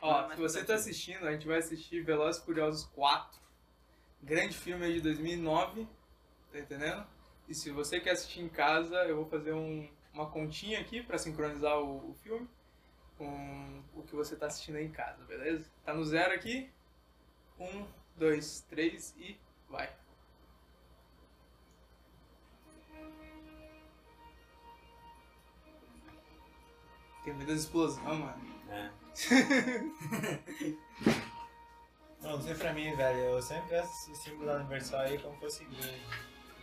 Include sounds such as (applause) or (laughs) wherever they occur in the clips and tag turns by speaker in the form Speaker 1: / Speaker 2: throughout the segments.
Speaker 1: ó, se você tá assistindo, a gente vai assistir Velozes e Furiosos 4. Grande filme aí de 2009, tá entendendo? E se você quer assistir em casa, eu vou fazer um- uma continha aqui pra sincronizar o, o filme com o que você tá assistindo aí em casa, beleza? Tá no zero aqui. Um, dois, três e vai. Tem medo da explosão, mano.
Speaker 2: É.
Speaker 3: Não, não sei pra mim, velho. Eu sempre assisto o símbolo do aniversário aí como fosse gay.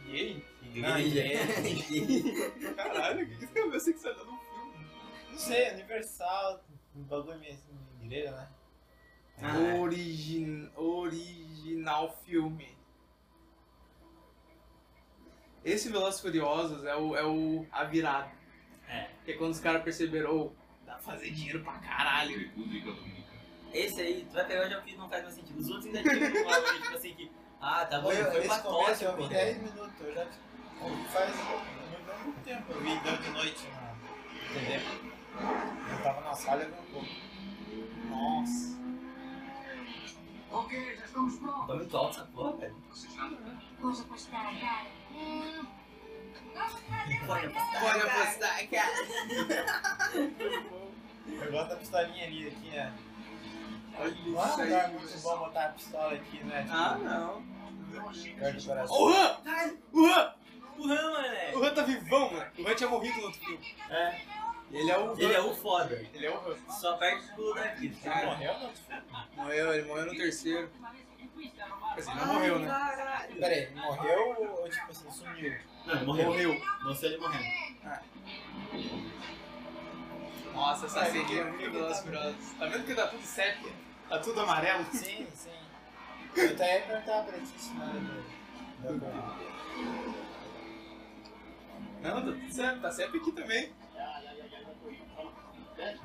Speaker 1: E aí?
Speaker 3: Não, é,
Speaker 1: Caralho, o que que você Eu sei que você tá num filme.
Speaker 3: Não sei, universal. Um bagulho meio assim, de igreja, né?
Speaker 2: Ah, é.
Speaker 1: Origin... Original filme. Esse Velozes e Furiosos é o, é o a virada.
Speaker 2: É.
Speaker 1: Que é quando os caras perceberam, "Ô, dá pra fazer dinheiro pra caralho.
Speaker 2: Esse aí, tu vai pegar já o que não faz mais sentido. assim, Os outros ainda tinham um valor, tipo assim, que. Ah, tá bom,
Speaker 3: eu,
Speaker 2: foi
Speaker 3: esse começo
Speaker 2: pacote,
Speaker 3: eu
Speaker 2: pô.
Speaker 3: vi 10 minutos. Eu já eu faz muito, muito tempo. Eu vi deu de noite na TV. Eu tava na sala e eu vi um pouco.
Speaker 1: Nossa.
Speaker 4: Ok, já estamos prontos.
Speaker 2: Tá muito alto essa porra, velho.
Speaker 4: Coisa pra estar cara. Hum.
Speaker 2: Pode apostar.
Speaker 1: Pode apostar, cara.
Speaker 3: Eu gosto da pistolinha ali aqui, né?
Speaker 1: Olha
Speaker 3: Não é um lugar muito
Speaker 1: isso aí.
Speaker 3: bom botar a pistola aqui, né? Tipo,
Speaker 1: Ah, não.
Speaker 3: Perto do coração.
Speaker 1: Ô, Han! O Han!
Speaker 2: Porra, mané.
Speaker 1: O Han tá vivão, mano. O Han tinha morrido no outro filme.
Speaker 3: É.
Speaker 1: Ele é o Han.
Speaker 2: Ele é o foda.
Speaker 1: Ele é o Han.
Speaker 2: Só perde tudo daqui.
Speaker 3: Ele
Speaker 2: Cara.
Speaker 3: tipo, morreu não?
Speaker 1: Morreu, ele morreu no terceiro. Quer dizer, não morreu, né?
Speaker 3: Pera aí, morreu ou, ou tipo assim, sumiu?
Speaker 2: Não, ele morreu. Não sei ele morrendo.
Speaker 1: É. Nossa, essa
Speaker 3: Ai,
Speaker 1: série é
Speaker 3: eu
Speaker 1: muito
Speaker 3: fiquei
Speaker 1: velociraptor. Tá vendo que tá tudo sépia? Tá tudo amarelo?
Speaker 3: Sim, sim. Eu até ia perguntar pra ti se não era do- da Covid.
Speaker 1: Não, tá tudo sépia. Tá sépia aqui também.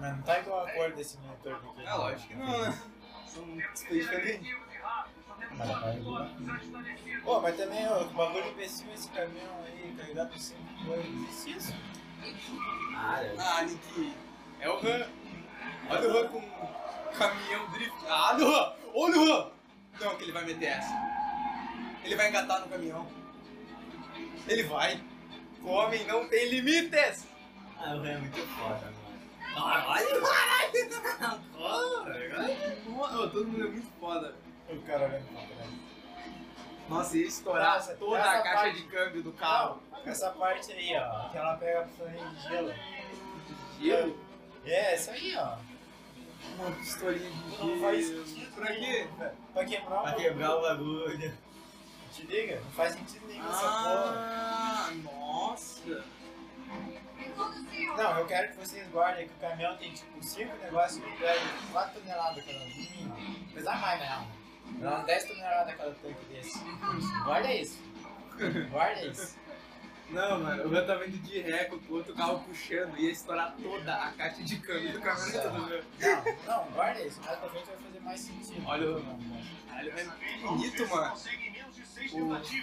Speaker 3: Mas não tá igual a cor desse monitor daqui.
Speaker 1: É lógico que não, né? São muitas coisas diferentes.
Speaker 3: Pô, mas também ó, o bagulho imbecil esse caminhão aí, carregado por cima de coisa. Existe isso?
Speaker 2: Cara.
Speaker 1: Ah, Nick. É o Han. Olha o Han com um caminhão drift. Ah, olha o Han! Olha o Han! Não, que ele vai meter essa. Ele vai engatar no caminhão. Ele vai. O homem não tem limites!
Speaker 2: Ah, o Ren é muito foda, mano. Ah, olha!
Speaker 1: Ô, todo mundo é muito foda. velho.
Speaker 3: O cara olhando pra trás.
Speaker 1: Nossa, ia estourar
Speaker 3: Nossa,
Speaker 1: toda a
Speaker 3: essa
Speaker 1: caixa
Speaker 3: parte-
Speaker 1: de câmbio do carro.
Speaker 3: Calma, essa parte aí, ó. Que ela pega a pistolinha de gelo.
Speaker 1: Gelo.
Speaker 3: É, essa aí, ó.
Speaker 1: Uma pistolinha de
Speaker 3: Não faz
Speaker 1: gelo.
Speaker 3: sentido
Speaker 1: Pra quê?
Speaker 3: nenhum, velho. Pra quebrar
Speaker 2: Vai
Speaker 3: uma.
Speaker 2: quebrar o bagulho.
Speaker 3: Te liga? Não faz sentido nenhum essa
Speaker 1: Ah, nossa.
Speaker 3: porra. Não, eu quero que vocês guardem que o caminhão tem tipo 5 negócios que pega 4 toneladas cada um. Pesar mais, né? Dá umas 10 toneladas cada tanque desse. Guarda isso. Guarda isso.
Speaker 1: Não, mano, o meu tava indo de ré com o outro carro puxando, ia estourar toda a caixa de câmbio do caminhão do meu.
Speaker 3: Não, não, guarda isso. Mais pra frente vai fazer mais sentido.
Speaker 1: Olha o- Caralho, é bonito, mano.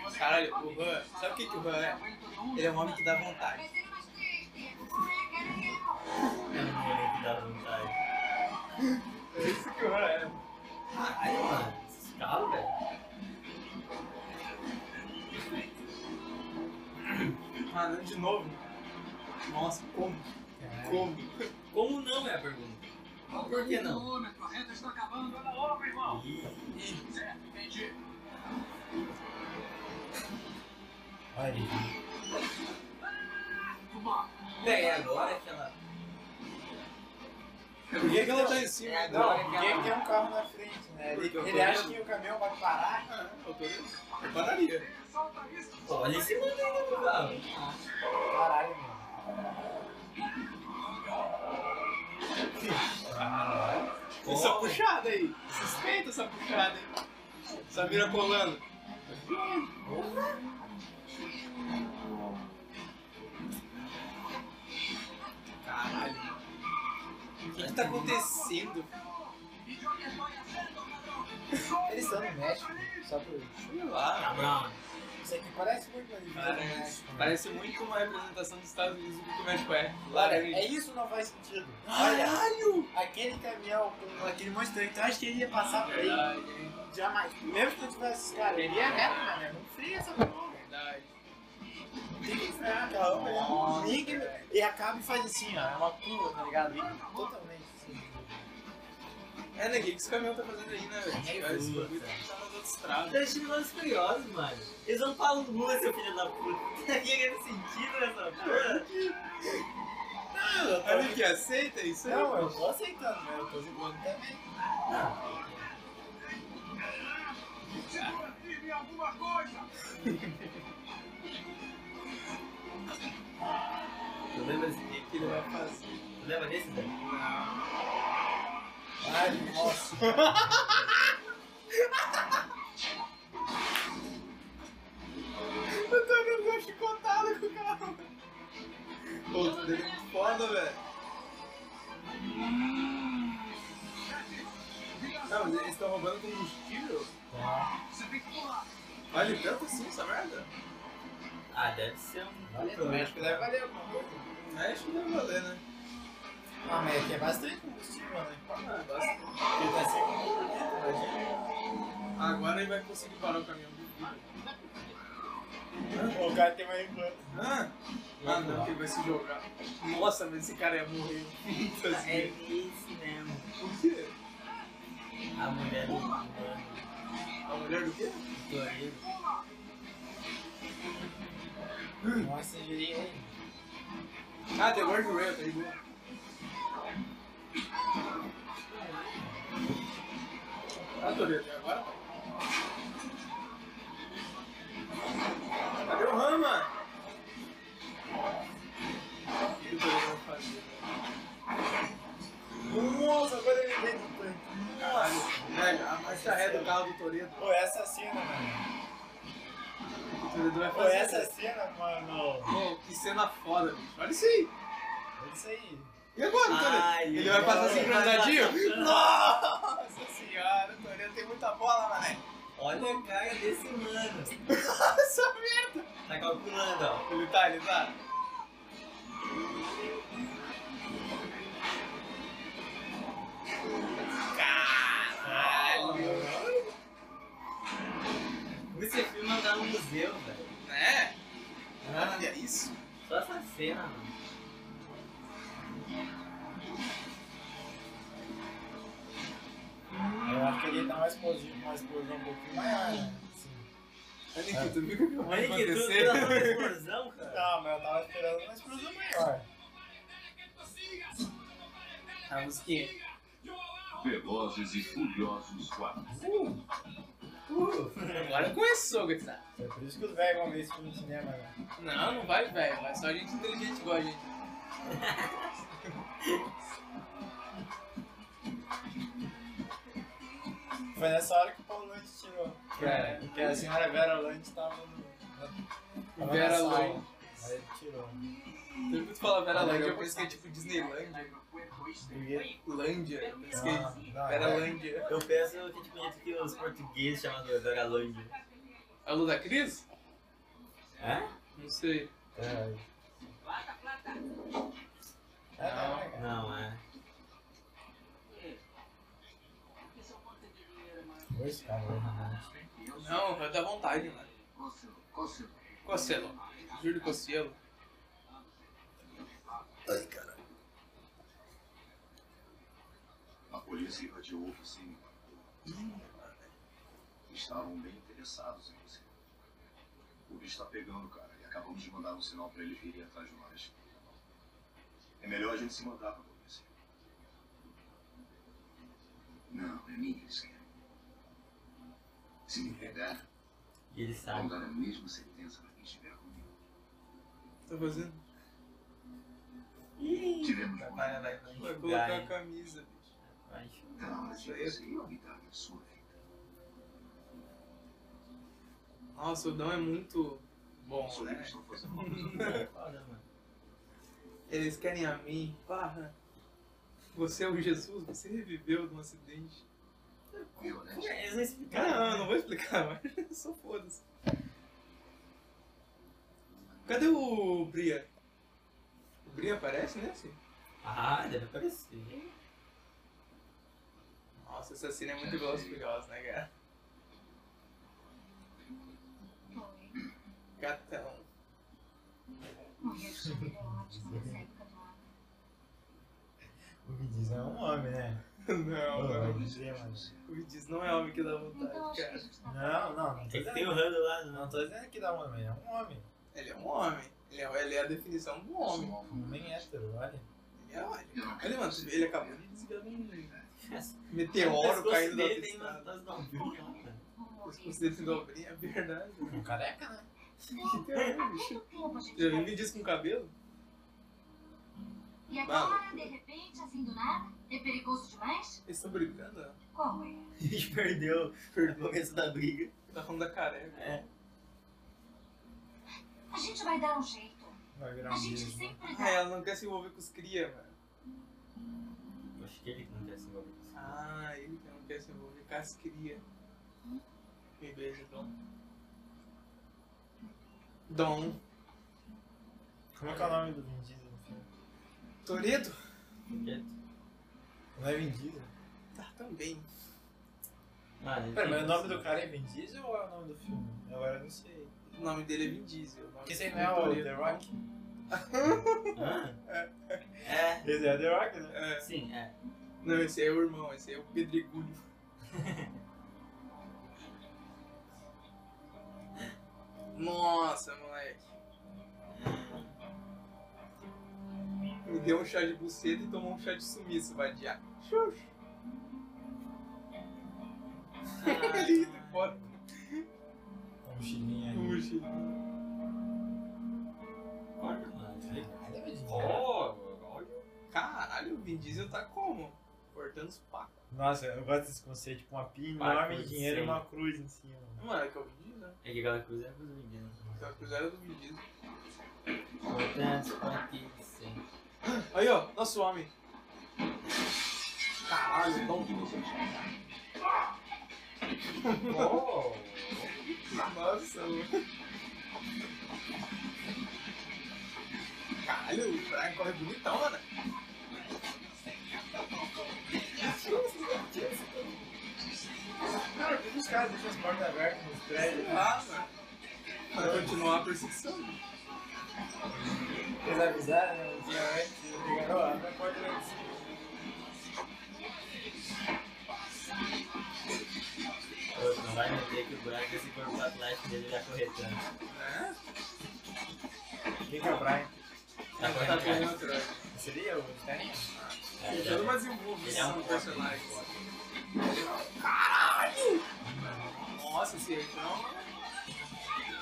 Speaker 1: O, caralho, o Han, sabe o que, que o Han é? Ele é um homem que dá vontade.
Speaker 5: é,
Speaker 2: Eu não vou nem dar vontade.
Speaker 1: É isso que o Han é.
Speaker 2: Caralho, mano. Esse carro, velho.
Speaker 1: Mano, de novo. Nossa, como?
Speaker 3: Caralho.
Speaker 1: Como?
Speaker 2: Como não é a pergunta? Por que não?
Speaker 4: Quilômetro, a reta está acabando. Olha lá, meu irmão. é, Certo, entendi.
Speaker 3: Olha aí.
Speaker 4: Vambora.
Speaker 2: Bem, agora que ela.
Speaker 1: Por que, que ela tá em cima?
Speaker 2: É,
Speaker 1: Não,
Speaker 3: Não, porque tem um carro na frente, né? Ele, ele acha que o caminhão vai parar.
Speaker 1: eu tô Eu pararia.
Speaker 4: Solta isso.
Speaker 2: Olha esse mano aí do carro.
Speaker 3: Caralho, mano.
Speaker 1: Essa puxada aí. Suspeita essa puxada aí. Samira colando. Caralho. O que, que tá acontecendo?
Speaker 3: Eles estão no México, só por isso.
Speaker 1: Sei lá.
Speaker 2: Tá Cabral.
Speaker 3: Isso aqui parece muito uma divisa do
Speaker 1: Parece,
Speaker 3: México. né?
Speaker 1: parece muito uma representação dos Estados Unidos do que o México é.
Speaker 3: Olha,
Speaker 1: Laranja.
Speaker 3: é isso não faz sentido. Olha,
Speaker 1: Caralho!
Speaker 3: aquele caminhão com aquele monte de trem, tu acha que ele ia passar por aí?
Speaker 1: Verdade, hein?
Speaker 3: Jamais. Mesmo que tu tivesse, cara, ele ia reto, mano. Não freia essa porra.
Speaker 1: verdade.
Speaker 3: Tem que frear aquela rampa, ele é um ligue, e acaba e faz assim, ó. É uma curva, tá ligado? E totalmente assim.
Speaker 1: É, né? O que que esse caminhão tá fazendo aí, né, velho?
Speaker 3: É,
Speaker 1: Cara, Esse
Speaker 3: puta.
Speaker 1: bagulho tem que estar nas autostradas.
Speaker 2: Deixa ele lá nos curiosos, mano. Eles não falam rua, seu filho da puta. (laughs) Tá querendo sentido nessa porra?
Speaker 1: Olha aqui, aceita isso aí?
Speaker 3: Não, Então, eu tô aceitando, né? Eu tô zoando também.
Speaker 4: Segura firme em alguma coisa!
Speaker 2: Tu lembra desse tempo?
Speaker 1: que ele vai fazer.
Speaker 2: Tu lembra desse tempo?
Speaker 3: Ai, nossa.
Speaker 1: Eu tô um vendo uma chicotada com o carro. Pô, tu deu um foda, velho.
Speaker 4: Hum,
Speaker 1: Não, mas eles estão roubando combustível?
Speaker 4: Você tem que pular!
Speaker 1: Vale tanto assim essa merda?
Speaker 2: Ah, deve ser um.
Speaker 3: Valeu, o México deve valer alguma coisa.
Speaker 1: México deve valer, né?
Speaker 3: Ah, mas aqui é bastante combustível, né?
Speaker 1: Ah, basta.
Speaker 3: Porque tá sempre muito bonito, imagina.
Speaker 1: Agora ele vai conseguir parar o caminhão.
Speaker 3: O cara tem uma implante.
Speaker 1: Ah, ah não, que ele vai se jogar. Nossa, mas esse cara ia morrer. (laughs) Muito
Speaker 2: É
Speaker 1: assim.
Speaker 2: isso mesmo.
Speaker 1: Por quê?
Speaker 2: A mulher do mano.
Speaker 1: A mulher Tá do quê?
Speaker 2: Tô aí.
Speaker 3: Nossa, eu diria aí.
Speaker 1: Ah, The World Rail, tá ligado? Adorei até né, agora. Cadê o Rama? O que ele poderia fazer?
Speaker 3: Nossa, agora ele veio do tanque.
Speaker 1: Caralho, velho, a marcha ré do carro do Toreto.
Speaker 3: Pô, essa cena, mano.
Speaker 1: O Toreto vai
Speaker 3: Pô,
Speaker 1: fazer. assim.
Speaker 3: essa é cena, mano.
Speaker 1: Pô, que cena foda, bicho. Olha isso aí.
Speaker 3: É isso aí.
Speaker 1: E agora, Toreto?
Speaker 2: Ai,
Speaker 1: Ele vai assim,
Speaker 3: não,
Speaker 1: passar
Speaker 3: ele
Speaker 1: sincronizadinho?
Speaker 3: Nossa senhora, o Torinho tem muita bola,
Speaker 1: (laughs)
Speaker 3: mané.
Speaker 2: Olha a cara desse mano.
Speaker 3: Nossa merda.
Speaker 2: Tá calculando, ó.
Speaker 1: Ele tá, ele tá.
Speaker 3: Caralho.
Speaker 2: Esse filme mandar no museu, velho.
Speaker 1: Né? Olha é isso.
Speaker 2: Só essa cena, mano.
Speaker 3: Eu acho que ele tá mais positivo, mais positivo um pouquinho maior, né? Sim.
Speaker 1: Olha aqui, tu viu o que vai
Speaker 2: Olha que tudo
Speaker 1: acontecer?
Speaker 2: pela uma explosão, cara.
Speaker 3: Não, mas eu tava esperando uma explosão maior.
Speaker 1: (laughs) A musiquinha.
Speaker 6: Velozes e Furiosos 4.
Speaker 1: Agora começou, Gatsá.
Speaker 3: É por isso que os velhos vão ver esse filme no cinema, né?
Speaker 1: tá? Não, não vai, velho. Vai só gente inteligente igual a gente.
Speaker 3: Foi nessa hora que o Paulo Lange tirou.
Speaker 1: Cara.
Speaker 3: É, Que a senhora Vera Lange tava no... tava na
Speaker 1: Vera
Speaker 3: sala.
Speaker 1: Lange.
Speaker 3: Aí ele tirou.
Speaker 1: Tem muito falar Vera Lândia, eu penso que é tipo Disneylândia.
Speaker 3: Porque-
Speaker 1: Lândia. Eu penso que é
Speaker 3: não,
Speaker 1: Vera
Speaker 3: é-
Speaker 1: Lândia.
Speaker 2: Eu penso que tipo jeito que os portugueses chamam de Doralândia.
Speaker 1: É o da Cris?
Speaker 2: Hã?
Speaker 1: Não sei.
Speaker 3: É. É, não, né, cara?
Speaker 2: Não, é.
Speaker 3: Pois, cara. né?
Speaker 1: Não, vai dar vontade, mano. Cosselo. Júlio Cosselo.
Speaker 6: A polícia invadiu o oficina. Estavam bem interessados em você. O bicho tá pegando, cara, e acabamos de mandar um sinal pra eles virem atrás de nós. É melhor a gente se mandar pra polícia. Não, é minha esquerda. Se me pegar,
Speaker 2: E ele
Speaker 6: vão
Speaker 2: sabe.
Speaker 6: dar a mesma sentença pra quem estiver comigo.
Speaker 1: Tá fazendo?
Speaker 6: Tivemos
Speaker 2: Vai, vai,
Speaker 6: muito.
Speaker 2: vai,
Speaker 1: Vai
Speaker 2: vai.
Speaker 1: colocar a
Speaker 2: Vai,
Speaker 1: camisa, bicho.
Speaker 2: vai.
Speaker 6: Não, Tá, mas é você ia cuidar da sua vida.
Speaker 1: Nossa, o Dão é muito bom,
Speaker 6: é Só
Speaker 1: né?
Speaker 6: eles estão fazendo uma coisa
Speaker 2: Foda, mano.
Speaker 1: (laughs) Eles querem a mim. Barra. Você é o Jesus, você reviveu de um acidente. Ah,
Speaker 6: violenta.
Speaker 2: Eles não
Speaker 1: (laughs)
Speaker 2: explicaram.
Speaker 1: Não, não vou explicar, mas só foda-se. Cadê o Bria? O Bria aparece né? nesse?
Speaker 2: Ah, deve aparecer.
Speaker 1: Nossa, essa cena é muito Velozes e Furiosos, né, cara? Gatão. (laughs)
Speaker 3: O Vidiz é um homem, né?
Speaker 1: Não,
Speaker 3: Ô,
Speaker 1: mano.
Speaker 3: Vin Diesel, mano.
Speaker 1: O Diz não é homem que dá
Speaker 5: Então,
Speaker 1: vontade, cara.
Speaker 5: tá
Speaker 3: Não, não, não tô
Speaker 2: Tem que ter
Speaker 3: dizendo.
Speaker 2: o Rando lá,
Speaker 3: Não
Speaker 2: não.
Speaker 3: tô dizendo que dá um homem, é um homem.
Speaker 1: Ele é um homem. Ele é, ele é a definição do homem.
Speaker 3: Um homem hétero, olha.
Speaker 1: Ele é homem. Ele, mano, ele acabou de desviar de um
Speaker 2: Essa-
Speaker 1: meteoro
Speaker 2: o
Speaker 1: caindo da
Speaker 2: dele tem umas
Speaker 1: estrada.
Speaker 2: das dobrinhas, cara.
Speaker 1: Os conselhos em dobrinha, é verdade.
Speaker 3: Um careca, né?
Speaker 5: é
Speaker 1: Que terror, bicho. Já
Speaker 5: tá-
Speaker 1: viu me diz com cabelo?
Speaker 5: E agora, de repente, assim do nada, é perigoso demais?
Speaker 1: Eles estão brincando, né?
Speaker 5: Qual é?
Speaker 2: (laughs) A gente perdeu o começo da briga.
Speaker 1: Tá falando da careca.
Speaker 2: É.
Speaker 5: A gente vai dar um jeito.
Speaker 3: Vai virar
Speaker 5: A
Speaker 3: um
Speaker 5: gente
Speaker 3: bicho.
Speaker 5: sempre
Speaker 1: Ah,
Speaker 5: dá.
Speaker 1: ela não quer se envolver com os cria, mano.
Speaker 2: Eu acho que ele que não quer se envolver com isso.
Speaker 1: Ah, ele que não quer se envolver com as cria. Me beija, Dom. Dom.
Speaker 3: Como é que é o nome do Vin Diesel no filme?
Speaker 1: Toreto?
Speaker 2: Quieto.
Speaker 3: Não é Vin Diesel?
Speaker 1: Tá, também.
Speaker 2: Ah, ele tem
Speaker 3: Pera, mas o
Speaker 2: isso.
Speaker 3: nome do cara é Vin Diesel ou é o nome do filme? Agora eu não sei.
Speaker 1: O nome dele é Vin Diesel. o nome
Speaker 3: Porque esse aí
Speaker 1: dele
Speaker 3: não é o
Speaker 1: Toretto.
Speaker 3: The Rock?
Speaker 2: Hã? É.
Speaker 3: Esse é o The Rock, né?
Speaker 1: É.
Speaker 2: Sim, é.
Speaker 1: Não, esse aí é o irmão, esse aí é o Pedregulho. (laughs) Nossa, moleque. Me deu um chá de buceta e tomou um chá de sumiço, vadiar. Xuxa. (laughs) Ele indo embora
Speaker 3: É um mochilinho
Speaker 1: com o
Speaker 3: aí.
Speaker 1: mochila.
Speaker 2: Olha, mano.
Speaker 3: Caralho, é Vin Diesel.
Speaker 2: Olha.
Speaker 1: Caralho, o Vin Diesel tá como? Cortando os pacos.
Speaker 3: Nossa, eu gosto desse conceito, tipo uma pia
Speaker 2: Vai,
Speaker 3: enorme de
Speaker 2: cruz,
Speaker 3: dinheiro e
Speaker 2: sim.
Speaker 3: uma cruz em cima.
Speaker 1: Mano, é que é o Vin Diesel. né?
Speaker 2: É que aquela coisa é coisa menina.
Speaker 1: Aquela coisa era do Vin Diesel.
Speaker 2: Importante, aqui, sim.
Speaker 1: Aí, ó, nosso homem. Caralho, Dom.
Speaker 2: Oh!
Speaker 1: Nossa, mano. Caralho, o Brian corre bonitão, mano.
Speaker 3: Cara, por que os caras deixam as portas abertas nos prédios?
Speaker 1: Ah, mano. Pra continuar a perseguição.
Speaker 3: Eles avisaram, né? Um dia antes, eles ligaram, ó, abre a porta lá de cima.
Speaker 2: Não vai meter que o buraco esse corpo atlético dele já corretando.
Speaker 1: Né?
Speaker 3: Quem que é o Brian?
Speaker 2: Tá
Speaker 1: Tá correndo
Speaker 2: corretando.
Speaker 1: atrás.
Speaker 3: Seria o Stanley?
Speaker 2: É,
Speaker 1: Toda
Speaker 2: já-
Speaker 1: uma
Speaker 2: Ele é
Speaker 1: desenvolvição
Speaker 2: um
Speaker 1: do personagem. Caralho! Nossa, esse aí tá não.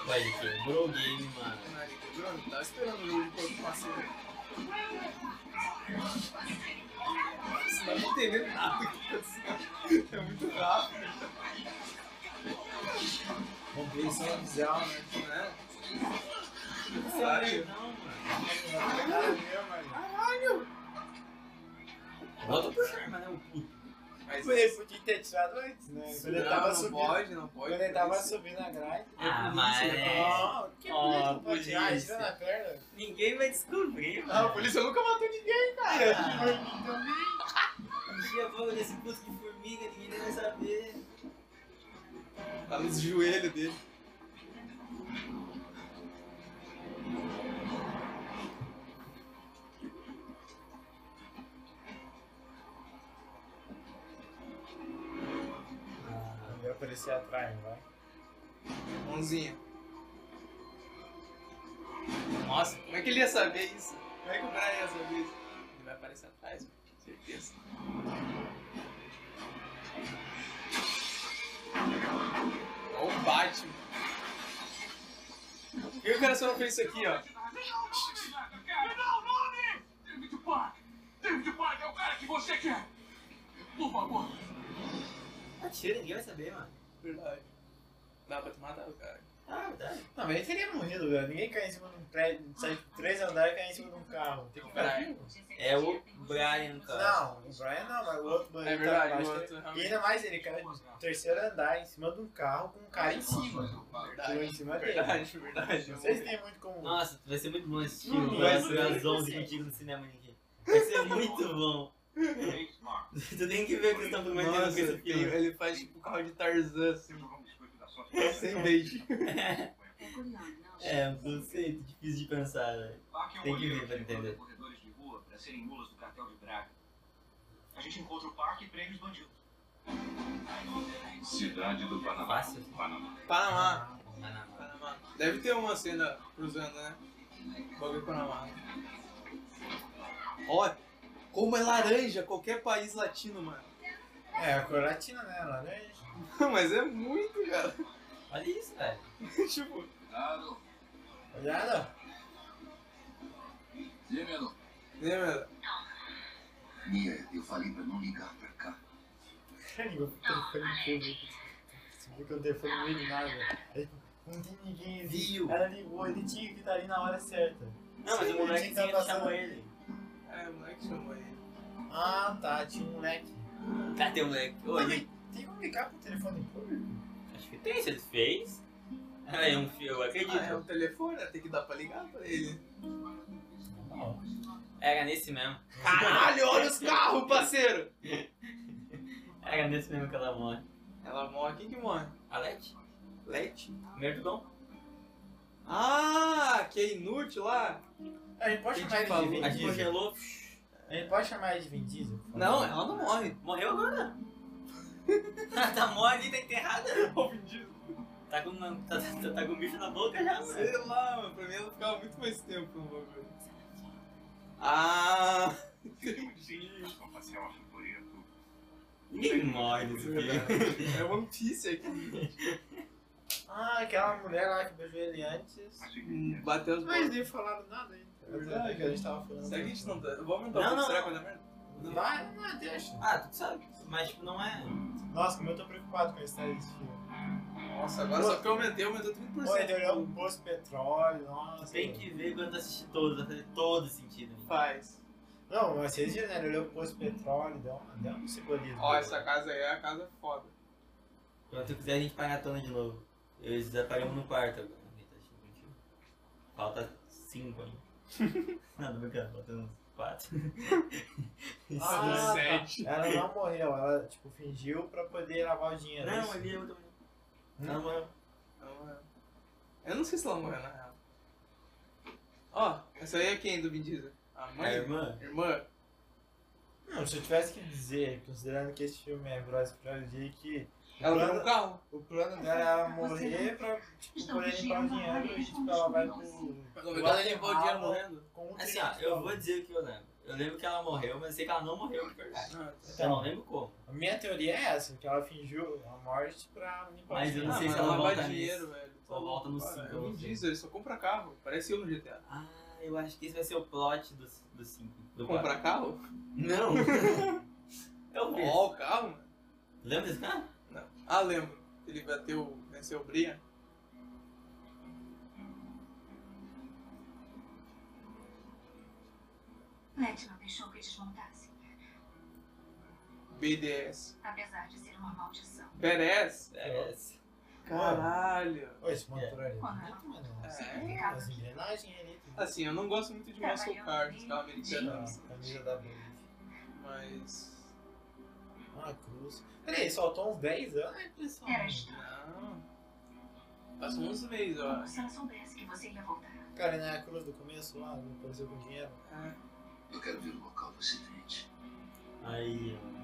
Speaker 2: Olha, ele quebrou o game, mano.
Speaker 1: Ele quebrou, não tava esperando o jogo de corpo passeio. Você não tá entendendo nada que tá acontecendo. É muito rápido.
Speaker 3: Compreensão visual, né?
Speaker 1: né?
Speaker 2: Sério? Não, mano.
Speaker 3: Cara, meu, mano.
Speaker 2: Volta pro Sherman, né, o puto.
Speaker 1: Mas
Speaker 3: Ele podia ter tirado antes, né? Quando ele tava
Speaker 1: não, não
Speaker 3: subindo.
Speaker 1: pode, não pode.
Speaker 3: Quando ele tava
Speaker 1: polícia.
Speaker 3: subindo a grade.
Speaker 2: Ah,
Speaker 1: polícia,
Speaker 2: mas
Speaker 1: né?
Speaker 2: é-
Speaker 3: Ó, que
Speaker 2: Ó,
Speaker 3: bonito, pode
Speaker 2: polícia.
Speaker 3: tirar, tira na perna.
Speaker 2: Ninguém vai descobrir,
Speaker 1: Ah,
Speaker 2: mano.
Speaker 1: a polícia nunca matou ninguém, cara.
Speaker 3: Ah,
Speaker 2: Enchia a boca desse puto de formiga, ninguém nem vai saber.
Speaker 1: Tá nos joelhos dele.
Speaker 3: Ah, vai aparecer atrás, vai.
Speaker 1: Mãozinha. Nossa, como é que ele ia saber isso? Como é que o Brian ia saber isso? Ele vai aparecer atrás, mano. certeza. Olha É o Batman. E o cara só não fez isso aqui, ó.
Speaker 4: Me dá o nome! David Park! David Park é o cara que você quer! Por favor!
Speaker 2: Atira, ninguém vai saber, mano.
Speaker 1: Verdade. Dá pra te matar o cara.
Speaker 2: Ah, verdade.
Speaker 3: Não, mas ele teria morrido, velho. Ninguém cai em cima de um prédio, sai de três andares e cai em cima de um carro. Tem que ficar
Speaker 1: Brian.
Speaker 5: um
Speaker 3: vivo.
Speaker 2: É o Brian, cara.
Speaker 3: Não, o Brian não, mas o outro bandido tá
Speaker 1: É verdade,
Speaker 3: abaixo
Speaker 1: o
Speaker 3: dele.
Speaker 1: outro
Speaker 3: E
Speaker 1: realmente.
Speaker 3: ainda mais ele caiu do terceiro andar em cima de um carro com um cara em cima. Pulou em cima dele.
Speaker 1: Verdade, verdade.
Speaker 3: Não sei se tem muito como.
Speaker 2: Nossa, vai ser muito bom esse
Speaker 3: Não,
Speaker 2: filme.
Speaker 3: não
Speaker 2: Vai
Speaker 3: é
Speaker 2: ser
Speaker 3: possível.
Speaker 2: às 11 contigo no cinema, Henrique. Vai (laughs) ser muito bom. Tu tem que ver o que eles estão
Speaker 1: um
Speaker 2: prometendo com
Speaker 1: Nossa,
Speaker 2: esse
Speaker 1: ele,
Speaker 2: filme.
Speaker 1: ele faz tipo o carro de Tarzan, assim, sem
Speaker 6: Sem
Speaker 1: beijo.
Speaker 2: É um conceito difícil de pensar, velho. Tem que ver pra entender.
Speaker 6: corredores de rua para serem mulas do cartel de Braga. A gente encontra o parque e prende os bandidos. Cidade do Panamá.
Speaker 2: Fácil.
Speaker 6: Panamá.
Speaker 1: Panamá.
Speaker 2: Ah, Panamá.
Speaker 1: Panamá. Deve ter uma cena cruzando, né? Bagulho Panamá. Ó, como é laranja qualquer país latino, mano. (laughs)
Speaker 3: É, a coratina, né? Laranja.
Speaker 1: Mas é muito, cara. (laughs)
Speaker 2: Olha isso, velho.
Speaker 1: tipo,
Speaker 6: Cuidado.
Speaker 3: Olhada?
Speaker 6: Gêmeo.
Speaker 1: né, mano?
Speaker 6: Mia, eu falei pra não ligar pra cá.
Speaker 3: Ligou pro telefone público. Você viu que o telefone não liga nada. Aí, Não tem ninguém ali.
Speaker 2: Viu?
Speaker 3: Ela ligou, ele tinha que estar ali na hora certa.
Speaker 2: Não, mas o moleque
Speaker 3: tá
Speaker 2: tá
Speaker 3: passando-
Speaker 2: chamou ele.
Speaker 1: É, o moleque chamou ele.
Speaker 3: Ah, tá, tinha um moleque.
Speaker 2: Cadê o um moleque? Ô, ele-
Speaker 3: Tem tem como ligar pro telefone público?
Speaker 2: Acho que tem, se ele fez. Ah, é um filme, eu
Speaker 1: Ah, é
Speaker 2: acredito.
Speaker 1: um telefone, né? tem que dar pra ligar pra ele.
Speaker 3: Não.
Speaker 2: Era nesse mesmo.
Speaker 1: Caralho, olha os carros, parceiro!
Speaker 2: Era nesse mesmo que ela morre.
Speaker 1: Ela morre, quem que morre?
Speaker 2: Alete?
Speaker 1: Let?
Speaker 2: Primeiro do Dom.
Speaker 1: Ah, que é inútil lá?
Speaker 3: A gente pode
Speaker 1: Quem te
Speaker 3: chamar ele de
Speaker 1: falou?
Speaker 3: Vin
Speaker 2: A gente
Speaker 3: Diesel.
Speaker 2: congelou.
Speaker 3: A gente pode chamar ele de Vin Diesel? por favor?
Speaker 1: Não, ela não morre.
Speaker 2: Morreu agora. (laughs) Ela tá morta e tá enterrada. Tá com, uma- tá, tá, tá com um bicho na boca já, mano.
Speaker 1: Sei lá, mano, pra mim ela ficava muito mais tempo no bagulho. Ah,
Speaker 6: um Vou fazer uma figureta.
Speaker 2: Ninguém morre nesse filme.
Speaker 1: é One Piece aqui.
Speaker 3: Ah, aquela mulher lá que beijou ele antes.
Speaker 6: Hum,
Speaker 1: Bateu as
Speaker 3: Mas
Speaker 1: bolas.
Speaker 3: nem falaram nada ainda.
Speaker 1: É verdade,
Speaker 3: que a gente tava falando.
Speaker 1: Será que a gente não tá. Eu vou aumentar
Speaker 2: Não,
Speaker 1: um pouco,
Speaker 2: não,
Speaker 1: será
Speaker 2: não.
Speaker 1: que vai dar merda?
Speaker 3: Não vai, não, não, deixa.
Speaker 2: Ah, tu sabe. Mas, tipo, não é.
Speaker 3: Nossa, como eu tô preocupado com a história desse filme.
Speaker 1: Nossa, agora só que eu aumentei, aumentou 30%.
Speaker 3: Pô, ele olhou um poço de petróleo, nossa.
Speaker 2: Tem que ver quando assistir todos, vai fazer todo sentido. né?
Speaker 1: Faz.
Speaker 3: Não, mas vocês viram, né? Ele olhou um poço de petróleo, deu, uma, deu um simbolismo.
Speaker 1: Ó, essa casa aí é a casa foda.
Speaker 2: Quando tu quiser, a gente maratona de novo. Eu desaparamos no quarto agora. Ninguém tá assistindo contigo. Falta cinco (laughs) ainda. Não, tô brincando, falta uns quatro.
Speaker 3: Ah,
Speaker 1: Casa sete.
Speaker 3: tá. Ela não morreu, ela, tipo, fingiu pra poder lavar o dinheiro. é
Speaker 2: não,
Speaker 3: isso?
Speaker 2: ali é outro.
Speaker 3: Não morreu.
Speaker 1: Então, é. Eu não sei se ela morreu na real. Ó, essa aí é quem do Vin Diesel? A
Speaker 2: É A
Speaker 1: mãe?
Speaker 2: irmã?
Speaker 1: Irmã?
Speaker 3: Não, se eu tivesse que dizer, considerando que esse filme é Bros pra eu diria que
Speaker 1: Ela
Speaker 3: Irmã.
Speaker 1: virou um carro.
Speaker 3: o plano dela era morrer pra, tipo, poder limpar o dinheiro e, tipo, ela vai pro...
Speaker 1: Na verdade, ele limpou o dinheiro
Speaker 3: Ela-
Speaker 1: morrendo.
Speaker 3: Com um
Speaker 2: Assim, ó, eu vou dizer o que eu lembro. Eu lembro que ela morreu, mas eu sei que ela não morreu de verdade.
Speaker 1: Ah,
Speaker 2: Eu não lembro como.
Speaker 3: A minha teoria é essa, que ela fingiu a morte pra limpar
Speaker 2: Mas
Speaker 3: o
Speaker 2: eu
Speaker 3: dinheiro.
Speaker 2: não sei
Speaker 1: Ah, mas
Speaker 2: se ela
Speaker 1: lava
Speaker 2: volta
Speaker 1: dinheiro,
Speaker 2: nisso.
Speaker 1: velho.
Speaker 2: Só volta no
Speaker 1: Cara,
Speaker 2: cinco,
Speaker 1: é o
Speaker 2: eu
Speaker 1: Vin
Speaker 2: sei.
Speaker 1: Diesel, ele só compra carro. Parece eu no GTA.
Speaker 2: Ah, eu acho que esse vai ser o plot dos do cinco. Do quatro.
Speaker 1: Comprar carro?
Speaker 2: Não! (laughs) eu vi.
Speaker 1: Ó, o carro, mano.
Speaker 2: Lembra desse cara?
Speaker 1: Não. Ah, lembro. Ele bateu, venceu o Brian.
Speaker 5: Let não deixou que desmontasse,
Speaker 1: BDS.
Speaker 5: apesar de ser uma maldição.
Speaker 1: Badass?
Speaker 2: É esse.
Speaker 1: Caralho.
Speaker 3: Ô, esse motor ali. é
Speaker 5: Quando
Speaker 3: não
Speaker 5: ela
Speaker 3: tem mais nada.
Speaker 1: É.
Speaker 3: As engrenagens ali. tudo.
Speaker 1: Assim, eu não gosto muito de muscle car, de carro americano.
Speaker 3: A camisa da Brave.
Speaker 1: Mas...
Speaker 3: Ah, cruz. Peraí, soltou uns 10 anos, né, pessoal?
Speaker 5: Era estranho.
Speaker 1: Não. Passou uns meses, ó.
Speaker 5: Como se ela soubesse que você ia voltar.
Speaker 3: Cara, na cruz do começo lá, não apareceu com dinheiro.
Speaker 1: É.
Speaker 6: Eu quero ver o local do acidente.
Speaker 2: Aí, ó.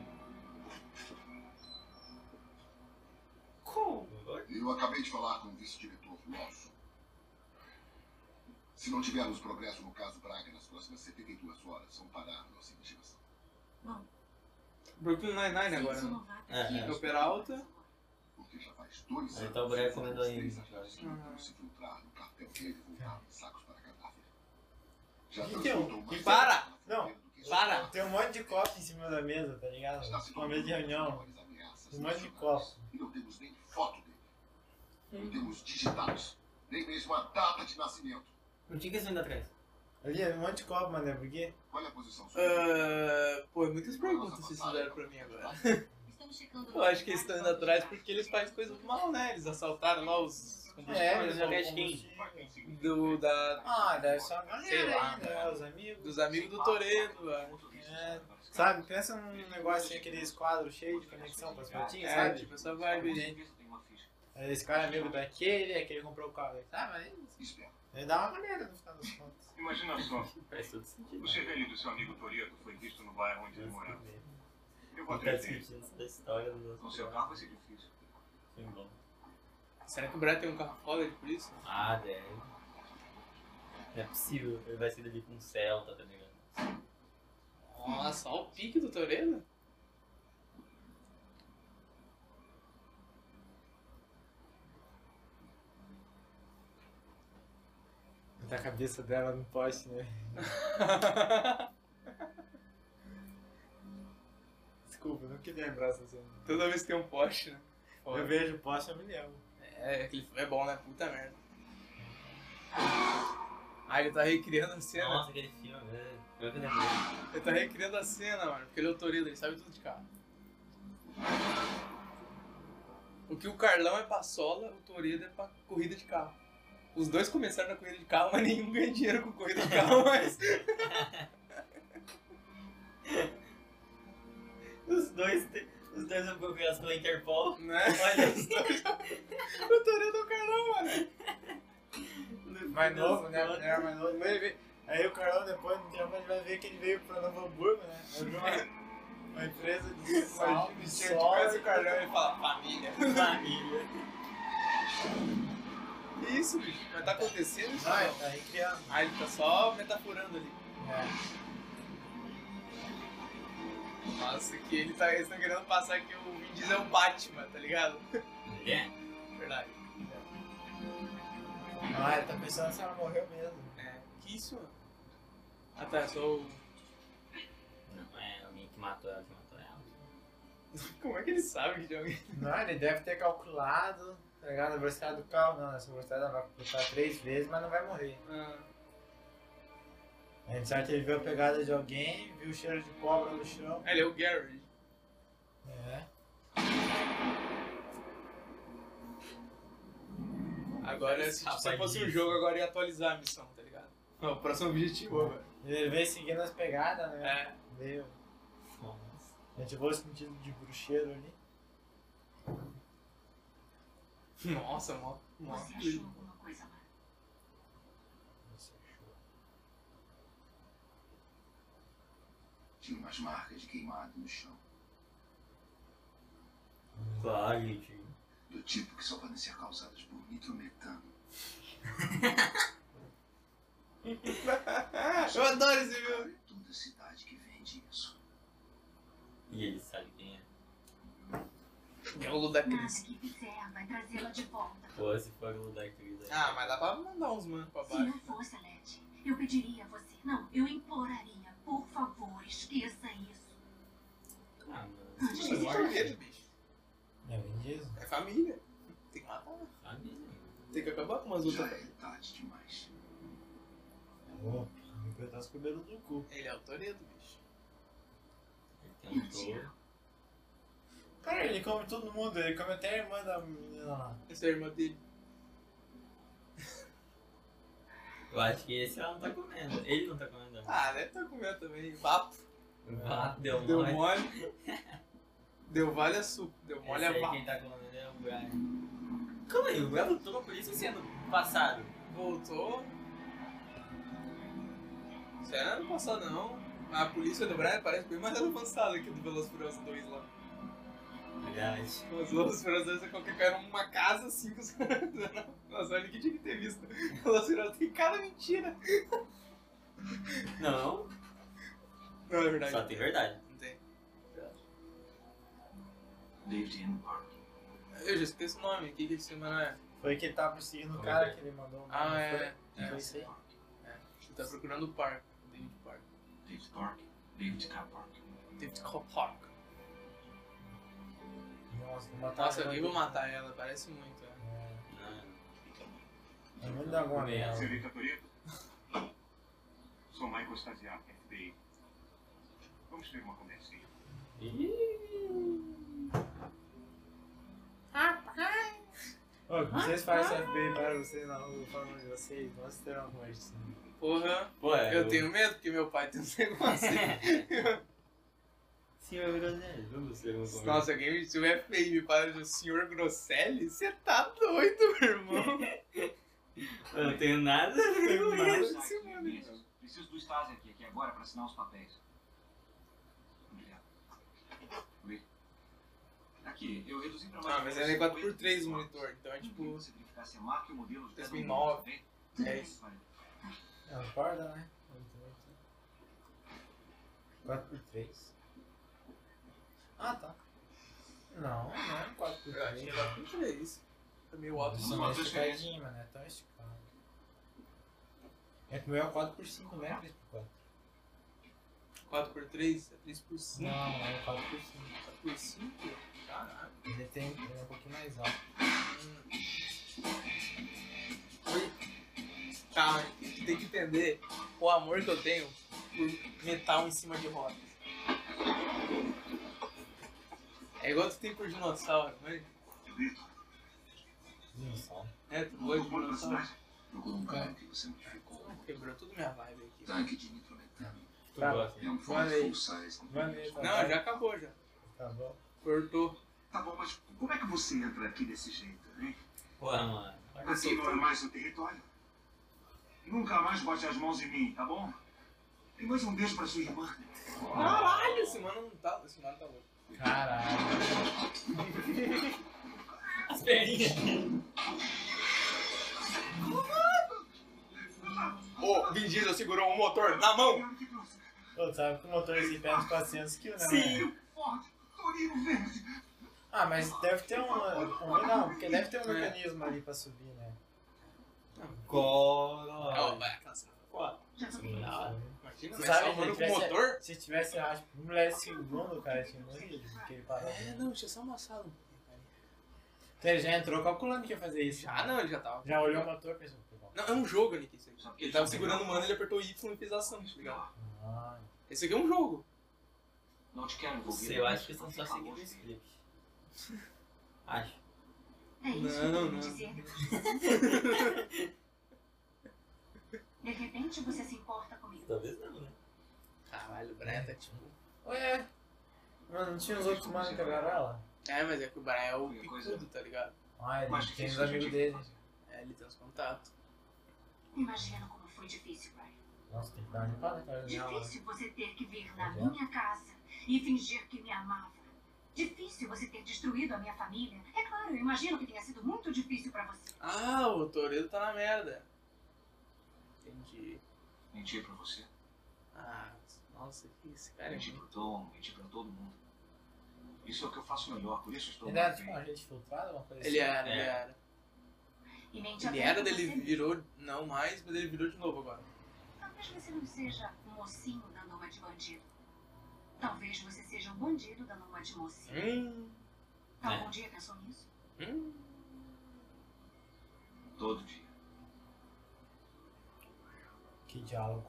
Speaker 1: Como?
Speaker 6: Eu acabei de falar com o vice-diretor Lawson. Se não tivermos progresso no caso Braga nas próximas 72 horas, vão parar nossa investigação.
Speaker 1: Brooklyn Nine-Nine agora,
Speaker 5: Sim,
Speaker 1: né?
Speaker 5: sou novato
Speaker 2: É,
Speaker 5: aqui.
Speaker 2: é.
Speaker 1: Eu Peralta.
Speaker 6: Porque já faz dois
Speaker 2: Aí
Speaker 6: anos.
Speaker 2: tá o Braga comendo
Speaker 6: os
Speaker 2: ainda,
Speaker 6: três
Speaker 2: cara.
Speaker 6: atletas tentando se filtrar no cartel dele e voltaram em sacos para cadáver. Já
Speaker 3: Então, É.
Speaker 6: transportou
Speaker 3: e
Speaker 6: mais
Speaker 1: para!
Speaker 6: gente na
Speaker 3: Não,
Speaker 6: fronteira do que
Speaker 1: para!
Speaker 6: esperava.
Speaker 3: Tem um monte de copo em cima da mesa, tá ligado?
Speaker 6: Está se
Speaker 3: Uma mesa de
Speaker 6: tornando
Speaker 3: reunião.
Speaker 6: maiores ameaças
Speaker 3: Um monte de
Speaker 6: nacionais.
Speaker 3: copo.
Speaker 6: E não temos nem foto dele. Não temos digitados, nem mesmo a data de nascimento.
Speaker 2: Não tinha que ser indo atrás.
Speaker 3: Ali é um monte de copo, mano, é por quê?
Speaker 6: Olha a posição sua.
Speaker 1: Ah, pô, muitas perguntas vocês fizeram pra mim agora.
Speaker 5: Estamos checando.
Speaker 1: Eu acho que eles estão indo atrás porque eles fazem coisa mal, né? Eles assaltaram lá os combustíveis
Speaker 3: roubam
Speaker 1: né?
Speaker 3: combustível.
Speaker 1: do, da,
Speaker 3: Ah, deve ser uma
Speaker 1: Sei
Speaker 3: galera
Speaker 1: lá,
Speaker 3: aí, né? Os amigos.
Speaker 1: dos amigos do Toredo. ah.
Speaker 3: É, sabe, pensa num negócio assim, aqueles quadros cheios de conexão com as fotinhas,
Speaker 1: É,
Speaker 3: sabe?
Speaker 1: tipo, essa vibe.
Speaker 3: Aí Esse cara é amigo daquele, aquele comprou o carro. Ah, Sabe, aí,
Speaker 6: Espera.
Speaker 3: é aí dá uma galera no final das contas.
Speaker 6: Imagina só,
Speaker 2: Faz todo sentido.
Speaker 6: o cervelho do seu amigo Toreto foi visto no bairro onde ele morava. Eu vou
Speaker 2: Não tá
Speaker 6: atrás dele.
Speaker 2: discutindo essa história do
Speaker 6: Com seu carro vai ser difícil.
Speaker 2: Foi bom.
Speaker 1: Será que o Brad tem um carro foda de polícia?
Speaker 2: Ah, deve. Não é possível. Ele vai ser dali com um Celta, tá ligado?
Speaker 1: Nossa, olha o pique do Toredo.
Speaker 3: Tá a cabeça dela no poste, né? Desculpa, não queria lembrar essa cena.
Speaker 1: Toda vez que tem um poste, né?
Speaker 3: Eu vejo o poste, eu me lembro.
Speaker 1: É, aquele filme é bom, né? Puta merda. Ah, ele tá recriando a cena.
Speaker 2: Nossa, aquele filme, né? Pior que eu lembrei.
Speaker 1: Ele tá recriando a cena, mano, porque ele é o Toredo, ele sabe tudo de carro. O que o Carlão é paçola, o Toredo é pra corrida de carro. Os dois começaram na corrida de carro, mas nenhum ganha dinheiro com corrida de carro, (laughs) mas.
Speaker 2: Os dois, te- os dois são procurados pela Interpol.
Speaker 1: Né?
Speaker 2: Olha
Speaker 1: Os dois- o Toredo é o Carlão, mano.
Speaker 2: No
Speaker 3: Mais
Speaker 2: fim das
Speaker 3: novo, né?
Speaker 2: contas-
Speaker 3: Ele Era mais novo. Mas ele veio- Aí o Carlão depois no trampo ele vai ver que ele veio pra Novo Hamburgo, né? Abriu uma, uma empresa de sal,
Speaker 1: Imagina,
Speaker 3: de
Speaker 1: chega de casa
Speaker 3: sol.
Speaker 1: o Carlão e fala, (laughs) família.
Speaker 2: Família.
Speaker 1: Que isso, bicho? Mas tá acontecendo isso?
Speaker 3: Ah,
Speaker 1: Ah,
Speaker 3: ele tá recriando.
Speaker 1: ah, ele tá só metaforando ali. Nossa, que ele tá, eles estão querendo passar que o Vin Diesel é o Batman, tá ligado?
Speaker 2: (laughs) É.
Speaker 1: Verdade.
Speaker 3: Ah, ele tá pensando se ela morreu mesmo.
Speaker 1: É, que isso, mano? Ah tá, sou o. (laughs)
Speaker 2: Não é alguém que matou ela, que matou ela.
Speaker 1: Como é que ele sabe que tem alguém?
Speaker 3: Não, ele deve ter calculado, tá ligado? A velocidade do carro, não, essa velocidade ela vai completar três vezes, mas não vai morrer.
Speaker 1: Ah,
Speaker 3: A gente sabe que ele viu a pegada de alguém, viu o cheiro de cobra no chão.
Speaker 1: ele é o Gary.
Speaker 3: É.
Speaker 1: Agora, se
Speaker 2: Rapaz,
Speaker 1: se fosse um
Speaker 2: isso.
Speaker 1: jogo, agora ia atualizar a missão, tá ligado? Não, o próximo objetivo agora.
Speaker 3: Ele veio seguindo as pegadas, né?
Speaker 1: É.
Speaker 3: Veio.
Speaker 2: Nossa.
Speaker 3: Ativou o sentido de bruxeiro ali.
Speaker 1: Nossa, mó. mó...
Speaker 5: Você achou alguma coisa lá?
Speaker 3: Nossa, é show.
Speaker 6: Tinha umas marcas de queimado no chão,
Speaker 2: Claro, gente.
Speaker 6: do tipo que só podem ser causadas por nitrometano.
Speaker 1: Eu adoro esse filme.
Speaker 6: Cara, é toda cidade que vende isso.
Speaker 2: E ele sabe quem é.
Speaker 1: É o Ludacris.
Speaker 5: Nada que fizer vai trazê-la de volta.
Speaker 2: Pô, se for o lugar que ele é.
Speaker 1: Ah, mas dá pra mandar uns manos pra
Speaker 5: Se
Speaker 1: baixo.
Speaker 5: não fosse a Leti, eu pediria a você. Não, eu imploraria. Por favor, esqueça isso.
Speaker 2: Ah, mano.
Speaker 1: Mas
Speaker 2: Isso
Speaker 1: eu
Speaker 2: é
Speaker 1: não
Speaker 2: morte.
Speaker 1: acredito, bicho.
Speaker 3: É Vin Diesel?
Speaker 1: É família. Tem que matar.
Speaker 2: Família.
Speaker 1: Tem que acabar com umas
Speaker 6: Já
Speaker 1: outras.
Speaker 6: é tarde demais.
Speaker 3: Pô, me cortar os cabelos do cu.
Speaker 1: Ele é o Toredo, bicho.
Speaker 2: Ele um tentou.
Speaker 3: Cara, ele come todo mundo, ele come até a irmã da menina lá.
Speaker 1: Essa é a irmã dele.
Speaker 2: Eu acho que esse ela não tá comendo. Ele não tá comendo.
Speaker 1: Ah, deve estar comendo também. Vapo.
Speaker 2: Ah, deu
Speaker 1: Deu
Speaker 2: mole.
Speaker 1: mole. Deu vale a suco. Deu mole
Speaker 2: Esse
Speaker 1: a
Speaker 2: aí
Speaker 1: vapo.
Speaker 2: quem tá comendo é o Brian. Calma aí, o Brian lutou com a polícia sendo passado.
Speaker 1: Voltou. Isso aí não passou não. A polícia do Brian parece bem mais avançada que a do Velozes e Furiosos 2 lá.
Speaker 2: Verdade.
Speaker 1: Os Velozes e Furiosos 2 é qualquer coisa, era uma casa, assim, com os caras. (laughs) Nossa, olha que tinha que ter visto. Velozes e Furiosos tem cada mentira.
Speaker 2: Não,
Speaker 1: Não, é verdade.
Speaker 2: só tem verdade.
Speaker 1: Não tem.
Speaker 6: David N. Park.
Speaker 1: Eu já esqueci o nome. O que que esse filme é?
Speaker 3: Foi que ele tava perseguindo o
Speaker 2: Como
Speaker 3: cara
Speaker 2: é?
Speaker 3: que ele mandou. um
Speaker 1: Ah,
Speaker 3: não
Speaker 1: é.
Speaker 3: Foi,
Speaker 1: É.
Speaker 3: foi isso aí.
Speaker 1: Ele tá procurando o Park. David Park.
Speaker 6: David Park. David K. Park.
Speaker 1: David Cop Park.
Speaker 3: Nossa, vou matar
Speaker 1: Nossa,
Speaker 3: ela.
Speaker 1: Tá, alguém vai matar ela. Parece muito, né?
Speaker 3: É.
Speaker 2: Não,
Speaker 3: É muito da alguma merda.
Speaker 6: Senhorita Toreto? Sou Michael Stasiak, FBI. Vamos ter uma conversinha.
Speaker 3: Ô, vocês fazem FBI para vocês na rua, falam de vocês, vamos ter uma conversa.
Speaker 1: Porra,
Speaker 2: Pô, é,
Speaker 1: eu tenho medo porque meu pai tem um negócio
Speaker 2: Sim, eu vou fazer. Vamos ser um
Speaker 1: assim. Nossa, alguém se o FBI me para o senhor Grosselli, você tá doido, meu irmão.
Speaker 2: Eu não tenho nada a ver com isso.
Speaker 1: Sim,
Speaker 4: Site,
Speaker 1: mano.
Speaker 4: Vinícius, Preciso do Stasi aqui, aqui agora para assinar os papéis. Obrigado. Oi. Aqui, eu reduzi para mais.
Speaker 1: (laughs) Ah, mas é 4x3 o monitor, então é tipo.
Speaker 4: Você tem que ficar sem marca e o modelo de cada um,
Speaker 1: 2009,
Speaker 4: tá bem?
Speaker 1: é isso.
Speaker 4: Vale.
Speaker 3: É uma corda, né? 4x3. Ah, tá. Não, não é
Speaker 1: Eu acho que
Speaker 3: 4x3.
Speaker 1: era 4x3. Tá meio alto
Speaker 3: Não,
Speaker 1: só.
Speaker 3: mas é esticadinho, mano. É tão esticado. É que o meu é 4x5, não é 3x4.
Speaker 1: 4x3? É 3x5?
Speaker 3: Não, é 4x5.
Speaker 1: 4x5? Caralho.
Speaker 3: Ele tem ele é um pouquinho mais alto.
Speaker 1: Tá, mas tem que entender o amor que eu tenho por metal em cima de rodas. É igual tu tem por dinossauro, né?
Speaker 3: Não, só.
Speaker 1: É, tu gosta de
Speaker 6: Procura na
Speaker 1: dinossauro.
Speaker 6: cidade. Procura um carro que você modificou.
Speaker 1: Quebrou tudo minha vibe aqui.
Speaker 6: Tanque de nitrometano.
Speaker 2: Tu gosta.
Speaker 6: É um Ford
Speaker 3: Valeu.
Speaker 6: Full Size.
Speaker 3: Valeu, tá
Speaker 1: Não,
Speaker 3: bom.
Speaker 1: já acabou já.
Speaker 3: Tá bom.
Speaker 1: Cortou.
Speaker 6: Tá bom, mas como é que você entra aqui desse jeito, hein?
Speaker 2: Pô, mano.
Speaker 6: Assim não é mais seu território. Nunca mais bote as mãos em mim, tá bom? E mais um beijo pra sua irmã.
Speaker 1: Caralho, esse mano não tá. Esse mano tá louco.
Speaker 3: Caralho.
Speaker 2: As perninhas.
Speaker 1: Ô, Vin Diesel segurou um motor na mão!
Speaker 6: Olha que grosso.
Speaker 3: Pô, sabe que o motor assim pega uns 400 kg, né?
Speaker 2: Sim.
Speaker 3: mano?
Speaker 6: Ford, Torino Verde.
Speaker 3: Ah, mas deve ter um. um- Não, porque deve
Speaker 1: É.
Speaker 3: ter um mecanismo ali pra subir, né?
Speaker 1: Ó,
Speaker 2: Corolla.
Speaker 1: vai alcançar. Imagina,
Speaker 3: Você
Speaker 1: mas
Speaker 3: sabe,
Speaker 1: só mano
Speaker 3: gente,
Speaker 1: com
Speaker 3: vai ser-
Speaker 1: motor?
Speaker 3: Se tivesse, eu acho, um mulher segundo, cara, tinha morrido, porque ele parou.
Speaker 1: É, não, tinha só amassado um pouquinho, cara.
Speaker 3: Então ele já entrou calculando que ia fazer isso.
Speaker 1: Já Ah, não, ele já tava.
Speaker 3: Já olhou o motor e pensou, pô, bom.
Speaker 1: Não, é um jogo, Nick, isso aqui.
Speaker 4: Só que
Speaker 1: Ele tava
Speaker 4: eles-
Speaker 1: segurando o mano, ele apertou Y e fez a ação, tá ligado?
Speaker 3: Ah,
Speaker 1: Esse aqui é um jogo.
Speaker 4: Não te quero né?
Speaker 2: Não
Speaker 4: envolvido.
Speaker 2: sei, eu acho que são só seguindo o script. Acho.
Speaker 5: É isso
Speaker 1: Não,
Speaker 5: que eu
Speaker 1: não.
Speaker 5: queria
Speaker 1: (laughs)
Speaker 5: dizer. De repente você se importa comigo.
Speaker 2: Talvez não, né?
Speaker 1: Caralho, o Brian tá tipo.
Speaker 3: Ué. Mano, não tinha os outros mano que quebraram ela?
Speaker 1: É, mas é que o Brian é o
Speaker 4: Qualquer coisa.
Speaker 1: picudo, tá ligado?
Speaker 3: Ah, ele
Speaker 4: Mas
Speaker 3: tem os
Speaker 4: isso a gente
Speaker 3: amigos dele.
Speaker 4: faz.
Speaker 1: É, ele tem os contatos.
Speaker 5: Imagina como foi difícil, Brian.
Speaker 3: Nossa, tem que dar uma limpada na cara dela.
Speaker 5: Difícil você ter que vir na
Speaker 3: Entendeu?
Speaker 5: minha casa e fingir que me amava. Difícil você ter destruído a minha família. É claro, eu imagino que tenha sido muito difícil pra você.
Speaker 1: Ah, o Toredo tá na merda. Entendi.
Speaker 4: Mentir pra você,
Speaker 1: Ah, nossa, que esse cara é
Speaker 4: mentir
Speaker 1: muito.
Speaker 4: pro Tom, mentir pra todo mundo. Isso é o que eu faço melhor, por isso estou
Speaker 3: Ele era
Speaker 4: muito
Speaker 3: tipo
Speaker 4: bem.
Speaker 3: uma gente filtrada, uma coisa
Speaker 1: Ele
Speaker 3: assim.
Speaker 1: era, ele
Speaker 2: É.
Speaker 1: era.
Speaker 5: E mente
Speaker 1: Ele
Speaker 5: até
Speaker 1: era,
Speaker 5: com
Speaker 1: daí
Speaker 5: você
Speaker 1: ele
Speaker 5: mesmo.
Speaker 1: virou, não mais, mas ele virou de novo agora.
Speaker 5: Talvez você não seja um mocinho dando uma de bandido. Talvez você seja um bandido dando uma de mocinho.
Speaker 1: Hum,
Speaker 5: Algum dia pensou nisso?
Speaker 1: hum.
Speaker 4: Todo dia.
Speaker 3: Que diálogo.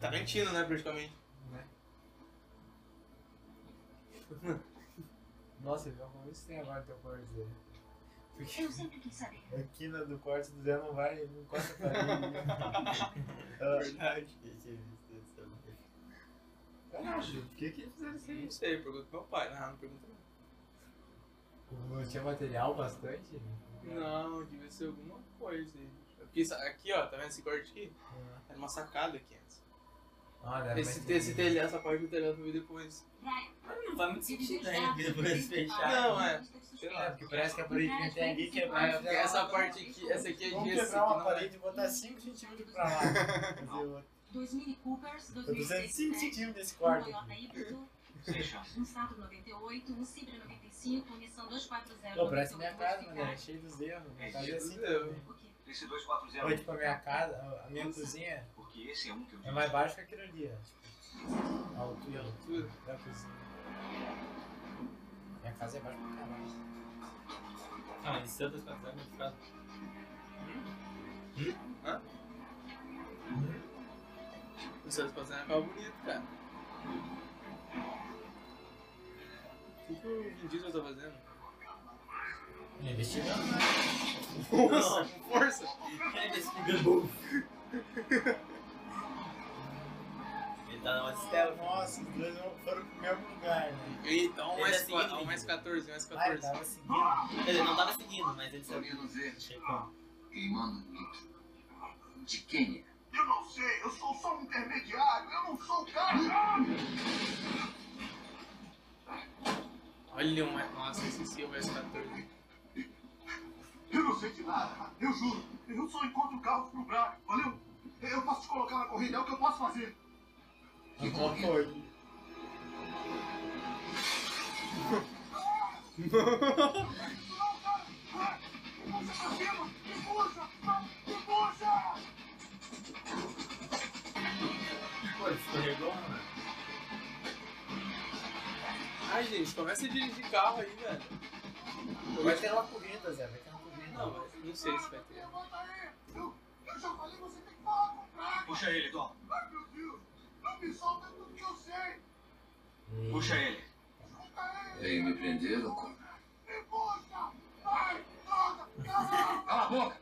Speaker 1: Tá mentindo, né, praticamente.
Speaker 3: Nossa, ele como isso tem agora então, teu corte dele.
Speaker 5: Eu sempre quis saber.
Speaker 3: A quina do corte do Zé não vai, não corta pra mim. né? Ela-
Speaker 1: Verdade.
Speaker 2: Eu tinha visto isso também.
Speaker 3: Caralho, por que que eles fizeram isso aí?
Speaker 1: Não sei, pergunta pro meu pai. Ah, não pergunta não.
Speaker 3: Não tinha material bastante? né?
Speaker 1: Não, devia ser alguma coisa. aí. Porque isso- aqui, ó, tá vendo esse corte aqui? Era uma sacada aqui antes.
Speaker 3: Olha,
Speaker 1: Esse, esse telhado, essa parte do telhado veio depois.
Speaker 2: Mas não faz muito sentido, né? Depois fechar.
Speaker 1: Não, é. Sei
Speaker 3: É,
Speaker 1: lá.
Speaker 3: porque parece que a parede não tem ninguém quebrar.
Speaker 5: Mas
Speaker 1: é Essa parte aqui, essa aqui é
Speaker 3: Vamos
Speaker 1: gesso.
Speaker 3: quebrar
Speaker 1: aqui
Speaker 3: uma
Speaker 1: não é.
Speaker 3: parede e botar 5 centímetros pra (laughs) lá. Fazer outra.
Speaker 5: 2000 Coopers,
Speaker 3: Eu tô precisando de 5
Speaker 5: 2007,
Speaker 3: centímetros nesse
Speaker 5: um
Speaker 3: quarto.
Speaker 5: Toyota híbrido,
Speaker 4: Sem chance.
Speaker 5: um Sato 98, um Cibra 95, um Nissan 240.
Speaker 3: Pô, parece minha casa, mano. É
Speaker 5: modificado.
Speaker 3: cheio dos erros. Minha
Speaker 4: É
Speaker 3: casa é
Speaker 1: cheio
Speaker 3: assim.
Speaker 1: dos erros.
Speaker 3: também.
Speaker 5: O quê?
Speaker 4: Esse
Speaker 3: Ou
Speaker 4: 2401,
Speaker 3: tipo, a minha casa, a minha cozinha
Speaker 4: porque esse é um que eu
Speaker 3: é
Speaker 4: digo.
Speaker 3: mais baixa que aquilo ali, ó. Tipo, a altura
Speaker 1: Tudo.
Speaker 3: da cozinha. Minha casa é baixa pra caralho.
Speaker 2: Ah, mas isso é dois quatro anos, quatro.
Speaker 1: O Santos passando é mais bonito, cara. O que, que o Vin Diesel tá fazendo?
Speaker 3: Investigando, né?
Speaker 1: Força, força!
Speaker 2: Pega esse Gumbo. Ele tá na
Speaker 3: Então,
Speaker 2: Stella.
Speaker 3: Nossa, os dois vão- foram pro mesmo lugar, né?
Speaker 1: Eita, um
Speaker 2: Ele
Speaker 1: mais,
Speaker 2: é
Speaker 1: qua-
Speaker 2: seguido,
Speaker 1: um mais
Speaker 2: Vin
Speaker 1: 14, um mais
Speaker 3: Ah, ele
Speaker 1: 14.
Speaker 3: tava seguindo.
Speaker 2: Ele não tava seguindo, mas ele sabia.
Speaker 4: Sorrindo verde,
Speaker 2: Achei como.
Speaker 4: queimando o mito. De quem é?
Speaker 6: Eu não sei, eu sou só um intermediário, eu não sou o cara.
Speaker 1: Olha, um mais. Nossa, esse sim é o mais 14.
Speaker 6: Eu não sei de nada, eu juro. Eu só encontro carros pro Braga, valeu? Eu posso te colocar na corrida, é o que eu posso fazer.
Speaker 3: E qual foi?
Speaker 2: Pô, ele escorregou, mano.
Speaker 3: né?
Speaker 1: Ai, gente, começa a dirigir carro aí, velho.
Speaker 3: Vai ter uma corrida, Zé. Vai ter uma corrida.
Speaker 1: Não, mas não sei se vai ter.
Speaker 6: Eu já falei, você tem que falar com o Braga.
Speaker 4: Puxa ele, Dom.
Speaker 6: Ai, meu Deus, não me solta tudo que eu sei.
Speaker 3: Hum.
Speaker 4: Puxa ele. Vem me prender, louco? Cala a boca!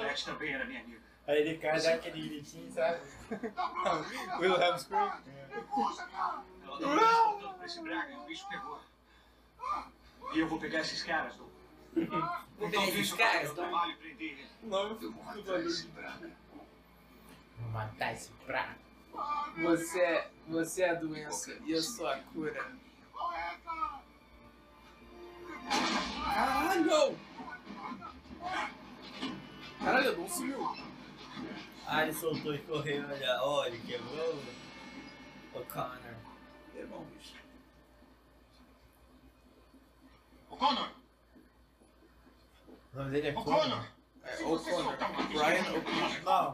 Speaker 4: Jet também era minha amiga.
Speaker 3: Aí ele cai, dá aquele gritinho, sabe? (laughs)
Speaker 1: Will Hamstring?
Speaker 4: Ela deu um descontando pra esse braga e o bicho pegou. E eu vou pegar esses caras, Então, Dom.
Speaker 2: Vou pegar esses caras, Dom.
Speaker 4: trabalho e prender ele.
Speaker 1: O nome
Speaker 4: Eu
Speaker 1: do
Speaker 4: vou matar
Speaker 1: bagulho.
Speaker 4: esse braga.
Speaker 3: Vou matar esse prato.
Speaker 1: Você é, você é a doença e eu sou a cura. Caralho! Caralho, eu não sumiu.
Speaker 2: Ah, ele soltou e correu, olha. Ó, ele quebrou o Connor.
Speaker 1: É bom, bicho.
Speaker 6: O Connor,
Speaker 3: O nome dele é
Speaker 6: o
Speaker 3: Conor?
Speaker 6: Connor.
Speaker 1: É O'Connor. Brian O'Connor.
Speaker 3: Não.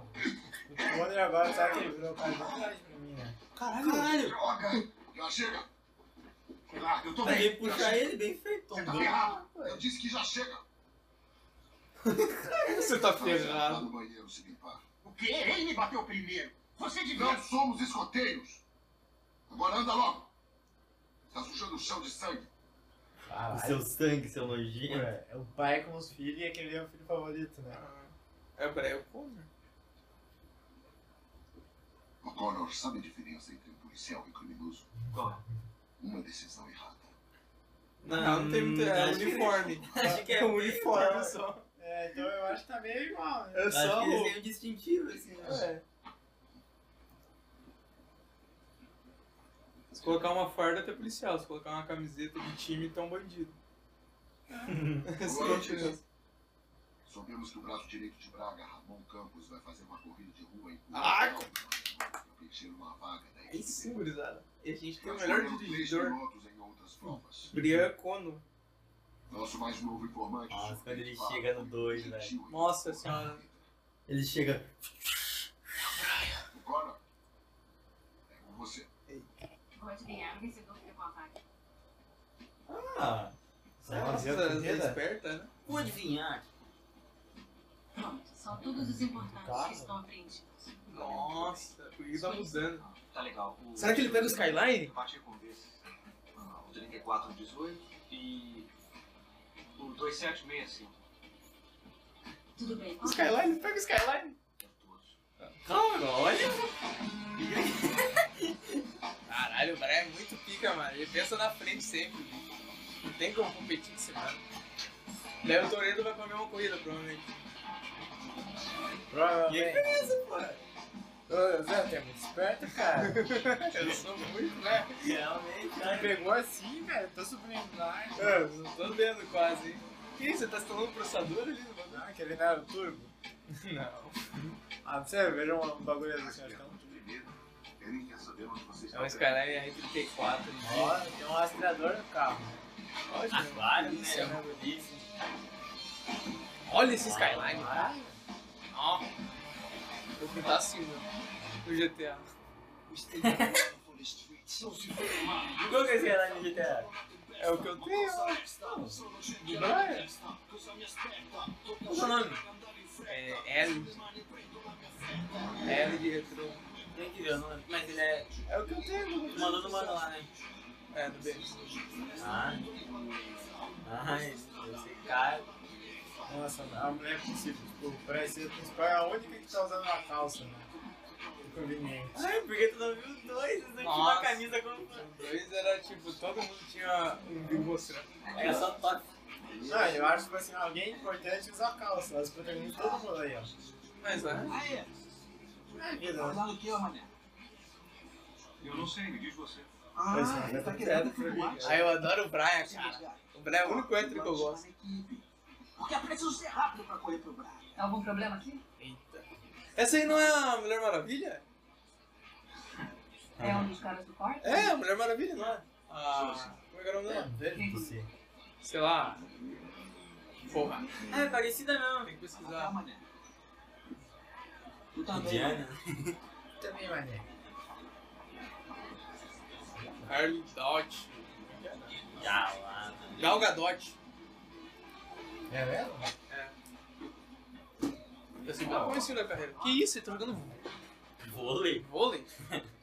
Speaker 3: O Conor agora sabe que ele virou o cara de verdade pra mim, né?
Speaker 1: Caralho!
Speaker 6: Droga, já chega. Me larga, eu tô
Speaker 2: Tá Aí
Speaker 6: bem.
Speaker 2: ele puxa ele bem feito.
Speaker 6: Você tá ferrado. Eu disse que já chega.
Speaker 1: Você tá
Speaker 6: Vai lá
Speaker 1: ferrado.
Speaker 6: no banheiro se limpar. O quê? Ele me bateu primeiro. Você devia... Não somos escoteiros. Agora anda logo. Está sujando o chão de sangue.
Speaker 2: O
Speaker 3: Caralho.
Speaker 2: seu sangue, seu nojento.
Speaker 3: Ué, É O pai com os filhos e aquele é o filho favorito, né?
Speaker 1: É Brian O'Connor?
Speaker 6: O Connor sabe a diferença entre um policial e um criminoso?
Speaker 4: Qual é?
Speaker 6: Uma decisão errada.
Speaker 1: Não, não tem muito. É
Speaker 2: acho que-
Speaker 1: uniforme.
Speaker 2: Acho que é
Speaker 1: um
Speaker 2: bem
Speaker 1: uniforme
Speaker 2: igual.
Speaker 1: só.
Speaker 3: É, então eu acho que tá meio igual, né?
Speaker 1: É
Speaker 2: Acho
Speaker 1: só
Speaker 2: que eles
Speaker 1: o.
Speaker 2: têm um distintivo, assim. né?
Speaker 1: É. Se colocar uma farda, até policial. Se colocar uma camiseta de time, tá um (laughs) bandido. Essa é a diferença.
Speaker 6: Soubemos que o braço direito de Braga, Ramon Campos, vai fazer uma corrida de rua em
Speaker 1: Ah,
Speaker 6: para preencher uma vaga da
Speaker 1: Aí
Speaker 6: equipe.
Speaker 1: sim, gurizada. E a gente tem É o
Speaker 6: Nós
Speaker 1: melhor
Speaker 6: formamos três
Speaker 1: dirigidor.
Speaker 6: pilotos em outras provas.
Speaker 1: Brian Cono.
Speaker 6: Nosso mais novo informante.
Speaker 2: Nossa, quando ele chega no dois, velho.
Speaker 6: né?
Speaker 1: Nossa senhora.
Speaker 2: Ele chega.
Speaker 6: Agora, é com você.
Speaker 5: Vou adivinhar o vencedor é que levou a vaga.
Speaker 2: Ah,
Speaker 1: Nossa,
Speaker 3: eu
Speaker 1: ela é
Speaker 3: queria, né?
Speaker 1: esperta, né?
Speaker 2: vou adivinhar.
Speaker 5: Pronto, são todos
Speaker 1: Hum,
Speaker 5: os importantes
Speaker 3: Claro.
Speaker 5: que estão apreendidos.
Speaker 1: Nossa, por que tá mudando?
Speaker 4: Tá legal. O-
Speaker 1: Será que ele pega o Skyline?
Speaker 4: Eu bati com esse. ah, O 3418 e o
Speaker 3: (laughs)
Speaker 4: 2765.
Speaker 5: Tudo bem, qual é?
Speaker 1: Skyline? tá- Pega o Skyline?
Speaker 4: Todos.
Speaker 1: Calma, olha. Caralho, o Brian é muito pica, mano. Ele pensa na frente sempre. bicho. Não tem como competir com esse cara. Daí o Toredo vai pra mesma corrida, provavelmente. (laughs)
Speaker 3: Provavelmente.
Speaker 1: isso, pô?
Speaker 3: Ô, Zé, tu é muito esperto, cara.
Speaker 1: Eu sou muito, né?
Speaker 2: Realmente,
Speaker 3: Tu
Speaker 2: cara.
Speaker 3: pegou assim, velho. Tô subliminar.
Speaker 1: Eu não tô vendo quase, hein? Que isso? Você tá instalando um processador ali no bagulho?
Speaker 3: Ah, aquele não era o turbo?
Speaker 1: Não.
Speaker 3: Ah, não sei, veja um bagulho
Speaker 6: tá
Speaker 3: assim, acho que é um turbo.
Speaker 6: Ele quer saber onde você
Speaker 1: É
Speaker 6: está.
Speaker 1: um Skyline R34.
Speaker 3: Ó, tem um rastreador no carro.
Speaker 1: Ótimo.
Speaker 2: Claro, né?
Speaker 1: Delícia,
Speaker 2: É uma delícia.
Speaker 1: Olha esse Skyline. tá?
Speaker 3: Ah,
Speaker 1: Ó. Vou pintar assim, mano. No GTA.
Speaker 4: Street.
Speaker 2: Qual que é esse cara no GTA?
Speaker 1: É o que eu tenho. Brian.
Speaker 2: Qual que é o nome?
Speaker 1: É L. L de retrô.
Speaker 2: Tem que ver, eu não lembro. Mas ele é.
Speaker 1: É o que eu tenho.
Speaker 2: Mandou no mano lá, né?
Speaker 1: É, do B.
Speaker 2: Ah. Ah, esse cara.
Speaker 3: Nossa, a mulher possível, tipo, parecia o principal é a única que tá usando uma calça, né? Inconveniente.
Speaker 2: Ai, porque tu não viu os dois? Eles não tinham
Speaker 1: Nossa.
Speaker 2: uma camisa com.
Speaker 1: Os dois era tipo, todo mundo tinha um bico mostrando.
Speaker 2: Era É só top.
Speaker 1: Ah,
Speaker 3: Não,
Speaker 1: é.
Speaker 3: eu acho, tipo assim, alguém importante usa calça. Elas protagonizam todo mundo aí, ó.
Speaker 1: Mas é.
Speaker 4: Aê!
Speaker 3: É
Speaker 1: Tá.
Speaker 3: vida, né?
Speaker 4: Acordado o que, mané? Eu não sei, me diz você. Ah,
Speaker 3: Pois é, vai
Speaker 4: tá
Speaker 3: ter
Speaker 4: querendo
Speaker 3: que ser pra mim,
Speaker 4: que
Speaker 1: Ah, eu adoro o Brian, cara. O Brian é o único hétero que eu gosto.
Speaker 4: Porque é preciso ser rápido pra correr pro Brian.
Speaker 5: Tá Algum problema aqui?
Speaker 1: Eita. Essa aí não é a Mulher Maravilha?
Speaker 5: É um dos caras do quarto?
Speaker 1: Ah. É, a Mulher Maravilha, não é? Ah, como é que era o nome
Speaker 3: É,
Speaker 1: dela?
Speaker 3: vejo você.
Speaker 1: Sei lá. Porra,
Speaker 2: É, parecida mesmo.
Speaker 1: tem que pesquisar.
Speaker 4: Tá, mané. Tu
Speaker 2: Diana.
Speaker 3: Também, mané.
Speaker 1: Carly Dodge.
Speaker 2: Já lá.
Speaker 1: Gal Gadot.
Speaker 3: É mesmo?
Speaker 1: Eu sempre não conheci na carreira. Que isso, você tá jogando
Speaker 2: Vôlei.
Speaker 1: vôlei? (laughs)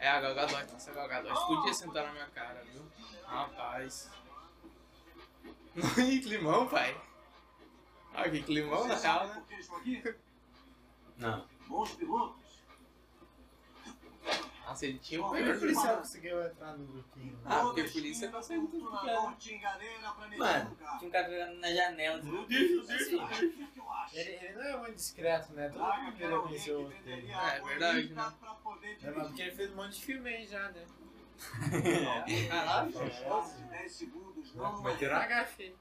Speaker 1: É a Gal Gadot, nossa Gal Gadot. Podia sentar na minha cara, viu? Rapaz. (laughs) Ih, climão, pai. Ah, que climão na real, né?
Speaker 2: Não.
Speaker 4: Bons pilotos.
Speaker 1: Nossa, ele tinha um
Speaker 3: Como é que o policial conseguiu entrar no grupinho? né?
Speaker 1: Ah, porque a polícia tá saindo tudo que é.
Speaker 2: Mano, tinha um cara jogando na janela. Meu Deus,
Speaker 3: Ele, ele não é muito discreto, né? Todo mundo queria conhecer o outro dele.
Speaker 1: É verdade, né?
Speaker 3: É, mas porque ele fez um monte de filme aí já,
Speaker 1: (laughs)
Speaker 3: né?
Speaker 1: Caralho.
Speaker 3: Vai ter uma gafe.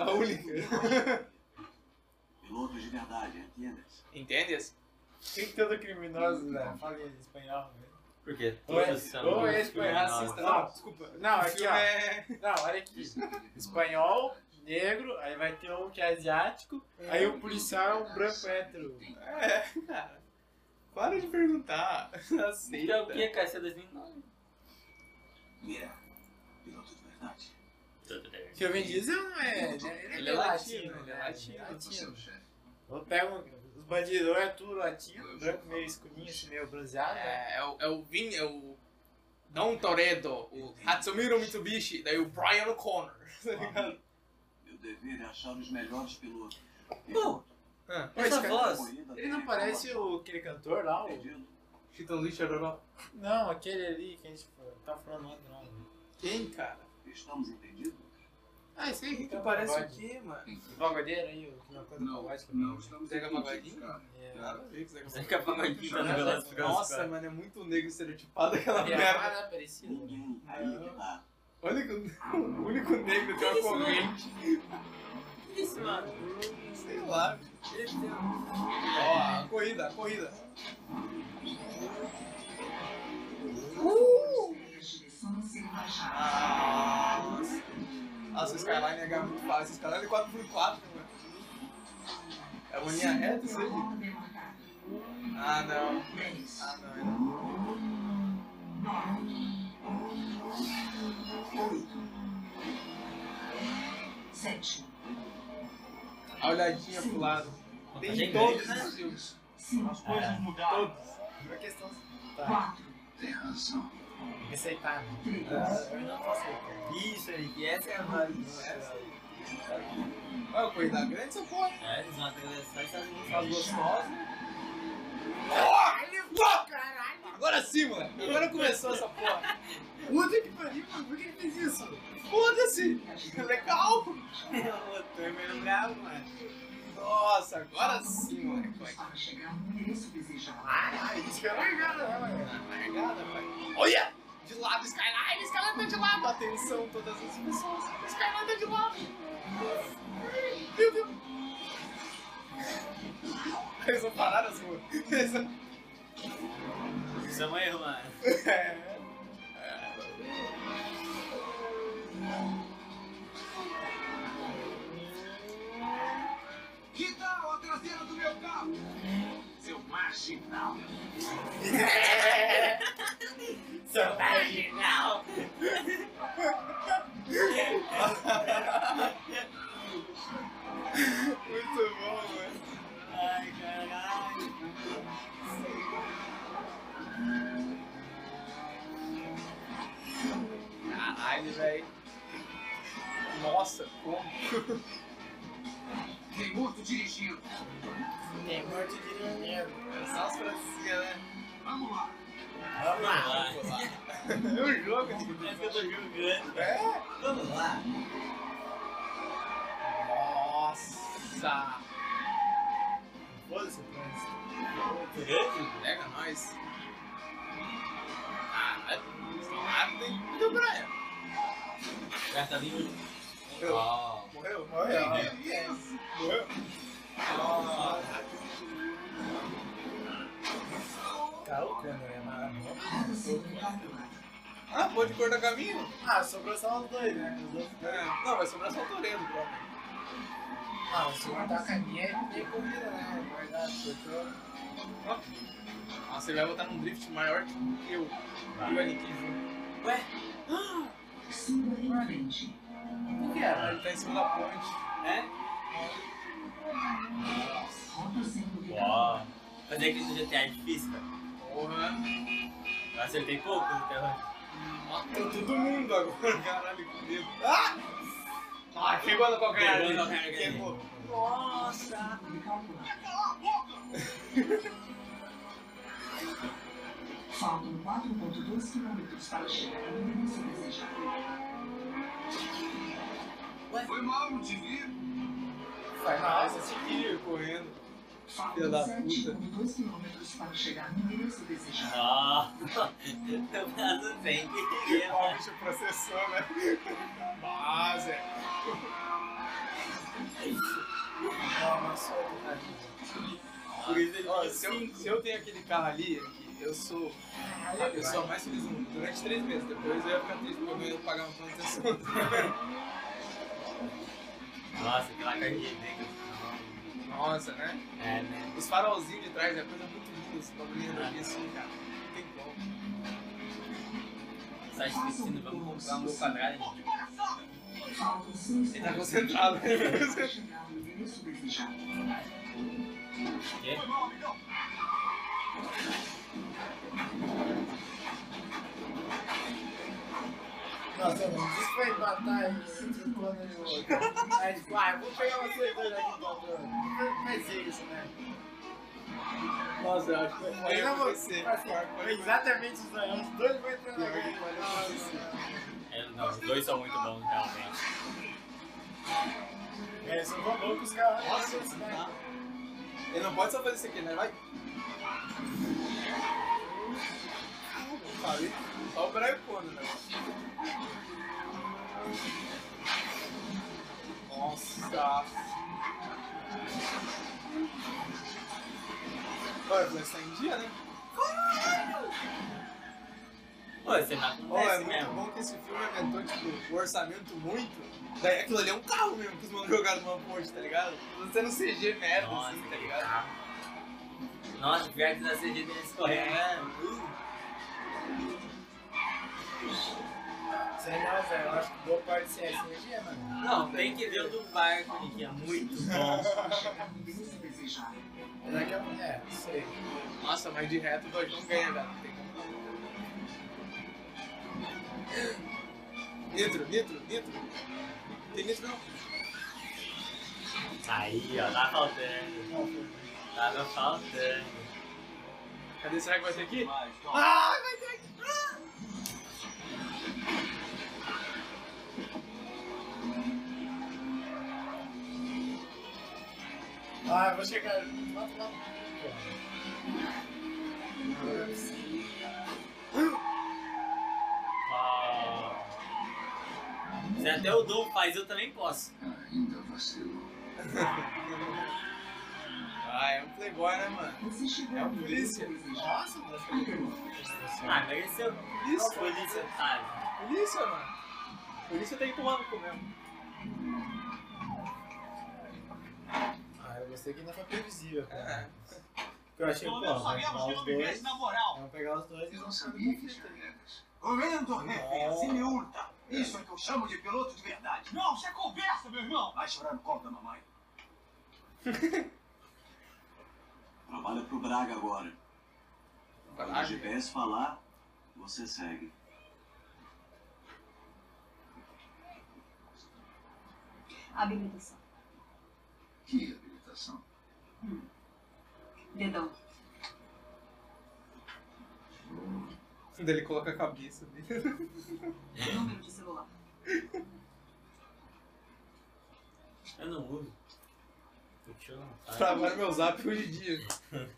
Speaker 1: a única.
Speaker 4: Pilotos de verdade, entendas?
Speaker 1: Entendes?
Speaker 3: Tem que todo criminoso, né? Fala em espanhol, né? velho.
Speaker 2: Por quê? tá
Speaker 3: Ou é-
Speaker 2: Todos são.
Speaker 3: ou é espanhol racista, não, desculpa. Não,
Speaker 1: O
Speaker 3: aqui,
Speaker 1: filme
Speaker 3: ó.
Speaker 1: é...
Speaker 3: Não, olha aqui. Espanhol, negro, aí vai ter um que é asiático, aí o policial é um branco hétero.
Speaker 1: É, cara. Para de perguntar. (laughs)
Speaker 2: Ele é o
Speaker 1: Aceita.
Speaker 2: que, cara? Esse é 2009.
Speaker 4: Mira, piloto de verdade.
Speaker 3: Que o Vin Diesel não é. Ele,
Speaker 1: Ele é latino, ele é latino.
Speaker 2: Tá
Speaker 6: Você é o chefe.
Speaker 3: Eu pego os bandidos, ou é tudo latino, branco meio escurinho, assim, meio bronzeado, né?
Speaker 1: É, é o, é o Vin, é o Don Toredo, o Hatsumiro Mitsubishi, daí o Brian O'Connor.
Speaker 3: Tá
Speaker 4: Meu dever é achar os melhores pilotos.
Speaker 2: Bom,
Speaker 3: Mas
Speaker 2: essa
Speaker 3: cara,
Speaker 2: voz.
Speaker 3: Ele não parece o, aquele cantor lá? O...
Speaker 1: Chitãozinho Chororó.
Speaker 3: Não, aquele ali que a gente tá falando ontem, não.
Speaker 1: Quem, cara?
Speaker 4: Estamos entendidos?
Speaker 3: Ah, esse
Speaker 1: (laughs)
Speaker 3: aí
Speaker 1: Tu parece o quê, mano?
Speaker 3: O pagodeiro aí, o que não canta pagode também.
Speaker 6: não estamos
Speaker 1: Zeca
Speaker 6: entendidos,
Speaker 1: Pagodinho?
Speaker 6: cara.
Speaker 3: É.
Speaker 1: Nada a ver com Zeca
Speaker 2: Você é
Speaker 1: Pagodinho.
Speaker 2: capaz de
Speaker 3: Não, não,
Speaker 2: jogar
Speaker 3: não.
Speaker 1: Nossa, mano, é muito negro estereotipado aquela
Speaker 3: Ah,
Speaker 1: merda.
Speaker 3: né? Parecido. né?
Speaker 4: Ninguém. Aí que tá.
Speaker 1: Olha que o (laughs) o único negro tem uma corrente.
Speaker 2: Que isso, mano?
Speaker 1: Sei lá.
Speaker 2: Ele tem um-
Speaker 1: Ó, a corrida, a corrida. Uh! Nossa, Nossa, o Skyline é muito fácil. O Skyline é 4x4, mano. É uma linha reta
Speaker 5: Então,
Speaker 1: isso aí? Ah, não. Ah, não, é não.
Speaker 5: Sete.
Speaker 1: A olhadinha pro lado.
Speaker 2: Mas é
Speaker 1: Tem
Speaker 2: inglês,
Speaker 1: todos
Speaker 2: né?
Speaker 1: os filmes.
Speaker 4: As coisas mudaram.
Speaker 1: Todos.
Speaker 3: Uma questão de tá,
Speaker 5: Quatro.
Speaker 6: Tem razão.
Speaker 3: aceitar, né?
Speaker 5: Três.
Speaker 3: Eu não tô aceitando.
Speaker 2: Isso, Eric, essa é a voz.
Speaker 1: Olha, corrida grande, você pode.
Speaker 2: É, eles vão atravessar essas
Speaker 1: Faz
Speaker 2: músicas.
Speaker 1: gostosa. Agora sim, moleque. Agora começou essa porra.
Speaker 3: Puta que pariu, mano, por que ele fez isso?
Speaker 1: Foda-se. Legal.
Speaker 2: (laughs) O Turmer bravo, mano.
Speaker 1: Nossa, agora sim, moleque. Vai.
Speaker 5: Para chegar no endereço desejado.
Speaker 3: Ah, isso que é largada, né, mano?
Speaker 1: Largada, pai. Olha! De lado, Skyline, Skyline tá de lado. Atenção, todas as pessoas. Skyline tá de lado. Meu Deus. Eles não pararam as ruas. Eles não-
Speaker 2: Isso é um erro, mano.
Speaker 1: É.
Speaker 4: Que tal a traseira do meu carro? Seu marginal.
Speaker 3: Seu
Speaker 1: caralho, velho. Nossa, como?
Speaker 4: Tem morto dirigindo.
Speaker 3: Tem muito dinheiro.
Speaker 1: Essas francinhas, né?
Speaker 4: Vamos lá.
Speaker 3: Vamos lá.
Speaker 2: Vamos lá.
Speaker 1: É um jogo,
Speaker 2: É que eu tô julgando.
Speaker 3: É?
Speaker 2: Vamos lá.
Speaker 1: Nossa.
Speaker 3: Foda-se, Francis.
Speaker 2: Grande?
Speaker 1: Pega nós. Ah, estão rápido, hein? Cadê o Brian?
Speaker 2: Cartalinho.
Speaker 1: Eu.
Speaker 2: Uau.
Speaker 1: Morreu?
Speaker 3: Morreu. é
Speaker 1: Morreu?
Speaker 3: Carol Connor é maravilhoso.
Speaker 1: Ah, pode cortar caminho?
Speaker 3: Ah, sobrou só os dois, né? Os outros dois.
Speaker 1: É. Não, vai sobrar só o Toredo, próprio.
Speaker 3: Ah, se cortar a caminha é meio corrida, né? É Verdade, cortou.
Speaker 1: Nossa, ele vai botar num drift maior que eu. E o Anikin junto.
Speaker 3: Ué?
Speaker 5: Suba em frente.
Speaker 3: O que era?
Speaker 1: Ah! Ele tá em cima da ponte.
Speaker 5: Rota sendo liberada.
Speaker 2: Uau. Fazer aquele do GTA é difícil, cara.
Speaker 1: Porra.
Speaker 2: Eu acertei pouco né? no terror.
Speaker 1: Matou todo mundo agora, (laughs) caralho, com medo. Ah! Ah, chegou no calcanhar
Speaker 2: Pegou
Speaker 1: dele.
Speaker 2: no calcanhar dele.
Speaker 1: Pegou.
Speaker 5: Nossa! Faltam 4,2 quilômetros para chegar à destinação desejada.
Speaker 4: Foi mal, não te vi.
Speaker 3: Foi mal.
Speaker 1: Nossa, esse filho correndo. Filha da
Speaker 5: Faltam
Speaker 1: puta.
Speaker 5: 7,2 quilômetros para chegar no endereço desejado.
Speaker 2: (laughs) Ah. Eu faço sempre.
Speaker 1: Ó, o bicho processou, né? é. Bah, Zé.
Speaker 3: Ó, mas solta, tadinho.
Speaker 1: Por isso ele- ó,
Speaker 2: Ó,
Speaker 1: se, eu,
Speaker 2: cinco.
Speaker 1: se eu tenho aquele carro ali, aqui, eu sou a pessoa mais feliz do mundo. Durante três meses, depois eu ia ficar triste porque eu não ia pagar um uma manutenção.
Speaker 2: Nossa, aquela carninha negra.
Speaker 1: Nossa, né?
Speaker 2: É, né?
Speaker 1: Os farolzinhos de trás é coisa muito linda, esse bagulhinho daqui assim, cara. Não tem como.
Speaker 2: Só esquecendo, vamos comprar um quadrado. gente.
Speaker 5: Faltam 6
Speaker 1: Ele tá concentrado.
Speaker 5: para chegar ao endereço desejado.
Speaker 2: Quê?
Speaker 3: Nossa, mano, isso foi matar e sentir quando ele outro. Aí tipo, ah, eu vou pegar vocês dois aqui do outro. Mas é isso, né?
Speaker 1: Nossa, eu acho que foi
Speaker 3: Aí
Speaker 1: eu
Speaker 3: eu vou-
Speaker 1: vou ser.
Speaker 3: assim, foi exatamente isso aí. Os dois vão entrar na guerra.
Speaker 2: É, não, os dois são muito bons, realmente.
Speaker 3: É, eu sou bom com os caras.
Speaker 1: Nossa, tá. Ele não pode só fazer isso aqui, né? Vai. Sabe? Só o Brian Connor, né? Nossa. Olha, vai sair em dia, né?
Speaker 2: Pô, você não
Speaker 1: Ó, é
Speaker 2: acontece
Speaker 1: muito
Speaker 2: mesmo.
Speaker 1: bom que esse filme inventou, tipo, o orçamento muito. Daí aquilo ali é um carro mesmo que os manos jogaram numa ponte, tá ligado? Você não CG merda,
Speaker 2: Nossa,
Speaker 1: assim, tá ligado?
Speaker 2: Nossa, pior que na CG tem esse
Speaker 1: É.
Speaker 2: correndo. né?
Speaker 3: Sei não, velho. é Eu acho que boa parte se é cirurgia, mano.
Speaker 2: Não, tem que ver o do barco, que é muito bom.
Speaker 5: Para chegar no endereço desejado.
Speaker 3: Mas é que eu- é, não sei.
Speaker 1: Nossa, mas de reto o Dojão ganha, velho. Não tem como não. Nitro, nitro, nitro. Tem nitro não.
Speaker 2: Aí, ó, tá faltando.
Speaker 3: Não, foi.
Speaker 2: Tava faltando.
Speaker 1: Cadê? Será que vai ter aqui?
Speaker 2: Mas, ó,
Speaker 1: Ah, vai ter aqui!
Speaker 3: Ah, eu vou chegar. Mata, mata.
Speaker 2: ó. Se até o Dom faz, eu também posso.
Speaker 6: Ainda vacilo.
Speaker 1: Ah, é um playboy, né, mano?
Speaker 5: Você chegou
Speaker 1: É
Speaker 5: ao
Speaker 1: um
Speaker 5: endereço
Speaker 1: polícia.
Speaker 5: desejado.
Speaker 3: Nossa, mano. acho que
Speaker 2: Ah, mereceu. Isso,
Speaker 1: É Polícia.
Speaker 2: polícia, sabe?
Speaker 1: Polícia, mano. Polícia tem que tomar no cu mesmo.
Speaker 3: Ah, eu gostei que ainda foi previsível, cara.
Speaker 1: É.
Speaker 3: Porque eu achei, pô, vai pegar os dois.
Speaker 4: moral.
Speaker 3: Vamos pegar os dois e
Speaker 6: Eu não
Speaker 3: vamos
Speaker 6: sabia
Speaker 3: saber
Speaker 6: que tinha regras.
Speaker 4: Comendo, refém, assim me hurta. Isso é que eu chamo de piloto de verdade. Não, isso é conversa, meu irmão. Vai chorar no colo da (laughs) mamãe.
Speaker 6: Trabalha pro Braga agora. Quando o
Speaker 1: Coragem.
Speaker 6: GPS falar, você segue.
Speaker 5: Habilitação.
Speaker 6: Que habilitação.
Speaker 5: Hum. Dedão.
Speaker 1: Daí ele coloca a cabeça né? dele.
Speaker 2: É.
Speaker 5: Número de celular.
Speaker 2: Eu não uso. Eu tá? tiro na cara.
Speaker 1: Travaram meu zap hoje em dia.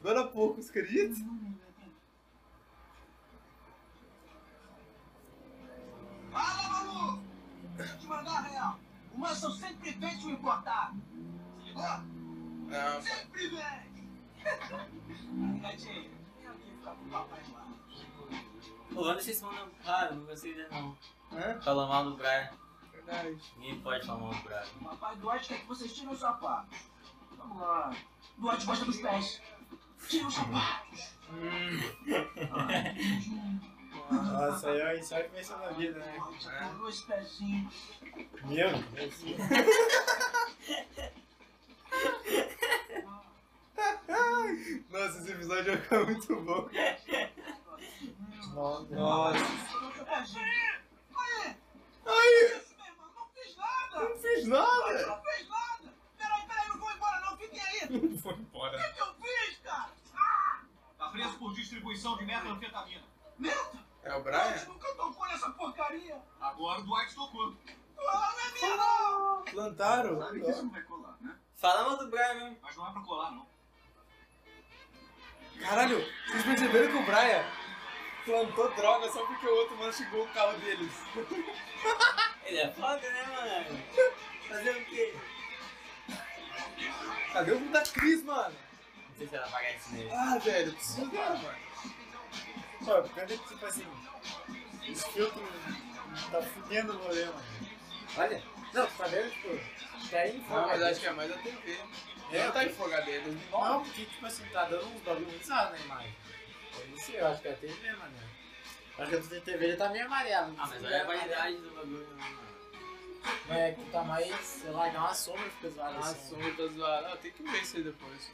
Speaker 1: Agora há pouco, você acredita?
Speaker 5: Número é branco.
Speaker 4: Fala, Malu! Tem que mandar real. O Manson sempre vem te importar. Se ligou?
Speaker 1: Não,
Speaker 4: Sempre vem! Arrecadinho, vem aqui ficar com o papai lá.
Speaker 2: Pô, eu não sei se mandam. Ah, eu não gostei dele não.
Speaker 1: é
Speaker 2: Fala mal do Brian.
Speaker 1: verdade.
Speaker 2: Ninguém pode falar mal do Brian.
Speaker 4: O papai Duarte quer que vocês tirem os sapatos. Vamos lá. Duarte gosta dos pés. Tira os sapatos.
Speaker 1: Hum.
Speaker 3: Nossa, eu aí só que mexeu na vida, né?
Speaker 4: Duarte, adorou os pezinhos.
Speaker 3: Meu Deus.
Speaker 1: Nossa, esse episódio vai ficar muito bom.
Speaker 5: (laughs)
Speaker 3: Nossa.
Speaker 1: Nossa,
Speaker 4: Adorou seu pezinho. Aí,
Speaker 1: ai,
Speaker 4: isso, meu irmão, não fiz nada.
Speaker 1: não fiz nada.
Speaker 4: Não fiz nada. Peraí, peraí, não vou embora não, fiquem aí.
Speaker 1: Foi embora.
Speaker 4: que eu fiz, cara? Tá preso por distribuição de metanfetamina. Meta?
Speaker 1: É o
Speaker 4: A
Speaker 1: Brian?
Speaker 4: gente nunca tocou nessa porcaria. Agora o Dwight tocou. Ah, não é minha, não!
Speaker 1: Plantaram?
Speaker 6: Sabe que isso não vai colar, né?
Speaker 2: Fala mal do Brian mesmo.
Speaker 4: Mas não é pra colar, não.
Speaker 1: Caralho, vocês perceberam que o Brian plantou droga só porque o outro mastigou o carro deles.
Speaker 2: Ele é foda, né, mano? Fazer o quê?
Speaker 1: Cadê o da Cris, mano?
Speaker 2: Não sei se ela pagar esse nele.
Speaker 1: Ah, velho, eu preciso dela, mano.
Speaker 3: Pô, quando é que, tipo assim, esse filtro tá fudendo o rolê, mano.
Speaker 1: Olha.
Speaker 3: Não, tá vendo, tipo, daí em
Speaker 1: Não, mas
Speaker 3: fora.
Speaker 1: acho que é mais a TV. Ela tá em Full HD, é 2009.
Speaker 3: Não, porque, tipo assim, tá dando uns bagulho muito usado na imagem. Eu não sei, eu acho que é a TV, mano. Acho que a tua TV já tá meio amarela.
Speaker 2: Ah, mas olha a qualidade do bagulho, né, mano.
Speaker 3: Mas é que tá mais, sei lá, dá uma sombra pro pessoal.
Speaker 1: Ah, sombra tá zoada. Ah, tem que ver isso aí depois.
Speaker 3: assim.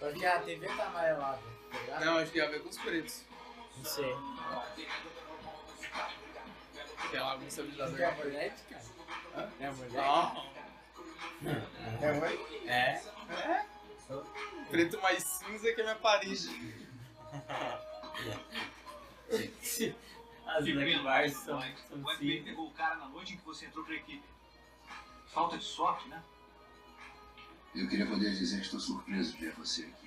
Speaker 3: Porque a TV tá amarelada, tá ligado?
Speaker 1: Não, acho que tem a ver com os pretos.
Speaker 3: Não sei.
Speaker 1: Que é uma
Speaker 3: Porque é a
Speaker 1: estabilizador.
Speaker 3: mulher, cara. Hã? É a mulher?
Speaker 1: Não.
Speaker 3: É a mulher?
Speaker 2: É? (laughs)
Speaker 1: Preto mais cinza que a minha parede.
Speaker 2: As Black Bars são, são assim.
Speaker 4: O FBI
Speaker 2: cinco.
Speaker 4: pegou o cara na noite em que você entrou pra equipe. Falta de sorte, né?
Speaker 6: Eu queria poder dizer que estou surpreso de ver você aqui.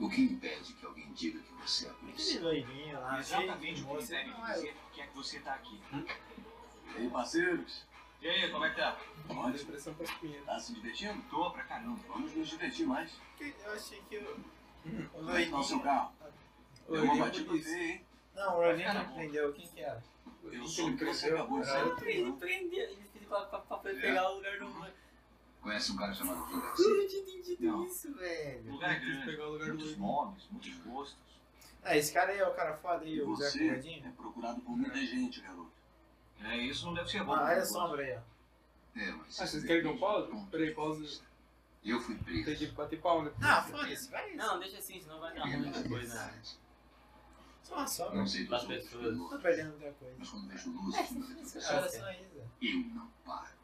Speaker 6: O que impede que alguém diga que você é a
Speaker 3: Aquele
Speaker 6: polícia?
Speaker 3: loirinho lá, cheio
Speaker 4: Exatamente
Speaker 3: de
Speaker 4: o que
Speaker 3: moça.
Speaker 4: deve
Speaker 3: Não é
Speaker 4: dizer que é que você tá aqui.
Speaker 6: E aí, parceiros?
Speaker 4: E aí, como é que tá?
Speaker 1: Uma depressão pras pinheiras.
Speaker 6: Tá se divertindo?
Speaker 4: Tô pra caramba.
Speaker 6: Vamos nos divertir mais.
Speaker 3: que eu achei que o, o
Speaker 6: Como é que tá o seu
Speaker 3: loirinho...
Speaker 6: carro? Deu uma batida
Speaker 4: assim.
Speaker 1: polícia.
Speaker 6: feia, hein?
Speaker 3: Não, o loirinho não prendeu, quem que é? era?
Speaker 6: Eu
Speaker 1: Ele
Speaker 6: sou o que você
Speaker 1: cresceu,
Speaker 6: acabou de
Speaker 1: cara.
Speaker 6: sair. né?
Speaker 2: Ele prendeu, ele fez pra, pra, pra poder pegar o lugar do mano.
Speaker 6: Conhece um cara chamado Vilas?
Speaker 2: Eu não tinha entendido
Speaker 4: Não.
Speaker 2: isso, velho.
Speaker 4: O lugar é
Speaker 1: Quis
Speaker 4: grande.
Speaker 1: pegar o lugar do
Speaker 4: Muitos
Speaker 1: Luiz.
Speaker 4: nomes, muitos rostos.
Speaker 3: Ah, esse cara aí é o cara foda aí,
Speaker 6: E
Speaker 3: o Zé
Speaker 6: você
Speaker 3: Comedinho.
Speaker 6: é procurado por muita gente, garoto.
Speaker 4: É, isso não deve ser bom.
Speaker 3: Ah, olha a
Speaker 4: negócio.
Speaker 3: sombra aí, ó.
Speaker 6: É, mas...
Speaker 1: Ah, vocês querem que eu pause? Peraí, pause.
Speaker 6: Eu fui
Speaker 1: Tem que
Speaker 6: preso.
Speaker 1: bater palma. né?
Speaker 3: Ah, foda-se, vai isso.
Speaker 2: Não, deixa assim, senão vai dar ruim depois, né?
Speaker 3: Só uma sombra.
Speaker 6: Não sei dos
Speaker 2: Das
Speaker 6: outros,
Speaker 2: pessoas.
Speaker 6: do
Speaker 3: Não tô
Speaker 6: outro,
Speaker 3: perdendo muita coisa. Ah,
Speaker 6: Mas quando vejo luzes,
Speaker 3: Olha só aí, Zé.
Speaker 6: eu não paro.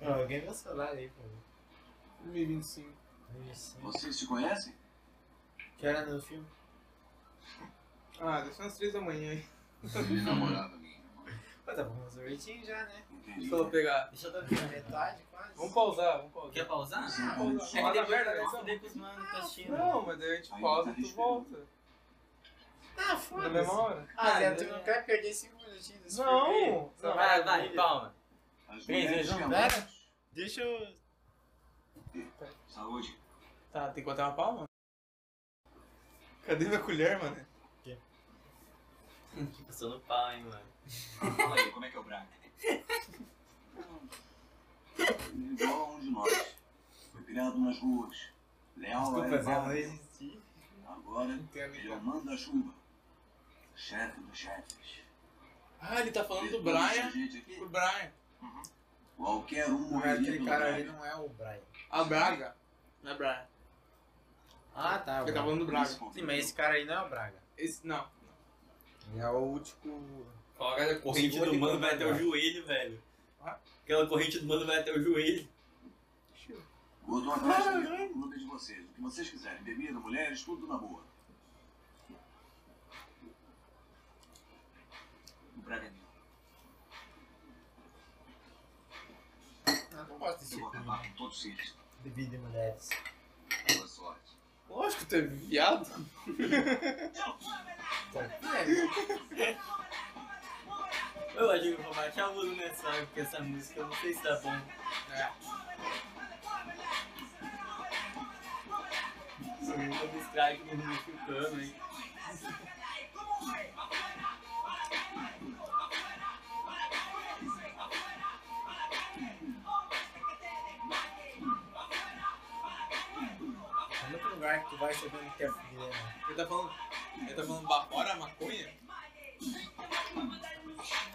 Speaker 3: Não, alguém meu celular aí, pô.
Speaker 1: 2025.
Speaker 3: Isso.
Speaker 6: Vocês se conhecem?
Speaker 3: Que era no filme?
Speaker 1: Ah, deixa umas 3 da manhã aí.
Speaker 6: Minha namorada é minha. irmã.
Speaker 3: Pô, tá bom, uns sorvetinhos já, né?
Speaker 6: Entendi.
Speaker 1: Deixa eu pegar.
Speaker 2: Deixa eu dar
Speaker 3: Na metade, quase.
Speaker 1: Vamos pausar, vamos
Speaker 2: Quer
Speaker 1: pausar.
Speaker 2: pausar?
Speaker 6: Ah,
Speaker 1: Vamos
Speaker 2: É que
Speaker 1: pausar.
Speaker 2: depois
Speaker 1: Fala
Speaker 2: vai
Speaker 1: a
Speaker 2: foder com os mano que tá assistindo.
Speaker 1: Não, mas daí a gente pausa e tu volta.
Speaker 3: Ah,
Speaker 1: Na mesma
Speaker 3: foda-se.
Speaker 1: hora.
Speaker 3: Ah, Zé,
Speaker 2: Ah,
Speaker 3: tu
Speaker 2: né?
Speaker 3: não quer perder 5 minutinhos desse
Speaker 1: Não,
Speaker 3: filme aí? Essa
Speaker 1: não,
Speaker 2: Vai, vai,
Speaker 3: maravilha.
Speaker 2: palma.
Speaker 6: As
Speaker 2: Bem,
Speaker 6: mulheres
Speaker 2: vejam,
Speaker 6: que amam-
Speaker 3: Pera, deixa eu...
Speaker 6: Saúde.
Speaker 1: Tá, tem que botar uma palma? Cadê minha colher, mano?
Speaker 2: Que passou no pau, hein, mano.
Speaker 4: Fala aí, como é que é o Braga?
Speaker 6: Igual a um de nós. Foi criado nas ruas. Leal
Speaker 3: Desculpa,
Speaker 6: é
Speaker 3: Zé, não
Speaker 6: bárbaro.
Speaker 3: existi.
Speaker 6: Agora,
Speaker 1: Entendo,
Speaker 6: ele é o manda-chuva. Chefe dos chefes.
Speaker 1: Ah, ele tá falando do
Speaker 6: Ele conhece
Speaker 1: Brian.
Speaker 6: a gente aqui.
Speaker 1: O Brian.
Speaker 6: Qualquer um
Speaker 3: Não,
Speaker 6: morreria
Speaker 3: aquele
Speaker 6: pelo
Speaker 3: cara
Speaker 6: Brian.
Speaker 3: ali não é o Brian.
Speaker 1: A Braga. Não é Brian.
Speaker 3: Ah, tá.
Speaker 1: Ele tá falando do Braga.
Speaker 6: Principalmente.
Speaker 3: Sim, mas esse cara aí não é o Braga.
Speaker 1: Esse, não.
Speaker 3: Ele é o, tipo...
Speaker 1: Fala, galera,
Speaker 2: corrente
Speaker 1: pegou
Speaker 2: do
Speaker 1: ali,
Speaker 2: mano vai até
Speaker 1: cara.
Speaker 2: o joelho, velho.
Speaker 1: Ah.
Speaker 2: Aquela corrente do mano vai até o joelho.
Speaker 6: Gordon atrás dele. Cuida de vocês. O que vocês quiserem. Bebida, mulheres, tudo na boa.
Speaker 4: O Braga é meu.
Speaker 3: Eu não gosto desse
Speaker 4: Eu vou
Speaker 3: tipo
Speaker 4: acabar com todos eles.
Speaker 3: de vida em mulheres.
Speaker 4: Boa sorte.
Speaker 1: Lógico, tu é viado.
Speaker 2: Eu acho que eu vou baixar o volume nessa hora, porque essa música eu não sei se tá bom.
Speaker 3: É.
Speaker 2: Sou muito abstrato no mexicano, hein?
Speaker 3: É muito lugar que tu vai sabendo que é filha, né?
Speaker 1: Ele tá falando. Ele tá falando bafora, maconha?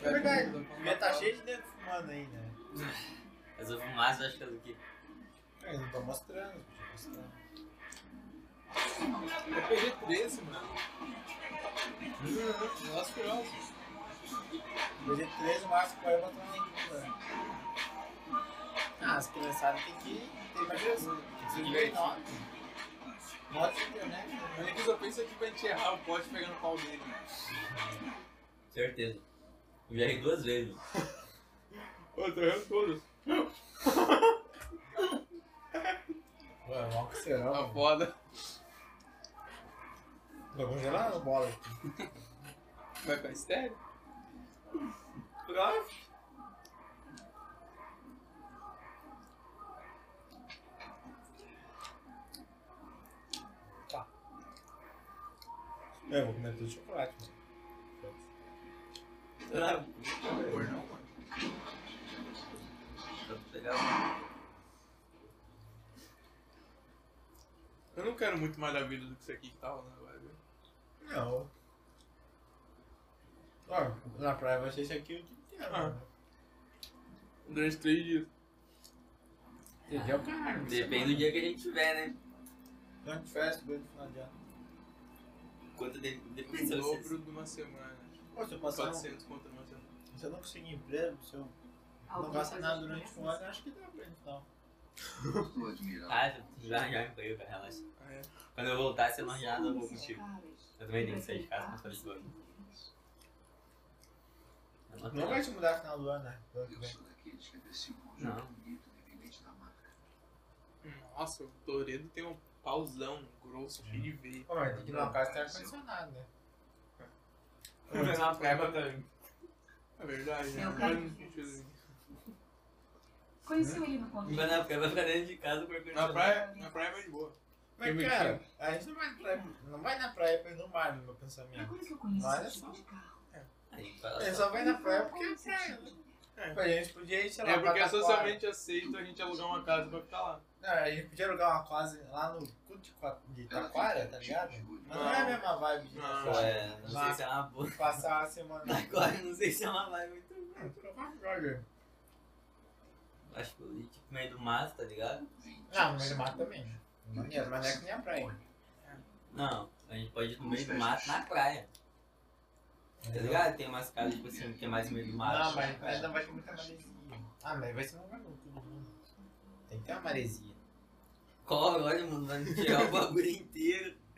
Speaker 3: É verdade, o dia tá cheio de nego fumando aí, né?
Speaker 2: Essa fumaça acho que é do que?
Speaker 3: É, Eu não tô mostrando, podia mostrar.
Speaker 1: É PG-13, mano. Uhum. Nossa, curioso.
Speaker 3: Hoje é 13, o máximo pode botar um na língua. Ah, as criançadas têm que ter mais Jesus. né? Tem que ver nota. Nota de internet,
Speaker 1: O
Speaker 3: né?
Speaker 1: Nick só pensa aqui pra gente errar o pote pegando o pau dele, mano.
Speaker 2: Certeza. Eu já errei duas vezes.
Speaker 1: Ô, tô errando todos.
Speaker 3: Ué, mal que será,
Speaker 1: Tá
Speaker 3: mano.
Speaker 1: foda.
Speaker 3: Tô congelando a bola.
Speaker 1: Vai pra estéreo?
Speaker 3: É, Eu vou comer tudo de chocolate, mano.
Speaker 2: Será?
Speaker 1: Por não, mano. Eu não quero muito mais da vida do que isso aqui que tá rolando agora, viu?
Speaker 3: Não. Ó, na praia vai ser isso aqui o dia inteiro.
Speaker 1: Ah.
Speaker 3: né?
Speaker 1: Durante três dias.
Speaker 3: Dia é o caralho.
Speaker 2: Depende do dia que a gente tiver, né?
Speaker 3: Grande festa, grande final de ano.
Speaker 2: Quanto tempo
Speaker 1: é O
Speaker 2: depois
Speaker 1: dobro de uma semana.
Speaker 3: Pô, se eu passar, se
Speaker 1: 400 contra uma semana.
Speaker 3: eu não conseguir emprego, se eu não gastar nada durante um ano, eu acho que dá pra ele, então.
Speaker 4: Estou admirando.
Speaker 2: Ah, já arranjar um emprego, cara, relaxa.
Speaker 1: Ah, é.
Speaker 2: Quando eu voltar, você não arranjar nada, eu vou contigo. Eu também tenho que sair de casa, mas tô de boa. Eu não
Speaker 3: Não
Speaker 2: tenho-
Speaker 3: vai te mudar no final do ano, né? Do ano que
Speaker 4: Eu
Speaker 3: vem.
Speaker 4: sou daqueles que desci um
Speaker 2: Não.
Speaker 4: conjunto bonito, independente da marca.
Speaker 1: Nossa, o Toredo tem um pauzão grosso, cheio de veio.
Speaker 3: Pô, mas tem que ir numa casa que tem ar-condicionado, né?
Speaker 2: Vai na praia pra também.
Speaker 1: É verdade, né?
Speaker 5: Eu
Speaker 1: Agora
Speaker 5: quero
Speaker 1: não
Speaker 5: que-
Speaker 1: sentido.
Speaker 5: Conheceu ele
Speaker 2: Hum?
Speaker 5: no convívio.
Speaker 2: Vai na praia, vai ficar dentro de casa com o
Speaker 1: Na praia, na praia é mais de boa.
Speaker 3: Mas,
Speaker 1: Filme
Speaker 3: cara, a gente não vai, na praia, não vai na praia pra ir no mar, no meu pensamento.
Speaker 5: Agora É que eu conheço
Speaker 3: Olha
Speaker 5: esse tipo
Speaker 3: só.
Speaker 5: de carro.
Speaker 2: A gente fala
Speaker 3: Ele
Speaker 2: só.
Speaker 3: só vai na praia porque é
Speaker 5: tipo
Speaker 3: praia. né?
Speaker 1: É.
Speaker 3: Pô, A gente podia ir, sei lá,
Speaker 1: É porque é
Speaker 3: pra Taquara.
Speaker 1: socialmente aceito a gente alugar uma casa pra ficar lá.
Speaker 3: Não, a gente podia alugar uma casa lá no cu de, Qua- de Taquara,
Speaker 4: tipo
Speaker 3: tá ligado? Mas
Speaker 2: Ah.
Speaker 3: não é a mesma vibe de
Speaker 1: Não.
Speaker 3: você
Speaker 2: É, não sei se é uma boa. (laughs)
Speaker 3: passar a semana...
Speaker 2: Agora, não sei se é uma vibe muito boa.
Speaker 3: Não,
Speaker 2: Acho que eu ia, tipo, meio do mato, tá ligado?
Speaker 3: mas no mar também. Maneiro, mas não é que nem a praia.
Speaker 2: Não, a gente pode ir no meio do mato na praia. Tá ligado? Tem umas casas, tipo assim, que é mais no meio do mato.
Speaker 3: Não, mas mas não vai ter muita maresia. Ah, mas vai ser um lugar louco do mundo. Tem que ter uma maresia.
Speaker 2: Corre, olha, mano, vai me tirar o bagulho inteiro. (laughs)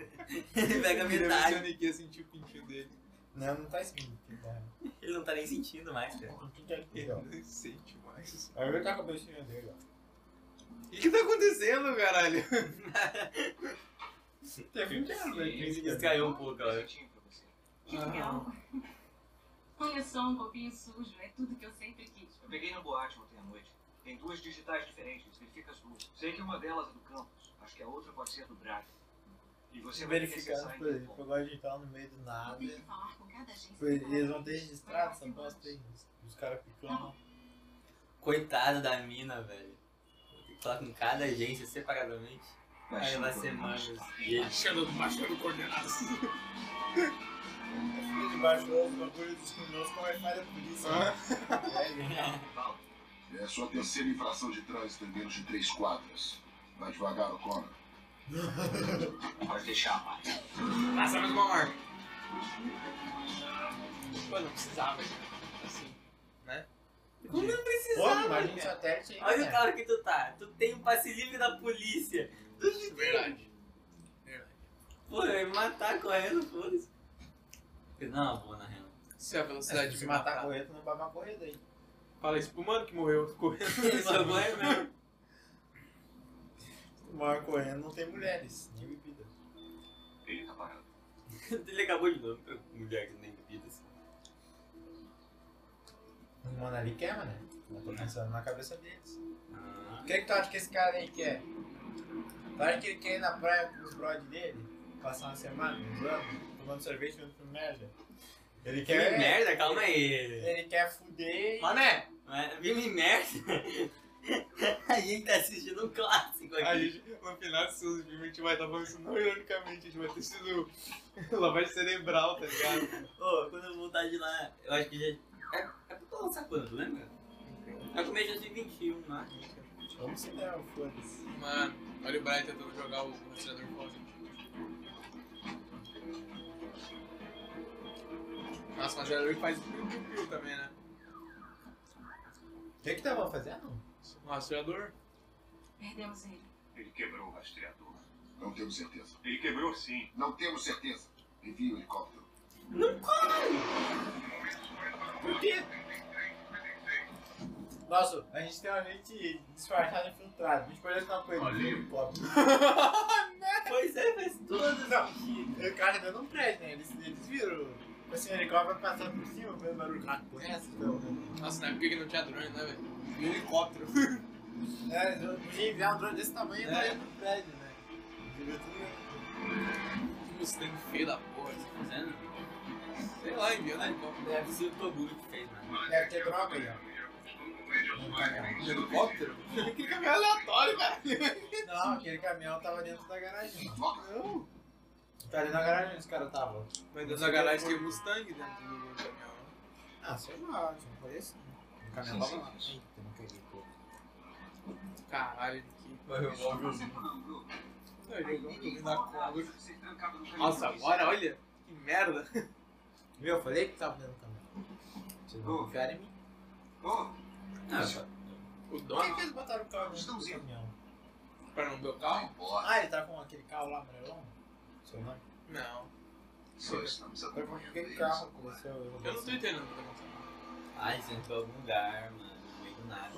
Speaker 2: Ele pega
Speaker 1: Queria ver se
Speaker 2: metade.
Speaker 1: o Nick ia sentir o pintinho dele.
Speaker 3: Não, não tá escrito. Tá.
Speaker 2: Ele não tá nem sentindo mais, cara.
Speaker 3: Tudo aqui,
Speaker 1: Ele
Speaker 3: ó.
Speaker 1: não sente mais.
Speaker 3: Aí eu tá com a cabecinha dele, ó.
Speaker 1: O que, que tá acontecendo, caralho?
Speaker 3: Teve um
Speaker 4: tempo, né?
Speaker 2: Ele distraiu um pouco, ó.
Speaker 4: Presentinho pra você.
Speaker 5: Que legal.
Speaker 2: Ah.
Speaker 5: (laughs) Olha só um copinho sujo, é tudo que eu sempre quis.
Speaker 4: Eu peguei na boate ontem à noite. Tem duas digitais diferentes, verifica as duas. Sei que uma delas é do campus, acho que a outra pode ser do Braga. E você vai ter que
Speaker 3: verificando,
Speaker 4: acessar
Speaker 3: por
Speaker 4: então.
Speaker 3: exemplo, eu
Speaker 4: em
Speaker 3: gosto de entrar no meio do
Speaker 5: Eu
Speaker 3: nada.
Speaker 5: tenho que falar com cada agência.
Speaker 3: Foi- Ah, né? Eles vão ter registrado essa bosta aí. Os caras ficam.
Speaker 2: Coitado da mina, velho. Vou ter que falar com cada agência separadamente.
Speaker 1: Tá
Speaker 2: Aí vai
Speaker 1: né?
Speaker 2: ser mais. E ele
Speaker 1: Achando baixando coordenadas.
Speaker 3: Filho de baixo ovo, bagulho dos criminosos, como é que faz a polícia? né?
Speaker 6: É a sua terceira infração de trânsito em menos de três quadras. Vai devagar, O'Connor.
Speaker 4: Pode deixar, pai.
Speaker 1: Passa mais uma marca. Pô, não precisava, assim.
Speaker 2: Como não
Speaker 3: Pô,
Speaker 2: precisava,
Speaker 3: imagina um
Speaker 2: cara?
Speaker 3: satélite aí.
Speaker 2: Olha o
Speaker 3: né?
Speaker 2: cara que tu tá. Tu tem um passe livre da polícia.
Speaker 1: Isso é verdade. Verdade.
Speaker 2: Pô, eu ia me matar correndo, foda-se. Não, boa,
Speaker 1: (laughs)
Speaker 2: na real.
Speaker 1: Isso é a velocidade
Speaker 3: Se
Speaker 1: de
Speaker 3: matar
Speaker 1: matar.
Speaker 3: a correta, não vai mais corrida aí.
Speaker 1: Fala isso pro mano que morreu correndo.
Speaker 2: Só morre é mesmo.
Speaker 3: O maior correndo não tem mulheres, nem bebida.
Speaker 6: Ele tá parado.
Speaker 2: Ele acabou de novo. Mulher que nem bebida, assim.
Speaker 3: O mano ali quer, mano. Tá pensando na cabeça deles.
Speaker 2: Ah.
Speaker 3: O que, que tu acha que esse cara aí quer? Tu acha que ele quer ir na praia com os brod dele? Passar uma semana, um ano, tomando sorvete, comendo merda? Ele
Speaker 2: Que
Speaker 1: É.
Speaker 3: quer.
Speaker 2: merda, calma aí.
Speaker 3: Ele quer fuder. e-
Speaker 2: Mané, mas filme merda. (laughs) A gente tá assistindo um clássico
Speaker 1: A
Speaker 2: aqui.
Speaker 1: gente, no final desse filme, a gente vai estar tá falando isso não ironicamente, a gente vai ter sido (laughs) lavagem cerebral, tá ligado?
Speaker 2: Ô, quando eu voltar de lá, eu acho que já. É, é pra tu lançar quando, lembra? É começo de 2021, né?
Speaker 3: Vamos se der, foda-se.
Speaker 1: Mano, olha o Brian tentando jogar o rastreador fora. Nossa, mas o rastreador faz piu-piu-piu também, né?
Speaker 3: O que tá que tava fazendo?
Speaker 1: O rastreador?
Speaker 5: Perdemos ele.
Speaker 6: Ele quebrou o rastreador.
Speaker 7: Não temos certeza.
Speaker 6: Ele quebrou sim.
Speaker 7: Não temos certeza. Envie o helicóptero.
Speaker 3: Por quê? Nossa, a gente tem uma mente disfarçada e filtrada. A gente pode fazer uma coisa.
Speaker 6: Valeu.
Speaker 3: Pobre.
Speaker 2: Pois é, faz tudo.
Speaker 3: Não, o cara tá dando um prédio, né? Eles, eles viram. Assim, o helicóptero vai passar por cima, pelo barulho. Ah, conhece? Não.
Speaker 1: Nossa, na época que não tinha drone, né, velho? E helicóptero.
Speaker 3: É, eu podia enviar um drone desse tamanho
Speaker 1: É.
Speaker 3: e é. no prédio, né? Devia tudo-
Speaker 1: Que Mustang feio da porra. tá
Speaker 2: Fazendo?
Speaker 1: Sei lá, enviou no helicóptero. (laughs)
Speaker 2: Deve ser o Toguro que fez, né? mano.
Speaker 3: Deve ter É, droga né? aí, ó.
Speaker 1: De helicóptero? que caminhão aleatório, velho.
Speaker 3: Não, aquele caminhão tava dentro da garagem. mano.
Speaker 7: Droga.
Speaker 1: Não.
Speaker 3: Tá dentro da garagem onde os caras estavam.
Speaker 1: Mas dentro da garagem tem Mustang dentro do caminhão. né?
Speaker 3: Ah, sei lá, não foi isso? O caminhão tava lá. Eita, não peguei, pô.
Speaker 1: Caralho, que.
Speaker 4: um
Speaker 3: Morreu
Speaker 1: Nossa, agora olha. Que merda.
Speaker 3: Viu? Eu falei que tava dentro do caminhão. Vocês não
Speaker 6: Ô.
Speaker 3: confiaram em mim? Ah, tá
Speaker 1: O
Speaker 3: Por que,
Speaker 1: dono,
Speaker 3: que eles botaram o carro dentro
Speaker 6: Estamos
Speaker 3: do
Speaker 6: indo.
Speaker 3: caminhão?
Speaker 1: pra não ver o carro?
Speaker 6: Embora.
Speaker 3: Ah, ele tá com aquele carro lá amarelão? Seu nome?
Speaker 1: Não.
Speaker 6: Só estamos
Speaker 3: Tá com
Speaker 6: acompanhando
Speaker 3: aquele
Speaker 6: eles
Speaker 3: carro que
Speaker 6: agora.
Speaker 3: desceu.
Speaker 1: Eu não tô entendendo o que tá acontecendo.
Speaker 2: Ai, você entrou em algum lugar, mano. No meio do
Speaker 3: (laughs)
Speaker 2: nada.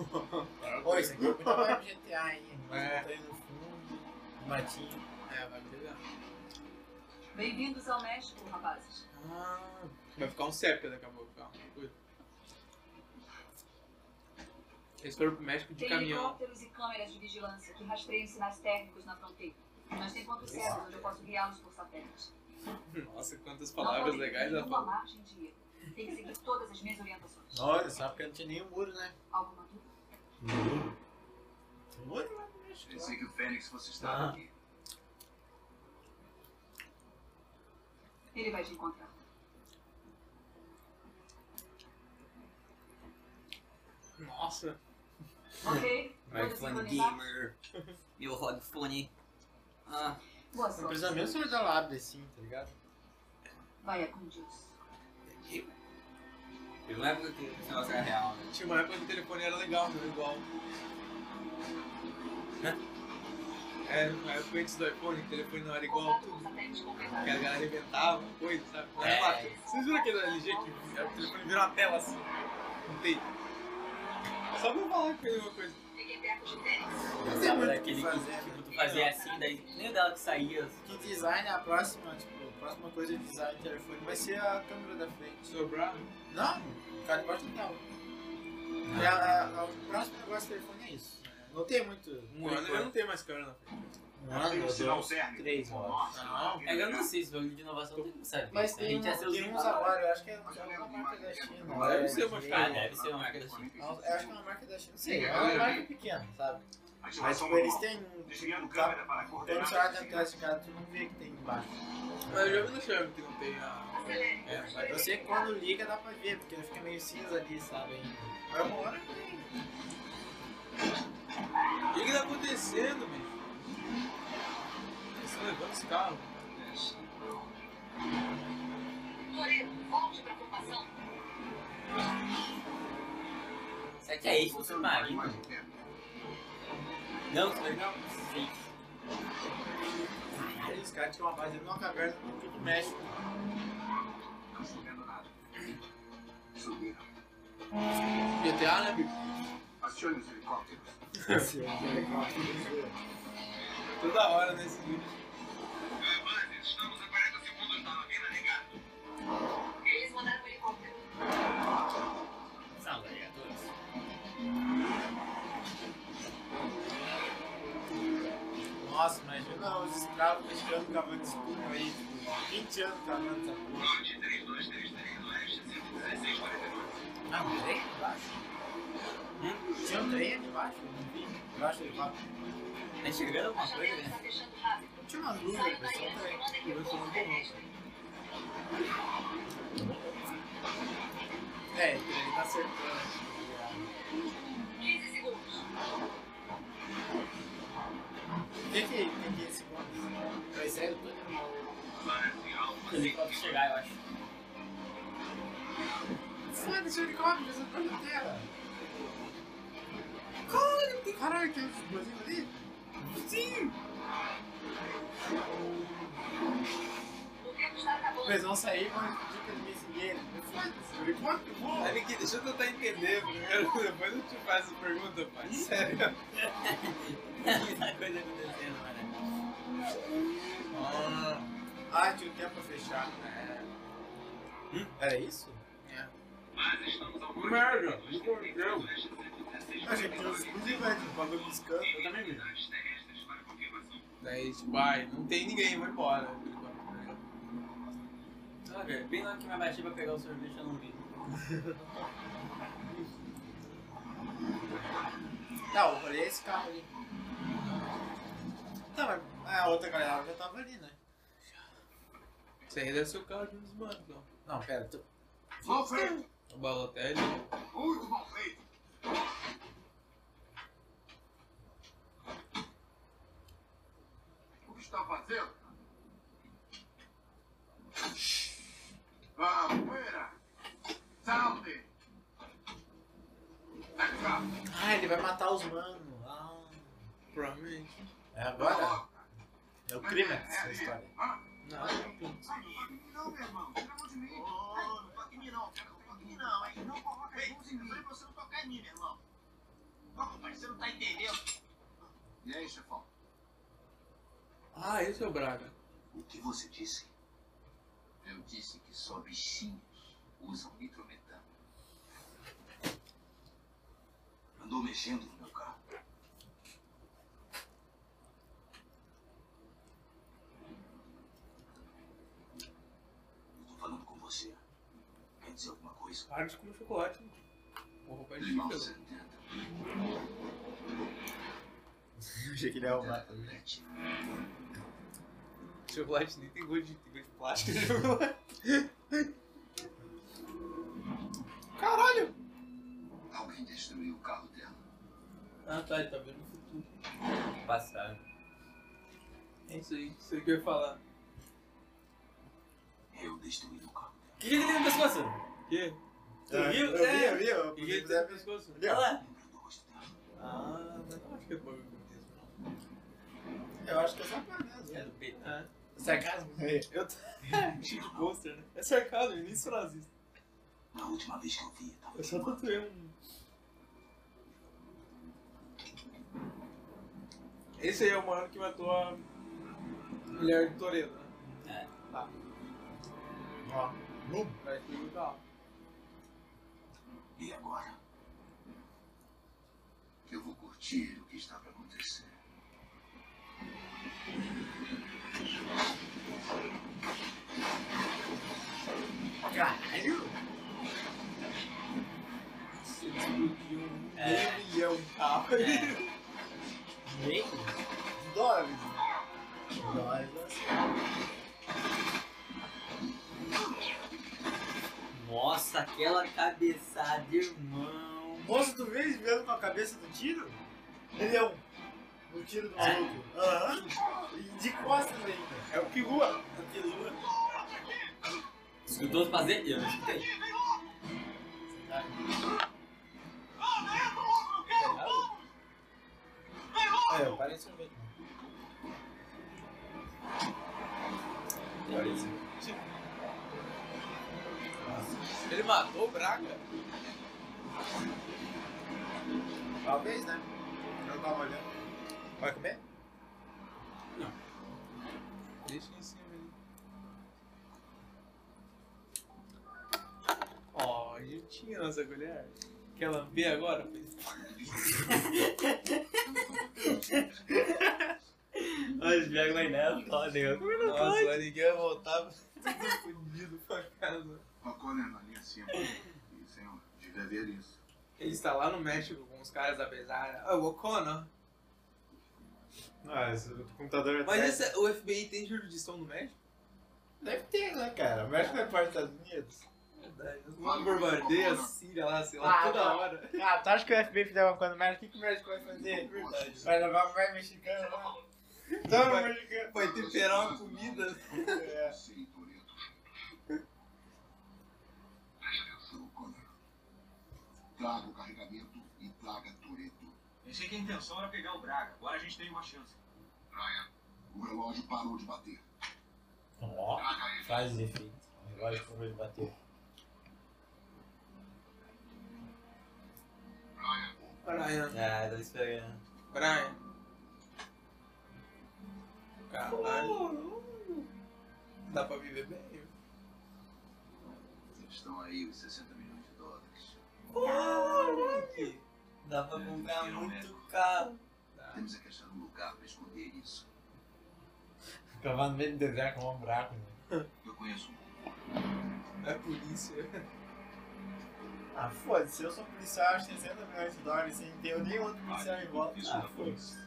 Speaker 3: Ô, isso aqui é muito mais GTA (laughs) aí.
Speaker 1: É.
Speaker 3: Mas tá aí no fundo, no matinho.
Speaker 1: É, vai pegar.
Speaker 5: Bem-vindos ao México, rapazes.
Speaker 1: Ah, vai ficar um sépia daqui a pouco, calma. Cuida. Eles foram pro México de
Speaker 5: Tem
Speaker 1: caminhão.
Speaker 5: helicópteros e câmeras de vigilância que rastreiam sinais técnicos na fronteira. Nós tem pontos certos onde eu posso guiá-los por satélite.
Speaker 1: Nossa, quantas
Speaker 5: Não
Speaker 1: palavras
Speaker 5: podem ter
Speaker 1: legais ela
Speaker 5: nenhuma
Speaker 1: falou.
Speaker 5: margem de erro. Tem que seguir todas as minhas orientações.
Speaker 3: Olha, só porque não tinha nenhum muro, né?
Speaker 5: Alguma dúvida?
Speaker 3: Muro, mano.
Speaker 6: Pensei que o Fênix fosse estar
Speaker 2: Ah.
Speaker 6: aqui.
Speaker 5: Ele vai te encontrar.
Speaker 1: Nossa,
Speaker 5: Ok? Todos
Speaker 2: iPhone
Speaker 5: sincronizados?
Speaker 2: Gamer. Meu headphone. Ah,
Speaker 5: Boa
Speaker 3: Não precisa
Speaker 5: sorte.
Speaker 3: mesmo ser da lábia assim, tá ligado?
Speaker 5: Vai é com Deus.
Speaker 2: eu não lembro que esse negócio era real, né?
Speaker 1: tinha uma época que o telefone era legal, não era igual. É, na época antes do iPhone, o telefone não era igual a
Speaker 5: Contato com
Speaker 1: tudo.
Speaker 5: satélite
Speaker 1: Que
Speaker 5: completado.
Speaker 1: a galera inventava coisa, sabe? Não
Speaker 2: É.
Speaker 1: era bacana. Vocês viram aquele da LG que era o telefone virou uma tela assim? Não tem. Só pra falar que foi uma coisa.
Speaker 5: Fiquei perto de Fênix.
Speaker 3: Mas é muito
Speaker 2: Aquele
Speaker 3: fazer,
Speaker 2: que tipo,
Speaker 3: né?
Speaker 2: tu fazia assim, daí nem o dela que saía.
Speaker 3: Que design é a próxima, tipo, a próxima coisa de design de telefone vai ser a câmera da frente.
Speaker 1: Sobrar?
Speaker 3: Não, o cara embaixo não tava. E a- a- a- O próximo negócio do telefone é isso. Não tem muito.
Speaker 1: Um ano eu não tenho mais câmera na frente.
Speaker 3: Um ano,
Speaker 6: Tem um
Speaker 3: dois,
Speaker 6: sinal cerne.
Speaker 3: três, mano.
Speaker 6: Nossa,
Speaker 1: Não.
Speaker 2: É, eu não sei se bagulho de inovação tem que saber.
Speaker 3: Mas
Speaker 2: né? a
Speaker 3: tem,
Speaker 2: gente ia ser
Speaker 3: um,
Speaker 2: os
Speaker 3: tem uns agora, eu acho que é uma é uma marca da China.
Speaker 1: Deve
Speaker 3: é,
Speaker 1: ser uma
Speaker 3: de-
Speaker 2: Ah,
Speaker 1: China.
Speaker 2: deve ser uma marca da China.
Speaker 3: Eu acho que é uma marca da China. Sei,
Speaker 6: Sim,
Speaker 3: é
Speaker 6: agora
Speaker 3: uma
Speaker 6: eu
Speaker 3: marca
Speaker 6: vi.
Speaker 3: pequena, sabe? Mas
Speaker 4: assim,
Speaker 6: Ativação
Speaker 3: tipo, eles
Speaker 6: manual.
Speaker 3: têm um.
Speaker 6: Desviando
Speaker 3: tá-
Speaker 6: câmera para
Speaker 3: Quando
Speaker 6: coordenar.
Speaker 3: você olha atrás de cara, tu não vê que tem embaixo.
Speaker 1: Mas eu já vi no Xiaomi que não tem a.
Speaker 5: Acelere.
Speaker 1: É, mas
Speaker 3: Eu sei que quando liga dá pra ver, porque fica meio cinza ali, sabe? Ainda. É uma hora que.
Speaker 1: O que que tá acontecendo, bicho? Tá Eles estão levando os carros.
Speaker 6: Desce.
Speaker 2: Será que é isso do submarino?
Speaker 6: Mais interno.
Speaker 2: Não, não. Sim.
Speaker 3: Caralho, os caras tinham uma base numa caverna no sul do México.
Speaker 4: Não estou vendo nada.
Speaker 6: Subir.
Speaker 3: GTA, né, bicho?
Speaker 6: Acione os helicópteros.
Speaker 1: Toda hora nesse vídeo.
Speaker 6: Estamos a 40 segundos da Lavina Negar.
Speaker 5: Eles mandaram o helicóptero.
Speaker 2: São vereadores.
Speaker 3: Nossa, imagina os escravos mexendo cavando esse escuro aí. 20 anos cavando essa porra.
Speaker 6: Norte 3233, oeste 11649.
Speaker 3: Ah, um trem aqui embaixo? Hum? Tinha um trem aqui embaixo? Não vi. Embaixo do elevador.
Speaker 2: Tá enxergando alguma coisa, né?
Speaker 5: fechando rápido.
Speaker 3: Tinha uma luz aí, mas tinha um trem.
Speaker 5: manda reforço terrestre.
Speaker 3: É, esse trem tá acertando.
Speaker 5: 15 segundos.
Speaker 3: O que que, o que que é esse ponto? é, Vai sair do túnel?
Speaker 6: Parece alfa
Speaker 2: Tem que chegar, eu acho.
Speaker 3: Foda-se, o helicóptero, essa coisa da terra. Caralho, tem- caralho, tem uns explosivos ali? Sim!
Speaker 5: O tempo está acabando.
Speaker 3: Eles vão sair, mas podia que eles me seguirem. É Foda-se, o helicóptero voa.
Speaker 1: Olha aqui, deixa eu tentar entender primeiro, depois eu te faço pergunta, pai. Sério.
Speaker 3: tá
Speaker 2: Muita coisa acontecendo,
Speaker 3: né?
Speaker 2: mano.
Speaker 3: Ah, tinha um tempo pra fechar. né? Era isso?
Speaker 1: Merda, me correu.
Speaker 3: Eu achei que tinha uns explosivos, né? Tipo, bagulho piscando. Eu também vi.
Speaker 1: Daí, tipo, ai, não tem ninguém, vou embora.
Speaker 2: Droga, bem na hora que me abaixei pra pegar o sorvete, eu não vi.
Speaker 3: Tá, eu rolei esse carro ali. Tá, mas a outra galera já tava ali, né?
Speaker 1: Isso aí deve ser o carro de um dos manos, ó.
Speaker 3: Não, pera, tu...
Speaker 7: Mal feito!
Speaker 1: O Balotelli.
Speaker 7: Muito mal feito! O que está fazendo? Afuera! Salte! Acá!
Speaker 3: Ah, ele vai matar os manos. Ah.
Speaker 1: Provavelmente.
Speaker 3: É agora? É o crime dessa história.
Speaker 1: Não, não.
Speaker 7: Não, meu irmão, tira a mão de mim! Ei, não toque em mim, não! Não toque em mim, não, hein? Não coloca as mãos em mim! Eu falei pra você não tocar em mim, meu irmão! Não, rapaz, você não tá entendendo! E aí, chefão?
Speaker 1: Ah, esse é o Braga.
Speaker 6: O que você disse? Eu disse que só bichinhos usam nitrometano. Andou mexendo no meu carro. Eu tô falando com você. Quer dizer alguma coisa?
Speaker 1: Para de comer chocolate. mano. Porra, pai de né?
Speaker 6: Limão
Speaker 1: chica.
Speaker 6: 70,
Speaker 3: Eu achei que ele ia roubar.
Speaker 6: tablete.
Speaker 1: Chocolate nem tem gosto de, tem gosto de plástico né? de (laughs) chocolate. Caralho!
Speaker 6: Alguém destruiu o carro dela.
Speaker 2: Ah, tá, ele tá vendo o futuro. Passado.
Speaker 1: É isso aí, isso aí que eu ia falar.
Speaker 6: Eu destruí o carro dela.
Speaker 2: O que, que ele tem no pescoço?
Speaker 1: O quê?
Speaker 2: Tu
Speaker 3: É,
Speaker 2: viu?
Speaker 3: Eu vi,
Speaker 2: É.
Speaker 3: eu vi. Eu
Speaker 1: O que que ele
Speaker 3: podia
Speaker 1: tem no
Speaker 3: dizer...
Speaker 1: pescoço?
Speaker 2: Olha lá.
Speaker 6: Lembra do rosto dela?
Speaker 2: Ah,
Speaker 1: Eu não acho que é bagulho que eu
Speaker 3: Eu acho que é só pra
Speaker 2: é
Speaker 3: mesmo.
Speaker 2: do peito.
Speaker 1: Ah,
Speaker 3: Sarcasmo?
Speaker 1: eu tô. Chico Ghoster, né? É cercado, início nazista.
Speaker 6: Na última vez que eu vi, tava
Speaker 1: Eu só tatuei um. Esse aí é o mano que matou a mulher do Toredo, né?
Speaker 3: Ó.
Speaker 1: Vai explodir o carro.
Speaker 6: E agora? Eu vou curtir o que está para acontecer.
Speaker 3: Caralho!
Speaker 1: Se ele explodiu um
Speaker 2: É.
Speaker 1: meio milhão de carros.
Speaker 2: É.
Speaker 3: Meio? Dólares. Dólares.
Speaker 2: Nossa, aquela cabeçada, irmão.
Speaker 3: Moço, tu vês vendo com a cabeça do tiro? Ele é um. O tiro do maluco. Aham. E de costas né? ainda.
Speaker 1: É o que rua.
Speaker 3: A pelua.
Speaker 2: Escutou os fazer? Eu não escutei.
Speaker 3: Tá. Parem de sorvete.
Speaker 2: Olha isso.
Speaker 1: Ele matou o Braga?
Speaker 3: Talvez, né? Eu tava olhando. Vai comer?
Speaker 1: Deixa em cima ali. Ó, a gente tinha nossa colher. Quer lamber agora?
Speaker 3: Ah,
Speaker 2: Olha, os viagem lá em nela,
Speaker 3: tá
Speaker 2: fodeu.
Speaker 3: é
Speaker 2: Como não
Speaker 1: Nossa, lá ninguém vai voltar fudido pra casa.
Speaker 6: Uma colher ali acima. E, assim, senhor, devia ver isso.
Speaker 1: Ele está lá no México com os caras da pesada. Ah, o O'Connor.
Speaker 8: Ah, esse computador é
Speaker 1: Mas
Speaker 8: atrás.
Speaker 1: esse- o FBI tem jurisdição no México?
Speaker 3: Deve ter, né, cara? O México é parte dos Estados Unidos.
Speaker 1: É Verdade. Os malucos bombardeiam a Síria lá, sei lá,
Speaker 3: Ah,
Speaker 1: toda
Speaker 3: tá.
Speaker 1: hora. É
Speaker 3: Ah, tu acha que o FBI fizer uma coisa no México? O que, que o México vai fazer?
Speaker 1: Verdade.
Speaker 3: Vai levar o mais mexicano né? lá? Toma, um
Speaker 1: Vai-
Speaker 3: mexicano.
Speaker 1: Vai temperar uma comida. né?
Speaker 3: É.
Speaker 6: Sim, Toreto. Preste atenção, Connor. Traga o carregamento e traga Toreto.
Speaker 4: Pensei que é a intenção era pegar o Braga. Agora a gente tem uma chance.
Speaker 6: Ryan, o relógio parou de bater.
Speaker 2: Ó,
Speaker 6: Traga ele.
Speaker 2: faz efeito.
Speaker 3: Agora que foi bater.
Speaker 6: Ryan,
Speaker 1: Brian.
Speaker 2: Ah, tá esperando.
Speaker 1: Brian. Caralho. Dá pra viver bem.
Speaker 6: estão aí os 60 milhões de dólares.
Speaker 1: Caralho.
Speaker 2: Dá pra comprar muito carro.
Speaker 6: Temos que achar um lugar para esconder isso.
Speaker 3: Cavar no meio do deserto com um buraco, né?
Speaker 6: Eu conheço um.
Speaker 1: É polícia.
Speaker 3: Ah, foda-se, eu sou policial, acho 60 milhões de dólares sem ter nenhum outro policial em volta.
Speaker 6: Isso
Speaker 3: Ah,
Speaker 6: não é. foi
Speaker 3: foda-se.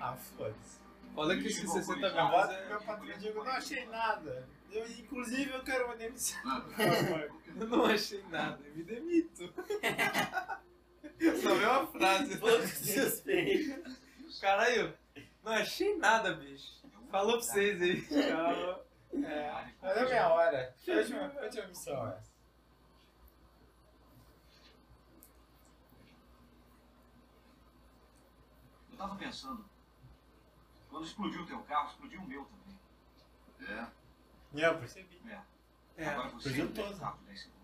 Speaker 3: Ah, foda-se.
Speaker 1: Foda que esses 60 mil
Speaker 3: Eu boto
Speaker 1: é-
Speaker 3: pro meu patrão e digo, não achei nada. Eu, inclusive, eu quero uma demissão.
Speaker 6: é.
Speaker 1: Eu não achei nada, eu me demito. Só veio uma frase.
Speaker 2: Pouco suspeito.
Speaker 1: Caralho, não achei nada, bicho. Falou pra vocês né? aí. Tchau.
Speaker 3: É, mas é minha hora. Foi a última, a última missão essa.
Speaker 4: Eu tava pensando. Quando explodiu o teu carro, explodiu o meu também.
Speaker 6: É,
Speaker 3: E eu percebi.
Speaker 4: É.
Speaker 1: É.
Speaker 4: Agora você
Speaker 3: explodiu
Speaker 4: não tem
Speaker 3: todo.
Speaker 4: carro por 10 segundos.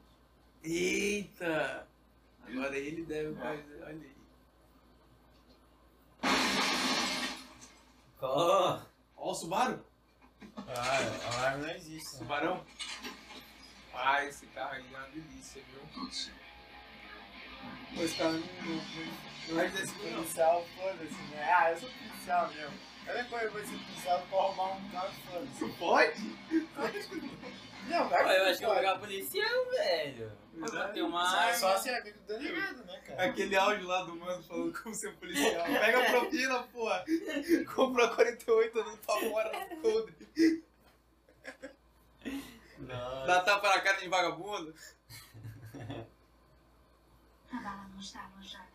Speaker 1: Eita! Agora ele deve fazer. Olha aí.
Speaker 2: Ó,
Speaker 1: Ó, o Subaru!
Speaker 3: Ah, alarme não existe. né?
Speaker 1: Subarão? Ah, esse carro aí é uma delícia, viu?
Speaker 6: tudo sim.
Speaker 1: Pô, esse carro não, não, não é desse mundo, não.
Speaker 3: Policial, foda-se, né? Ah, eu sou policial mesmo. Olha como eu vou ser policial, eu vou arrumar um carro, foda-se.
Speaker 1: Pode?
Speaker 3: Não,
Speaker 2: pô,
Speaker 3: vai
Speaker 2: eu acho que eu vou
Speaker 3: pode.
Speaker 2: pegar policial, velho. Eu vou ter uma
Speaker 3: Só- Só
Speaker 2: arma.
Speaker 3: se é amigo do delegado, né, cara?
Speaker 1: Aquele áudio lá do mano falando como ser policial. Pega a propina, porra! Compra 48 no Pamora no Coldre.
Speaker 2: Nossa.
Speaker 1: Dá tapa na cara de vagabundo?
Speaker 5: A bala não está alojada.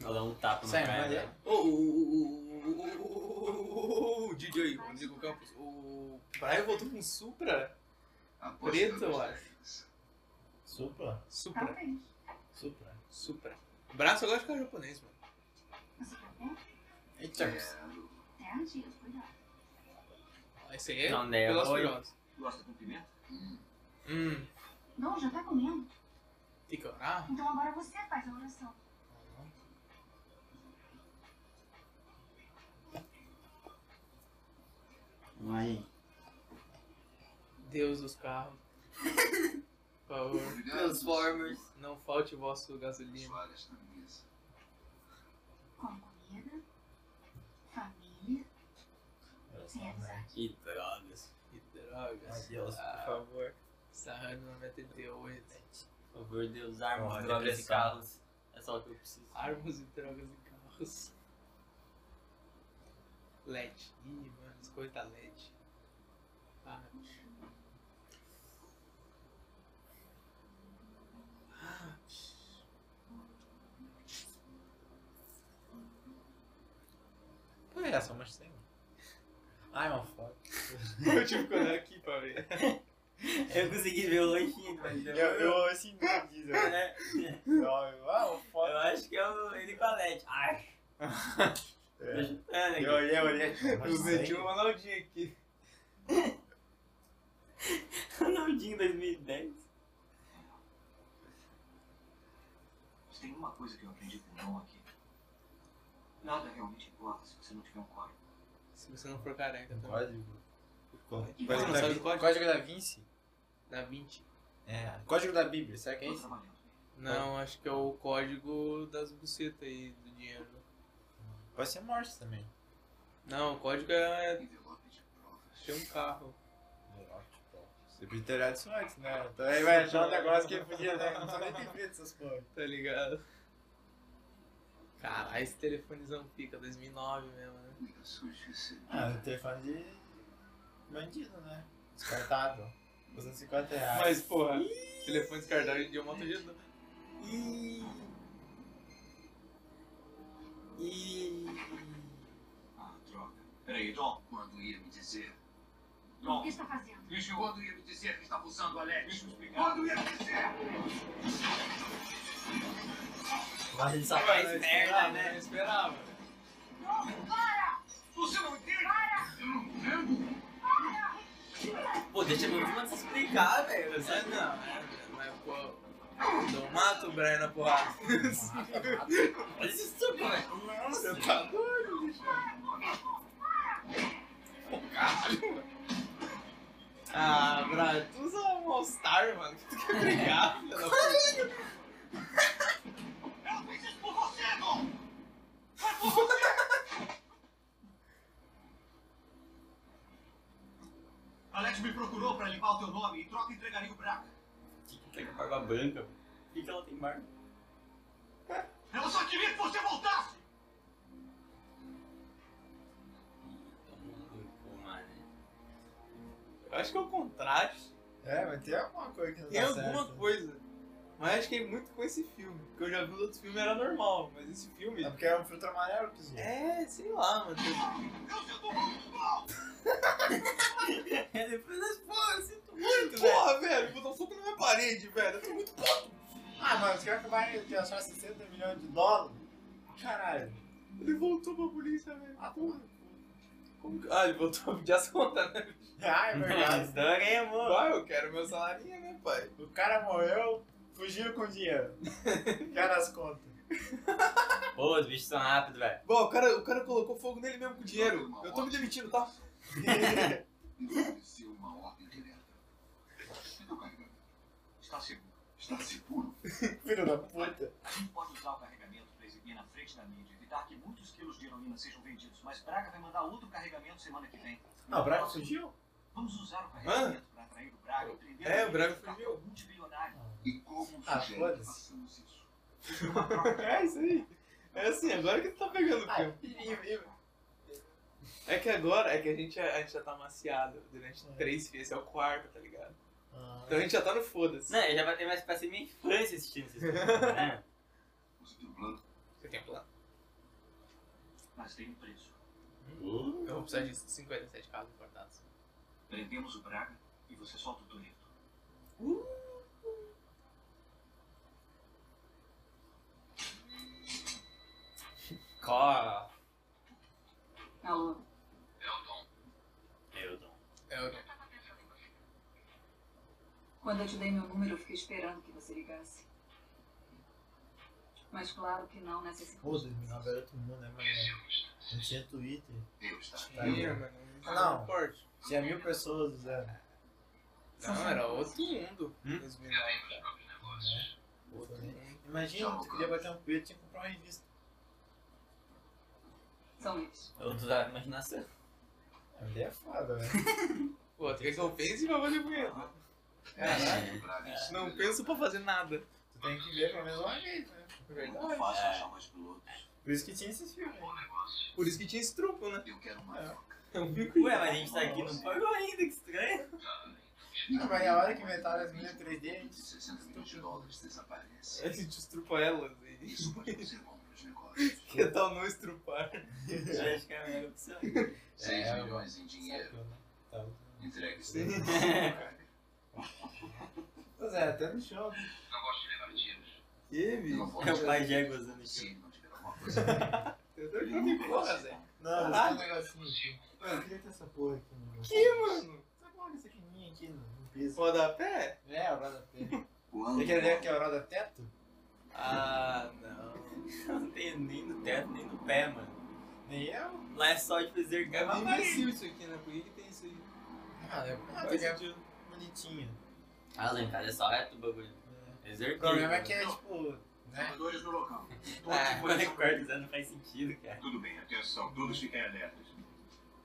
Speaker 2: Vou dar um tapa no
Speaker 3: Sai,
Speaker 2: cara.
Speaker 3: vai.
Speaker 2: velho.
Speaker 1: Ô, ô, ô, ô, ô, ô, ô, ô, ô, ô, ô, o DJ aí, o Nico Campos. O Brian voltou com Supra?
Speaker 4: Ah,
Speaker 6: Aposto
Speaker 1: Preto,
Speaker 6: que eu
Speaker 1: eu
Speaker 6: gostei disso.
Speaker 3: Supra?
Speaker 1: Supra,
Speaker 5: Talvez.
Speaker 3: Supra.
Speaker 1: Supra. Braço agora de cara japonês, mano.
Speaker 5: Você quer ver?
Speaker 3: Eita,
Speaker 5: É antigo, cuidado.
Speaker 1: Esse aí é
Speaker 2: Não, né,
Speaker 1: Velas
Speaker 2: oi.
Speaker 1: Furiosas.
Speaker 4: Gosta com pimenta?
Speaker 1: Hum,
Speaker 5: Bom, já tá comendo.
Speaker 1: tem que orar?
Speaker 5: Então agora você faz a oração.
Speaker 2: Vai.
Speaker 1: Deus dos carros. Por favor,
Speaker 6: Obrigado,
Speaker 2: Transformers.
Speaker 1: não falte o vosso gasolina.
Speaker 6: Soares na mesa.
Speaker 5: Com comida, família, sem amizade.
Speaker 2: Que drogas.
Speaker 1: Que drogas.
Speaker 2: Deus,
Speaker 1: Ah,
Speaker 3: favor.
Speaker 1: Sarrando 988.
Speaker 2: Por favor, Deus, armas,
Speaker 3: Porra,
Speaker 2: drogas e
Speaker 3: depressão.
Speaker 2: carros. É só o que eu preciso.
Speaker 1: Armas e drogas e carros. LED. Ih, mano, escolta LED. Ah. Ah.
Speaker 3: Pô, é essa, mas tem. Ai, uma foto.
Speaker 1: Eu tive que olhar aqui pra ver.
Speaker 2: Eu consegui ver o lanchinho, mas
Speaker 3: Eu,
Speaker 2: eu,
Speaker 3: eu assim, não diz, eu,
Speaker 2: É,
Speaker 3: eu, eu, ah, o
Speaker 2: eu
Speaker 3: foda.
Speaker 2: acho que é o Henrique Palete. Ai,
Speaker 3: É.
Speaker 2: tô chutando aqui.
Speaker 3: Eu olhei, eu olhei.
Speaker 1: Eu meti o Ronaldinho aqui.
Speaker 2: (laughs) Ronaldinho 2010.
Speaker 4: Se tem uma coisa que eu aprendi com o Dom aqui, nada realmente importa se você não tiver um código.
Speaker 1: Se você não for careca. também.
Speaker 3: Código.
Speaker 1: Você não sabe o código?
Speaker 3: é? Código da Vinci?
Speaker 1: Da 20.
Speaker 3: É. Código da Bíblia, será que é
Speaker 4: Tô
Speaker 3: isso?
Speaker 4: trabalhando.
Speaker 1: Não, acho que é o código das bucetas aí, do dinheiro.
Speaker 3: Pode ser morte também.
Speaker 1: Não, o código é...
Speaker 4: Envelope de provas.
Speaker 1: Tem um carro.
Speaker 3: É, Você podia ter olhado isso tipo, antes, né? Então aí vai achar um negócio que ele podia, né? Não precisa nem ter medo dessas porra.
Speaker 1: Tá ligado? Caralho, esse telefonezão fica 2009 mesmo, né?
Speaker 4: Ligações recebidas.
Speaker 3: Ah, o telefone de bandido, né? Descartável. 250 reais.
Speaker 1: Mas, porra, telefone descartável hoje em dia é uma outra geração.
Speaker 2: Ih. Ih.
Speaker 4: Ah, droga. Peraí, Dom. Quando ia me dizer.
Speaker 5: O
Speaker 4: Dom,
Speaker 5: que está fazendo?
Speaker 4: bicho. Quando ia me dizer que estava usando a LED? Deixa eu explicar. Quando ia me dizer?
Speaker 2: Mas ele só faz
Speaker 1: Eu
Speaker 2: merda,
Speaker 1: esperava,
Speaker 2: né?
Speaker 1: Eu esperava.
Speaker 4: Você não entende? Para! Eu não entendo.
Speaker 2: Pô, deixa meu irmão se explicar, velho. Você
Speaker 1: Mas não, né? Mas, pô, eu mato o Brian na porrada.
Speaker 2: Olha isso, velho.
Speaker 1: Você tá doido, bicho. Pô, caralho, mano. Ah, Brian, tu usa um All-Star, mano. que Tu quer brigar, filha da puta.
Speaker 7: Eu fiz isso por você, Dom!
Speaker 4: (laughs) Alex me procurou pra limpar o teu nome e troca entregaria o Braga.
Speaker 2: Que que Tipo, tem com barba branca? Por é que que ela tem barba?
Speaker 7: Eu só queria que você voltasse!
Speaker 2: Tomou no cu, (laughs) mano.
Speaker 1: Eu acho que é o contraste.
Speaker 3: É, mas tem alguma coisa que não
Speaker 1: Tem
Speaker 3: dá
Speaker 1: alguma
Speaker 3: certo.
Speaker 1: coisa. Mas acho que é muito com esse filme. Porque eu já vi os outros filmes era normal. Mas esse filme.
Speaker 3: É porque é um filtro amarelo que zoou.
Speaker 1: É, sei lá, (laughs) mano.
Speaker 7: Eu sinto muito mal!
Speaker 2: É, Depois das porra, eu sinto muito, velho.
Speaker 1: Porra, velho, vou dar um soco na minha parede, velho. Eu tô muito puto.
Speaker 3: Ah, mas os caras acabaram de achar 60 milhões de dólares. Caralho.
Speaker 1: Ele voltou pra polícia, velho.
Speaker 3: Ah, porra.
Speaker 1: Como que- Ah, ele voltou a pedir as contas, né?
Speaker 3: Ah, é (laughs) verdade.
Speaker 2: Então eu ganhei, amor.
Speaker 1: Pai, eu quero meu salarinho, né, pai?
Speaker 3: O cara morreu, fugiu com (laughs) dinheiro. Quer as contas.
Speaker 2: Pô, os bichos são rápidos, velho.
Speaker 1: Bom, o cara, o cara colocou fogo nele mesmo com dinheiro. Eu tô me demitindo, tá?
Speaker 4: Obedeceu uma ordem direta. Eu tô carregando. Está seguro. Está seguro.
Speaker 3: (laughs) Filho da puta.
Speaker 4: Pode usar o carregamento para exibir na frente da mídia, evitar que muitos quilos de heroína sejam vendidos, mas Braga vai mandar outro carregamento semana que vem.
Speaker 3: Ah, o Braga fugiu?
Speaker 4: Vamos usar o carregamento para atrair o Braga e prender
Speaker 1: É, o Braga
Speaker 4: Braga
Speaker 1: fugiu.
Speaker 4: multibilionário.
Speaker 6: E como
Speaker 3: Ah,
Speaker 6: sugere que
Speaker 3: foda-se.
Speaker 6: façamos isso?
Speaker 1: É isso aí. É assim, agora que tu tá pegando o
Speaker 3: Ah,
Speaker 1: filme.
Speaker 3: e, e, e-
Speaker 1: É que agora, é que a gente, a gente já tá maciado durante
Speaker 3: É.
Speaker 1: três filmes. Esse é o quarto, tá ligado?
Speaker 3: Ah,
Speaker 1: Então a gente já tá no foda-se.
Speaker 2: Não, eu já passei, mas passei minha infância assistindo esses (laughs) filmes, né?
Speaker 6: Você tem um plano?
Speaker 1: Você tem plano?
Speaker 4: Mas tem um preço.
Speaker 2: Uh,
Speaker 1: Eu vou precisar de 57 carros importados.
Speaker 4: Prendemos o Braga e você solta o Toreto.
Speaker 2: Có.
Speaker 5: Alô?
Speaker 2: Eu dou.
Speaker 1: É, eu
Speaker 5: Quando eu te dei meu número, eu fiquei esperando que você ligasse. Mas claro que não nessa
Speaker 3: Pô, 2009 era outro mundo, né, mano? Não tinha Twitter.
Speaker 6: Eu está.
Speaker 3: Tá aí.
Speaker 1: tinha, mano.
Speaker 3: Não.
Speaker 1: Forte.
Speaker 3: Tinha mil pessoas né? usando.
Speaker 1: Não, era outro mundo.
Speaker 2: Hum?
Speaker 1: 2009, cara.
Speaker 3: Outro, né? Imagina, tu queria bater um punheta, tinha que comprar uma revista.
Speaker 5: São eles.
Speaker 2: Eu tô É da imaginação.
Speaker 3: A ideia é foda, velho.
Speaker 1: Pô, tu quer que eu pense pra fazer punheta?
Speaker 6: É,
Speaker 3: Caralho,
Speaker 6: Braga em cima
Speaker 1: É. Não penso pra fazer nada.
Speaker 3: tu tem que ver pelo menos uma vez, né?
Speaker 1: É Verdade.
Speaker 4: Não faço achar mais pilotos.
Speaker 3: Por isso que tinha esses filmes. né?
Speaker 1: Por isso que tinha esse truco, né? um
Speaker 4: Eu quero uma
Speaker 3: É.
Speaker 4: troca.
Speaker 1: Eu vi que-
Speaker 2: Ué, mas a gente tá aqui não pagou ainda, que estranho.
Speaker 3: Ah, mas a hora que inventaram as minhas 3D, a
Speaker 6: de 60 milhões de dólares desaparece.
Speaker 1: A gente estrupa elas e
Speaker 6: Isso pode ser bom para os
Speaker 2: (laughs)
Speaker 6: negócios.
Speaker 1: que tal não estrupar?
Speaker 2: Eu acho que é a melhor opção.
Speaker 6: 6
Speaker 3: É,
Speaker 6: milhões em dinheiro.
Speaker 3: né? Tá.
Speaker 6: Entregue-se.
Speaker 3: Pois é, até no chão.
Speaker 6: Não gosto de levar tiros.
Speaker 1: Ih, (laughs) bicho.
Speaker 2: (laughs) É o pai já gozando aqui.
Speaker 6: Se não tiver alguma
Speaker 1: (laughs)
Speaker 6: coisa,
Speaker 1: Eu tô ficando em porra, Zé.
Speaker 3: Não,
Speaker 1: Caralho.
Speaker 3: esse negocinho. Mano, eu queria ter essa porra aqui, mano.
Speaker 1: Que, mano?
Speaker 3: Essa porra dessa quininha aqui no, no piso.
Speaker 1: Rodapé?
Speaker 3: É, o rodapé.
Speaker 6: o
Speaker 3: Você
Speaker 6: ângulo.
Speaker 3: quer ver aqui é o roda-teto?
Speaker 2: Ah, não. (laughs) Não tem nem no teto, nem no pé, mano.
Speaker 3: Nem eu?
Speaker 2: Lá é só, tipo,
Speaker 1: É
Speaker 2: exergar
Speaker 1: meio
Speaker 2: uma parede.
Speaker 1: imbecil isso aqui, né? Por que, que tem isso aí?
Speaker 3: Ah, eu
Speaker 1: Faz
Speaker 3: que é
Speaker 1: sentido.
Speaker 3: bonitinho.
Speaker 2: Ah, lá em casa é só reto o bagulho.
Speaker 3: O
Speaker 2: Exergar.
Speaker 3: problema é que é tipo. Né?
Speaker 7: Jogadores no local.
Speaker 2: Ah, quando é quarto, já não faz sentido, cara.
Speaker 6: Tudo bem, atenção, todos fiquem alertas.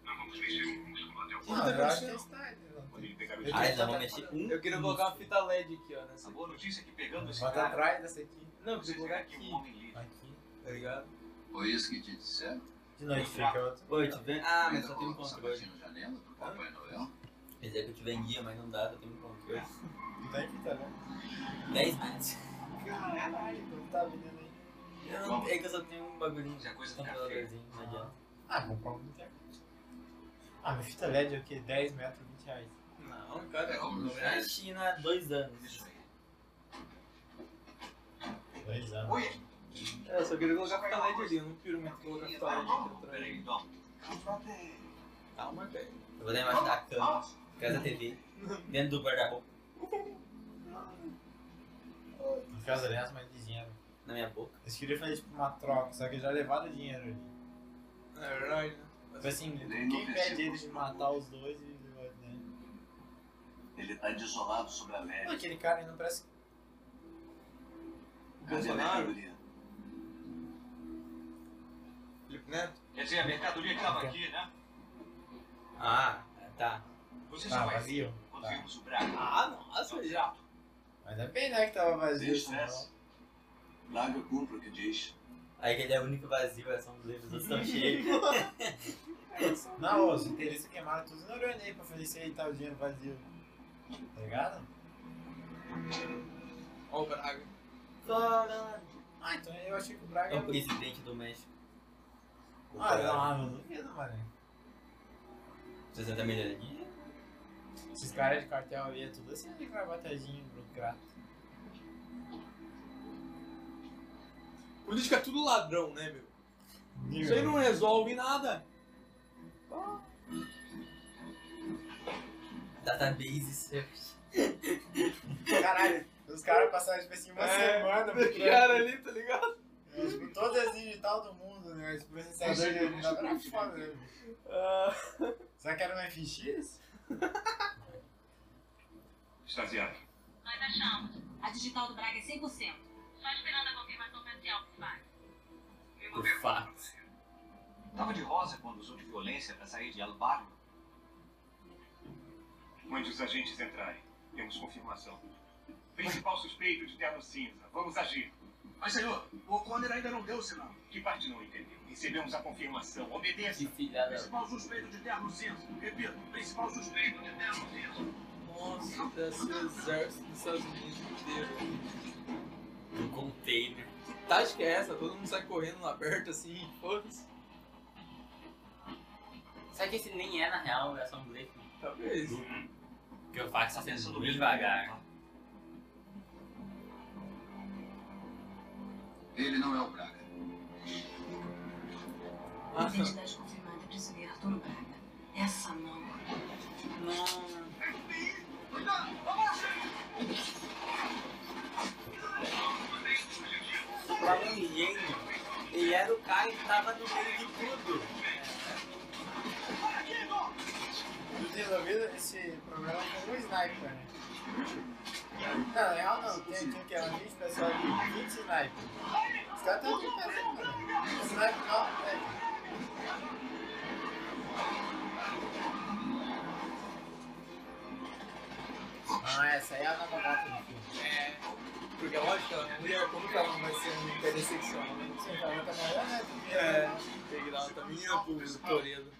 Speaker 6: Não vamos mexer com o músculo até o
Speaker 3: Não,
Speaker 1: tá
Speaker 3: eu acho que é
Speaker 1: pensando?
Speaker 3: style. não
Speaker 6: Quando
Speaker 3: tem-
Speaker 6: ele pegar o
Speaker 3: Eu
Speaker 6: tiro.
Speaker 2: Ah,
Speaker 4: então
Speaker 3: queria
Speaker 2: eles não
Speaker 3: botar
Speaker 2: vão mexer
Speaker 3: pra-
Speaker 2: um.
Speaker 1: Eu queria colocar uma fita LED aqui, ó,
Speaker 4: A
Speaker 1: nessa.
Speaker 4: boa notícia é que pegando esse
Speaker 3: Bota
Speaker 4: cara,
Speaker 3: atrás dessa aqui.
Speaker 1: Não, eu queria
Speaker 4: vocês têm
Speaker 1: colocar
Speaker 4: aqui um
Speaker 1: aqui,
Speaker 4: homem livre.
Speaker 3: Aqui.
Speaker 1: tá ligado?
Speaker 6: Foi isso que te disseram?
Speaker 2: De noite,
Speaker 3: Fica outro.
Speaker 2: Pô, eu te vendo. Ah, mas
Speaker 6: Ainda
Speaker 2: só tem um
Speaker 6: coloca o
Speaker 2: controle.
Speaker 6: Então, sapatinho na janela pro Papai Noel?
Speaker 2: Quer dizer que eu te vendia, mas não dá, eu tenho um controle.
Speaker 3: Não Tá aqui, tá vendo?
Speaker 2: 10 metros.
Speaker 1: Ah, é
Speaker 3: Caralho, como tá vendendo aí?
Speaker 2: Eu não, é que eu só tenho um bagulhinho.
Speaker 4: Se a coisa
Speaker 2: um
Speaker 4: ficar
Speaker 2: controladorzinho, não adianta.
Speaker 3: Ah, comprar um boteco. Ah, minha fita LED é o quê? 10 metros, 20 reais.
Speaker 1: Não, cara.
Speaker 6: É, vamos
Speaker 2: Comprei na China há dois anos.
Speaker 4: Isso aí.
Speaker 3: Dois anos.
Speaker 7: Oi,
Speaker 1: É, eu só queria colocar a fita LED ali, eu não piro muito colocar a fita LED aqui atrás.
Speaker 4: Peraí, então. Dom.
Speaker 1: Calma, velho.
Speaker 2: Eu vou dar embaixo da cama, casa da TV, dentro do guarda-roupa,
Speaker 3: No caso, aliás, mais dinheiro.
Speaker 2: na minha boca.
Speaker 3: Eles queriam fazer tipo uma troca, só que já levaram dinheiro ali.
Speaker 1: É verdade, né?
Speaker 3: Tipo assim,
Speaker 6: Nem
Speaker 3: quem pede
Speaker 6: no Brasil.
Speaker 3: eles de matar os dois e levar o dinheiro?
Speaker 6: Ele tá desolado sobre a
Speaker 3: Pô,
Speaker 6: neve.
Speaker 3: Aquele cara aí não parece.
Speaker 1: O Bolsonaro,
Speaker 6: mercadoria?
Speaker 1: Felipe Neto.
Speaker 4: Quer dizer, a mercadoria que tava aqui, né?
Speaker 2: Ah, tá.
Speaker 4: Você
Speaker 3: Ah,
Speaker 4: só vai ver
Speaker 3: vazio?
Speaker 4: quando
Speaker 3: Tá.
Speaker 4: vimos o braço.
Speaker 1: Ah, nossa, já.
Speaker 4: Exato.
Speaker 3: Ainda bem, né, que tava
Speaker 6: Sem
Speaker 3: vazio.
Speaker 6: estresse.
Speaker 3: senão-
Speaker 6: Larga cumpra o que diz.
Speaker 2: Aí que ele é o único vazio, é só um livro, os outros estão cheios.
Speaker 3: Não, ô, os interesses queimaram tudo na Orlando aí pra fazer isso aí, tá o dinheiro vazio. Tá ligado?
Speaker 1: Ó o Braga.
Speaker 2: Fora!
Speaker 3: Ah, então eu achei que o
Speaker 2: É
Speaker 3: Braga.
Speaker 2: o presidente do México.
Speaker 3: Ah, não, eu duvido, mano.
Speaker 2: 60 milhões aqui?
Speaker 3: Esses caras de cartel ali é tudo assim, de gravatadinho, burocrata.
Speaker 1: Política é tudo ladrão, né, meu? Isso aí
Speaker 3: Meu,
Speaker 1: não resolve nada.
Speaker 2: Database search.
Speaker 3: Caralho, os caras passaram tipo assim uma
Speaker 1: É,
Speaker 3: semana
Speaker 1: Os
Speaker 3: procurando.
Speaker 1: caras ali, tá ligado?
Speaker 3: É, tipo, todas as digital do mundo, né? Os processadores
Speaker 6: Sim,
Speaker 3: de
Speaker 6: sim.
Speaker 3: computador era foda, né?
Speaker 1: Ah,
Speaker 3: Será que era um FX?
Speaker 6: Estagiário.
Speaker 5: Nós achamos. A digital do Braga é 100%. Só esperando a confirmação oficial, por favor.
Speaker 2: Por fax.
Speaker 4: Tava de rosa quando usou de violência pra sair de El Barrio.
Speaker 6: Mande os agentes entrarem. Temos confirmação. Principal suspeito de terno cinza. Vamos agir.
Speaker 7: Mas senhor, o O'Connor ainda não deu o sinal.
Speaker 6: Que parte não entendeu? Recebemos a confirmação. Obedeça.
Speaker 2: Que filhada.
Speaker 7: Principal suspeito de terno cinza. Repito, principal suspeito de terno cinza.
Speaker 1: nossa, desse exército dos Estados Unidos inteiro.
Speaker 2: Um container.
Speaker 1: Que tática é essa? Todo mundo sai correndo na aberta assim, foda-se.
Speaker 2: Será que esse nem é na real, é só um blefe?
Speaker 1: Talvez.
Speaker 2: Porque o fax
Speaker 4: Tá
Speaker 2: tá
Speaker 4: pensando
Speaker 2: sendo
Speaker 4: mesmo?
Speaker 2: devagar.
Speaker 6: Ele não é o Braga.
Speaker 1: Ah, não.
Speaker 5: Identidade confirmada, prisioneiro Arturo Braga. Essa mão.
Speaker 2: Não. Falando em um gênio, ele era o cara que tava no meio de tudo.
Speaker 3: Tudo resolvido, esse problema foi um sniper, né? Não, na real não, tem aqui que é 20 pessoal de 20 snipers. Os caras estão aqui fazendo, né? Sniper não, é. velho. Ah, essa aí é a namorada do filme.
Speaker 1: É. Porque lógico, ela não ia como que ela não vai ser um intersexual, né?
Speaker 3: Você falou que a mulher, né? do filme,
Speaker 1: É.
Speaker 3: né?
Speaker 1: Tem que dar uma taminha pro Toredo.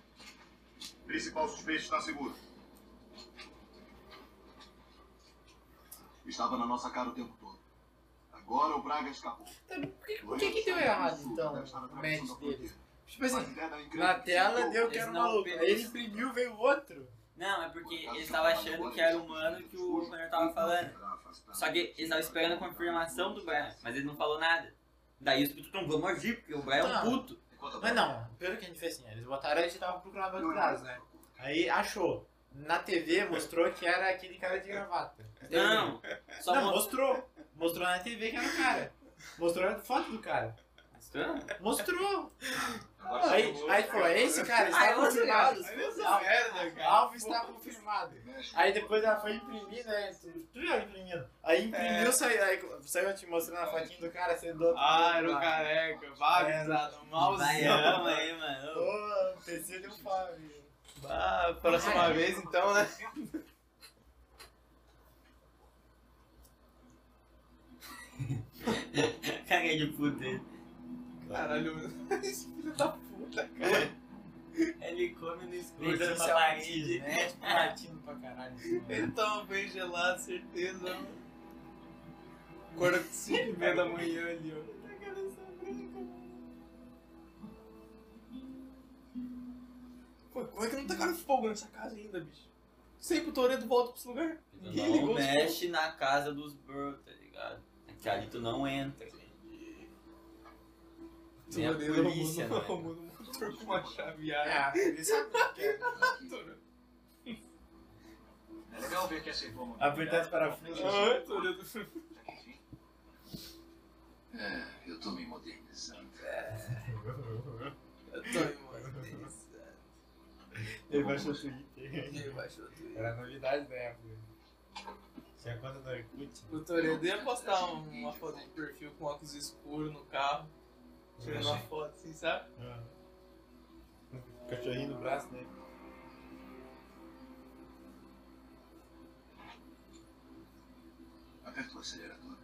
Speaker 6: Principal suspeito está seguro. Estava na nossa cara o tempo todo. Agora o Braga escapou. é
Speaker 3: Tá, por que- Por que que deu errado, então, o match deles? Tipo assim, Na tela deu que era
Speaker 2: Eles
Speaker 3: um
Speaker 2: não
Speaker 6: é
Speaker 3: maluco. Aí ele
Speaker 2: oferecem.
Speaker 3: imprimiu, veio outro.
Speaker 2: Não, é porque eles estavam achando que era humano que o Connor tava falando. Só que eles estavam esperando a confirmação do Brian, mas ele não falou nada. Daí os putos não vamos agir, porque o Brian é um
Speaker 3: Não.
Speaker 2: puto.
Speaker 3: Mas não, pelo que a gente fez assim, eles botaram, a gente tava procurando outro caso, né? Aí achou. Na TV mostrou que era aquele cara de gravata.
Speaker 2: Não, só
Speaker 3: não,
Speaker 2: mo-
Speaker 3: mostrou. Mostrou na TV que era o cara. Mostrou a foto do cara.
Speaker 2: mostrando.
Speaker 3: Mostrou. Aí, aí falou, é esse cara,
Speaker 2: Ah,
Speaker 3: está
Speaker 2: é outro
Speaker 3: confirmado.
Speaker 2: lado.
Speaker 1: merda,
Speaker 3: Alves está confirmado.
Speaker 6: é
Speaker 3: Aí depois ela foi imprimir, né? Tu tu viu ela imprimindo. Aí imprimiu, saiu, aí saiu eu te mostrando a fotinha do cara, sendo do outro
Speaker 1: Ah, era o
Speaker 3: lado.
Speaker 1: careca. Vá,
Speaker 3: É,
Speaker 1: gurizada.
Speaker 2: Vai,
Speaker 1: Malzão.
Speaker 2: ama aí, mano.
Speaker 3: Ô, o PC deu fome.
Speaker 1: Ah, próxima vez então, né?
Speaker 2: Caguei de puta.
Speaker 1: Caralho, esse filho da puta.
Speaker 2: Ele come no escuro,
Speaker 3: Gordão
Speaker 2: dando
Speaker 3: pra
Speaker 1: é
Speaker 2: pra parede.
Speaker 3: né? Tipo, latindo pra caralho. assim, né?
Speaker 1: Ele tava bem gelado, certeza. Acorda 5 e meia da manhã ali, ó. Pô, como é que não tacaram fogo nessa casa ainda, bicho? Sempre o Toreto volta pra esse lugar. Ninguém
Speaker 2: Não
Speaker 1: ligou os fogos.
Speaker 2: mexe na casa dos bro, tá ligado? Que ali tu não entra. Nem a
Speaker 1: Toreto arrumando-
Speaker 2: polícia, não entra.
Speaker 1: arrumando um motor com uma chave
Speaker 3: É,
Speaker 1: ar.
Speaker 3: a polícia sabe o que é.
Speaker 1: Toreto.
Speaker 4: É legal ver que essa irmã.
Speaker 3: Apertar os parafusos.
Speaker 1: Ah, Toreto.
Speaker 6: É, eu tô me modernizando.
Speaker 1: Eu tô imortalizado.
Speaker 3: Ele baixou o Twitter.
Speaker 1: Ele baixou tudo.
Speaker 3: Era novidade da época. Tinha conta do Orkut.
Speaker 1: O Toreto ia postar um- uma foto de perfil com óculos escuros no carro, tirando uma foto assim, sabe?
Speaker 3: Ah. Um Cachorrinho no braço, né?
Speaker 6: Aperta o acelerador.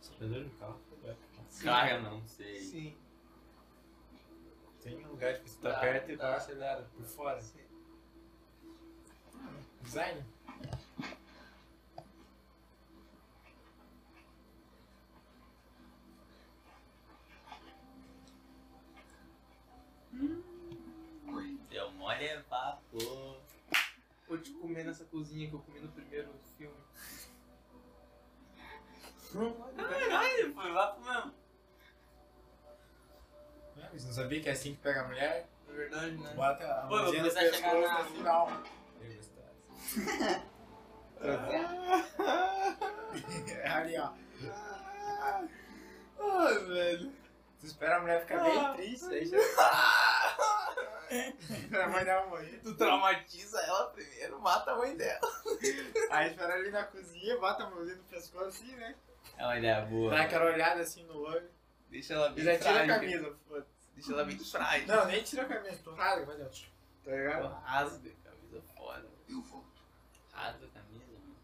Speaker 3: Acelerador do carro.
Speaker 2: Cara, não sei.
Speaker 1: Sim.
Speaker 3: Tem um lugar que você
Speaker 1: Dá,
Speaker 3: tá perto e
Speaker 1: dá.
Speaker 3: dá uma acelerada por fora. Design?
Speaker 6: Oi.
Speaker 2: Deu mole é papo.
Speaker 1: Vou te comer nessa tipo, cozinha que eu comi no primeiro filme.
Speaker 2: Não, não, ele foi papo mesmo.
Speaker 3: Ah, Você não sabia que é assim que pega a mulher?
Speaker 1: Na verdade, né?
Speaker 3: Bota a
Speaker 2: Pô, eu vou
Speaker 3: mãozinha no
Speaker 2: começar a
Speaker 3: pescoço
Speaker 2: chegar na-
Speaker 3: assim, não. Eu gostava. Transar. Ali, ó.
Speaker 1: Ai, velho.
Speaker 3: Tu espera a mulher ficar bem triste, aí já... Ela vai dar um morrer.
Speaker 1: Tu traumatiza ela primeiro, mata a mãe dela.
Speaker 3: Aí espera ali na cozinha, bota a mãozinha no pescoço assim, né?
Speaker 2: É uma ideia boa.
Speaker 3: Dá aquela olhada assim no olho.
Speaker 1: Deixa ela
Speaker 3: E
Speaker 1: bem
Speaker 3: já tira a
Speaker 1: frágil.
Speaker 3: camisa, foda
Speaker 1: Deixa ela bem frágil.
Speaker 3: Não, nem tira a camisa, tô rasga, mas eu... Tá ligado?
Speaker 1: Rasga a camisa fora.
Speaker 6: Eu volto.
Speaker 2: Rasga a camisa, mano.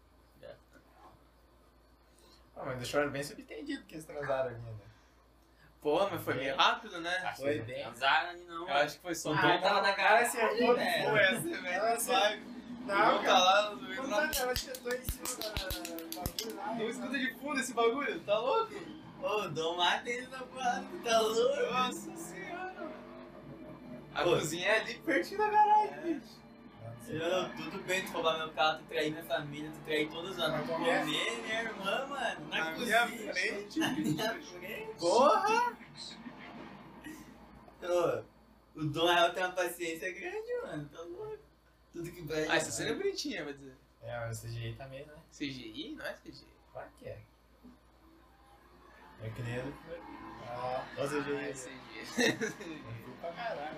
Speaker 3: Ah, mas deixou ela bem subentendido que eles transaram ali, né?
Speaker 1: Pô, mas foi meio rápido, né?
Speaker 3: Foi bem.
Speaker 2: Transaram ali não.
Speaker 1: Eu acho que foi só
Speaker 2: Ah,
Speaker 1: dois-
Speaker 2: tava na cara,
Speaker 3: acertou.
Speaker 2: né?
Speaker 1: Pô, essa é
Speaker 3: Ela
Speaker 1: velho,
Speaker 3: acertou.
Speaker 1: sabe?
Speaker 3: Não,
Speaker 1: Não, tá
Speaker 3: cara.
Speaker 1: lá no meio
Speaker 3: Não,
Speaker 1: da-
Speaker 3: ela acertou em cima da...
Speaker 1: Não escuta de fundo esse bagulho, tá louco?
Speaker 2: Ô, Dom, mata ele na porrada, tu tá louco?
Speaker 1: Nossa senhora. A
Speaker 2: Pô.
Speaker 1: cozinha é ali pertinho da garagem,
Speaker 2: É.
Speaker 1: bicho.
Speaker 2: Eu, tudo bem tu roubar meu carro, tu trair minha família, tu trair todos os anos.
Speaker 3: Mas como
Speaker 2: Comer
Speaker 3: é?
Speaker 2: minha irmã, mano. Na,
Speaker 1: Na
Speaker 2: cozinha.
Speaker 1: minha frente,
Speaker 2: Na minha frente.
Speaker 1: Porra!
Speaker 2: Ô, o Dom Real tem uma paciência grande, mano. Tá louco. Tudo que vai.
Speaker 1: Ah, essa cena é bonitinha, vai dizer.
Speaker 3: É, mas esse jeito também, né?
Speaker 1: CGI? Não é CGI.
Speaker 3: Claro que é. É que nem a do primeiro. Ah, ou
Speaker 1: Não é
Speaker 3: seja,
Speaker 1: CGI.
Speaker 3: é pra caralho.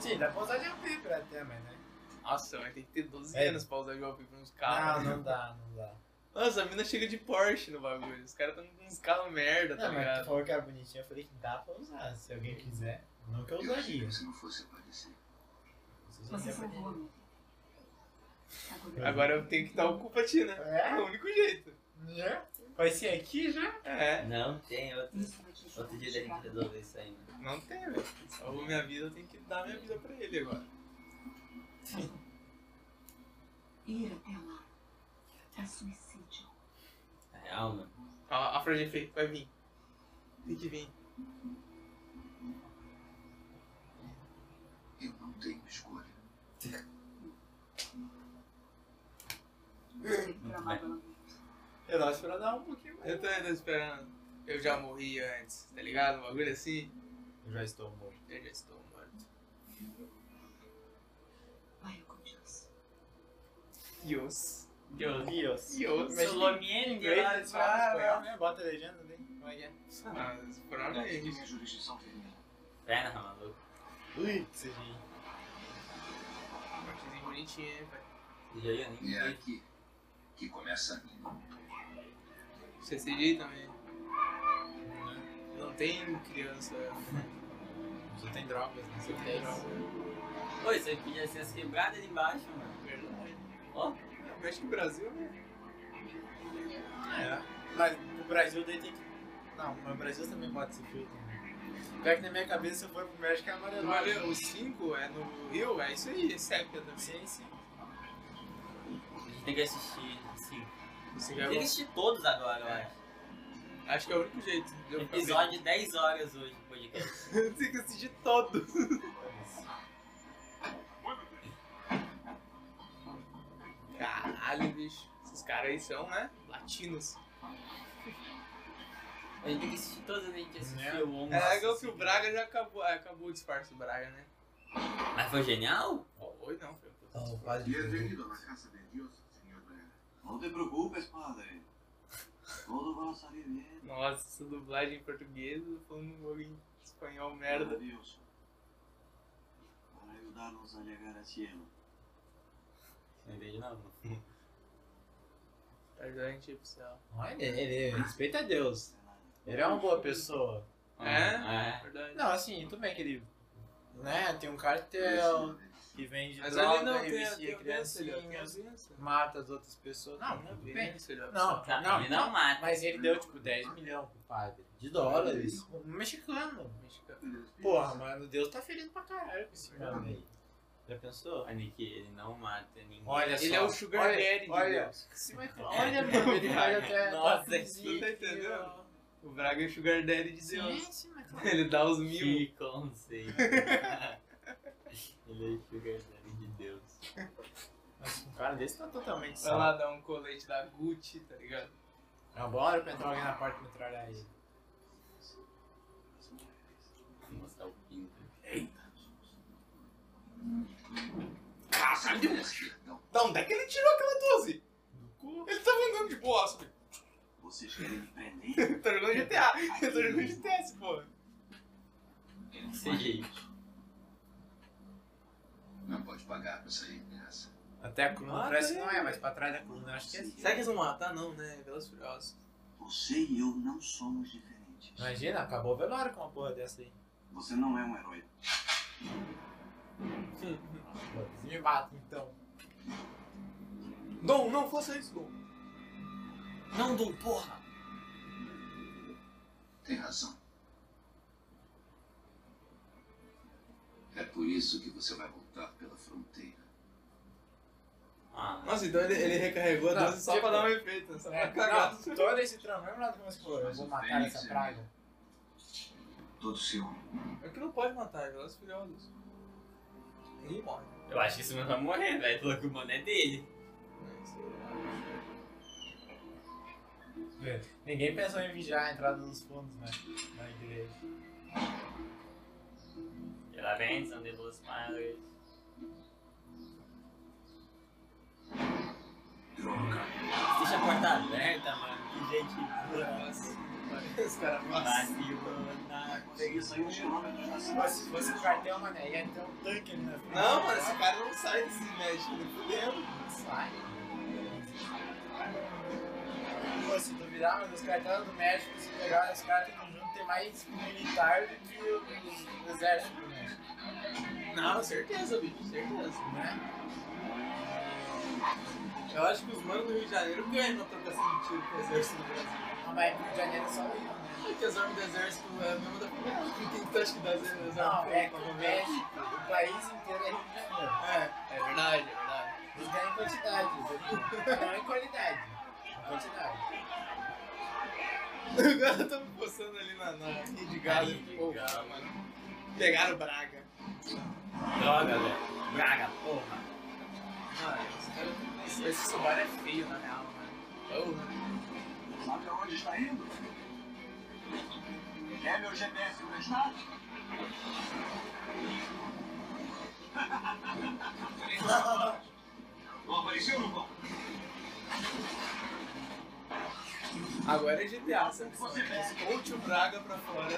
Speaker 3: Sim, dá pra usar de paper até, mas né?
Speaker 1: Nossa, vai ter que ter 12
Speaker 3: É.
Speaker 1: anos pra usar igual pra uns carros.
Speaker 3: não dá, não dá.
Speaker 1: Nossa, a mina chega de Porsche no bagulho. Os caras estão com uns carros merda, tá
Speaker 3: Não, mas tu
Speaker 1: ligado?
Speaker 3: falou que era bonitinho, eu falei que dá pra usar, se alguém quiser. Nunca
Speaker 6: Eu achei
Speaker 3: usaria.
Speaker 6: que você não fosse aparecer.
Speaker 3: é
Speaker 5: Você salvou a minha vida. Agora
Speaker 1: Agora eu tenho que dar o cu pra ti, né? É
Speaker 3: É?
Speaker 1: o único jeito.
Speaker 3: Já? Vai ser aqui já?
Speaker 1: É,
Speaker 2: Não tem outro.
Speaker 5: isso vai te ajudar.
Speaker 2: Outro dia é tem que resolver isso aí, mano.
Speaker 1: não tem, velho. Salvou minha vida, eu tenho que dar minha vida pra ele agora.
Speaker 5: Ir até lá é suicídio.
Speaker 2: Na real, mano.
Speaker 1: A, a Fred Fake vai vir. Tem que vir.
Speaker 5: babando.
Speaker 3: Eu tava esperando dar um pouquinho mais.
Speaker 1: Eu tô ainda esperando. Eu já morri antes, tá ligado? Um bagulho assim,
Speaker 3: Eu já estou um morto.
Speaker 1: eu já estou morto.
Speaker 5: Vai, eu conheço.
Speaker 1: Dios.
Speaker 2: Deus.
Speaker 3: Dios.
Speaker 1: Dios.
Speaker 2: Solomien,
Speaker 3: Ah,
Speaker 2: Deus.
Speaker 3: espanhol, né? Bota a legenda ali. Como é que é?
Speaker 1: Ah, mas pra mim,
Speaker 4: Daqui tem a jurisdição feminina.
Speaker 2: Perna, É, tá maluco.
Speaker 3: Putz, gente.
Speaker 1: partezinho bonitinho, hein, velho.
Speaker 2: E aí, eu nem
Speaker 6: E é
Speaker 2: vi.
Speaker 6: aqui que começa a
Speaker 1: CCG também.
Speaker 3: né?
Speaker 1: Não tem criança.
Speaker 3: Só tem drogas, né? Só tem drogas.
Speaker 2: Pô, isso aqui podia ser as quebradas ali embaixo, mano.
Speaker 1: Verdade.
Speaker 2: Ó,
Speaker 1: Não, Mexe com o Brasil, né? Ah,
Speaker 3: É. Mas no Brasil daí tem que. Não, mas o Brasil também bota esse filtro. né? Pior que na minha cabeça, se eu for pro México é amarelo.
Speaker 1: Olha, o 5 é no Rio, é isso aí, é sépia também.
Speaker 3: Sim, sim.
Speaker 2: a gente tem que assistir, sim.
Speaker 1: Você
Speaker 2: Tem
Speaker 1: já... é
Speaker 2: que assistir todos agora, eu acho.
Speaker 1: Acho que é o único jeito de É, eu ficar bem.
Speaker 2: Episódio de 10 horas hoje do podcast.
Speaker 1: Tem que assistir todos. Caralho, bicho. Esses caras aí são, né? Latinos.
Speaker 2: A gente tem que assistir todos, a gente
Speaker 3: Né?
Speaker 2: assistiu um.
Speaker 1: É legal que o Braga já acabou. é, acabou o disfarce do Braga, né?
Speaker 2: Mas foi genial?
Speaker 1: Ó, Oi não, foi.
Speaker 6: Bem-vindo é na casa de Deus, senhor Breno.
Speaker 4: Não te preocupes, padre. Todo vai sair bem.
Speaker 1: Nossa, essa dublagem em português falando um jogo em espanhol merda.
Speaker 4: Deus. Para ajudar-nos a chegar ao cielo.
Speaker 2: Não entendi não.
Speaker 1: Tá ajudando a gente aí pro céu.
Speaker 3: Olha, ele respeita a Deus. Ele é uma boa pessoa.
Speaker 1: É?
Speaker 2: É.
Speaker 1: Verdade.
Speaker 3: Não, assim, tudo bem que ele. Né, tem um
Speaker 6: É,
Speaker 3: cartel que vende
Speaker 1: Mas
Speaker 3: droga,
Speaker 1: ele não tem, né?
Speaker 3: vicia
Speaker 1: tem criança, ele é um tem
Speaker 3: criancinhas,
Speaker 1: ausência.
Speaker 3: mata as outras pessoas. Não,
Speaker 1: Não,
Speaker 3: tudo
Speaker 1: tem
Speaker 3: bem.
Speaker 1: ausência, ele é
Speaker 3: Não,
Speaker 2: Tá,
Speaker 3: não,
Speaker 2: ele não mata.
Speaker 3: Mas ele deu tipo 10 milhões pro padre. De dólares. Um mexicano.
Speaker 1: mexicano.
Speaker 3: Porra, mano, Deus tá feliz pra caralho com esse mano aí. Já pensou?
Speaker 2: A Nick, ele não mata ninguém.
Speaker 3: Olha
Speaker 1: Ele
Speaker 3: só.
Speaker 1: é o sugar
Speaker 3: olha,
Speaker 1: daddy de
Speaker 3: Olha,
Speaker 1: Deus. É,
Speaker 3: se vai- olha, mano, ele vai até...
Speaker 2: Nossa,
Speaker 3: tá
Speaker 2: isso
Speaker 1: não tá entendendo? O Braga é o sugar daddy de Deus.
Speaker 3: Sim, sim, mas...
Speaker 1: (laughs) Ele dá os mil.
Speaker 2: Que conceito. ele é o sugar daddy de Deus.
Speaker 3: Nossa, um cara desse tá totalmente
Speaker 1: Vai
Speaker 3: só.
Speaker 1: lá dar um colete da Gucci, tá ligado?
Speaker 3: É uma boa hora pra entrar alguém na porta e metralhar ele.
Speaker 2: Vou mostrar o pinto.
Speaker 6: Ah,
Speaker 1: Caralho, Da onde é que ele tirou aquela 12? Ele tava andando de bosta.
Speaker 4: Vocês
Speaker 6: (laughs)
Speaker 4: querem me prender?
Speaker 1: Ele tá jogando GTA. Ele tá jogando GTA, esse porra. (laughs)
Speaker 2: CGI.
Speaker 6: Não pode pagar pra sair dessa.
Speaker 3: Até a coluna
Speaker 1: Ah,
Speaker 3: parece que
Speaker 1: tem.
Speaker 3: não é, mas pra trás da coluna eu acho que é.
Speaker 1: Será que eles vão matar? Não, né? Velas Furiosas.
Speaker 4: Você e eu não somos diferentes.
Speaker 3: Imagina, acabou o velório com uma porra dessa aí.
Speaker 4: Você não é um herói.
Speaker 3: Me mata então.
Speaker 1: Dom, não faça isso, Dom.
Speaker 2: Não, Dom, porra!
Speaker 6: Tem razão. É por isso que você vai voltar pela fronteira.
Speaker 2: Ah,
Speaker 1: Nossa, então ele, ele recarregou a
Speaker 3: Não,
Speaker 1: dança só
Speaker 3: tipo-
Speaker 1: pra dar um efeito, né? Só pra
Speaker 3: É,
Speaker 1: cagar.
Speaker 3: não, todo esse trampo, mesmo lá do meu escuro, eu vou matar essa praga.
Speaker 4: Todo seu.
Speaker 1: É que não pode matar, é Velas Furiosas. Ele morre. né?
Speaker 2: eu acho que esse mano vai morrer, velho. Falou que o mano é dele.
Speaker 1: é-
Speaker 3: Ninguém pensou em vigiar a entrada dos fundos, né? Na igreja.
Speaker 2: Pela benção de duas padres.
Speaker 4: Droga.
Speaker 2: Deixa a porta aberta, mano. Que gente boa.
Speaker 1: Nossa, os caras
Speaker 2: Tá,
Speaker 1: passam.
Speaker 2: Vacilando.
Speaker 6: É
Speaker 4: Consegui sair uns quilômetros da
Speaker 3: Mas
Speaker 4: cidade.
Speaker 3: se fosse o cartel, mano, ia ter um tanque ali na frente.
Speaker 1: Não, mano, esse cara não sai desse México, nem fudendo.
Speaker 3: Sai. Pô, se duvidar, mano, os cartéis do México, se pegar os caras tudo junto, tem mais militar do que o o exército do México,
Speaker 1: Não, certeza, bicho, certeza.
Speaker 3: né?
Speaker 1: Eu acho que os manos do Rio de Janeiro ganham na trocação de tiro com o exército do Brasil.
Speaker 3: Não, mas Rio de Janeiro é só Rio, né?
Speaker 1: Porque as armas do exército é a mesma da favela. Quem que tu acha que dá as armas
Speaker 3: Não,
Speaker 1: pra-
Speaker 3: é que
Speaker 1: pra
Speaker 3: o
Speaker 1: favela?
Speaker 3: México, o país inteiro é Rio de Janeiro.
Speaker 1: É, é verdade, é (laughs) verdade.
Speaker 3: Eles ganham em quantidade, entendeu? não em qualidade. Em quantidade.
Speaker 1: Agora eu tô me tá postando ali na, na Rio de Galo.
Speaker 2: Rio de
Speaker 1: Pô,
Speaker 2: Galo.
Speaker 1: mano. Pegaram o Braga.
Speaker 2: Droga, velho. Braga, porra.
Speaker 1: Ah, esse cara... Esse, esse Subaru é feio, na real, mano.
Speaker 6: Sabe aonde está indo? É meu GPS, não está? Não apareceu no pão?
Speaker 1: Agora é GTA, sabe? Ou o Braga pra fora.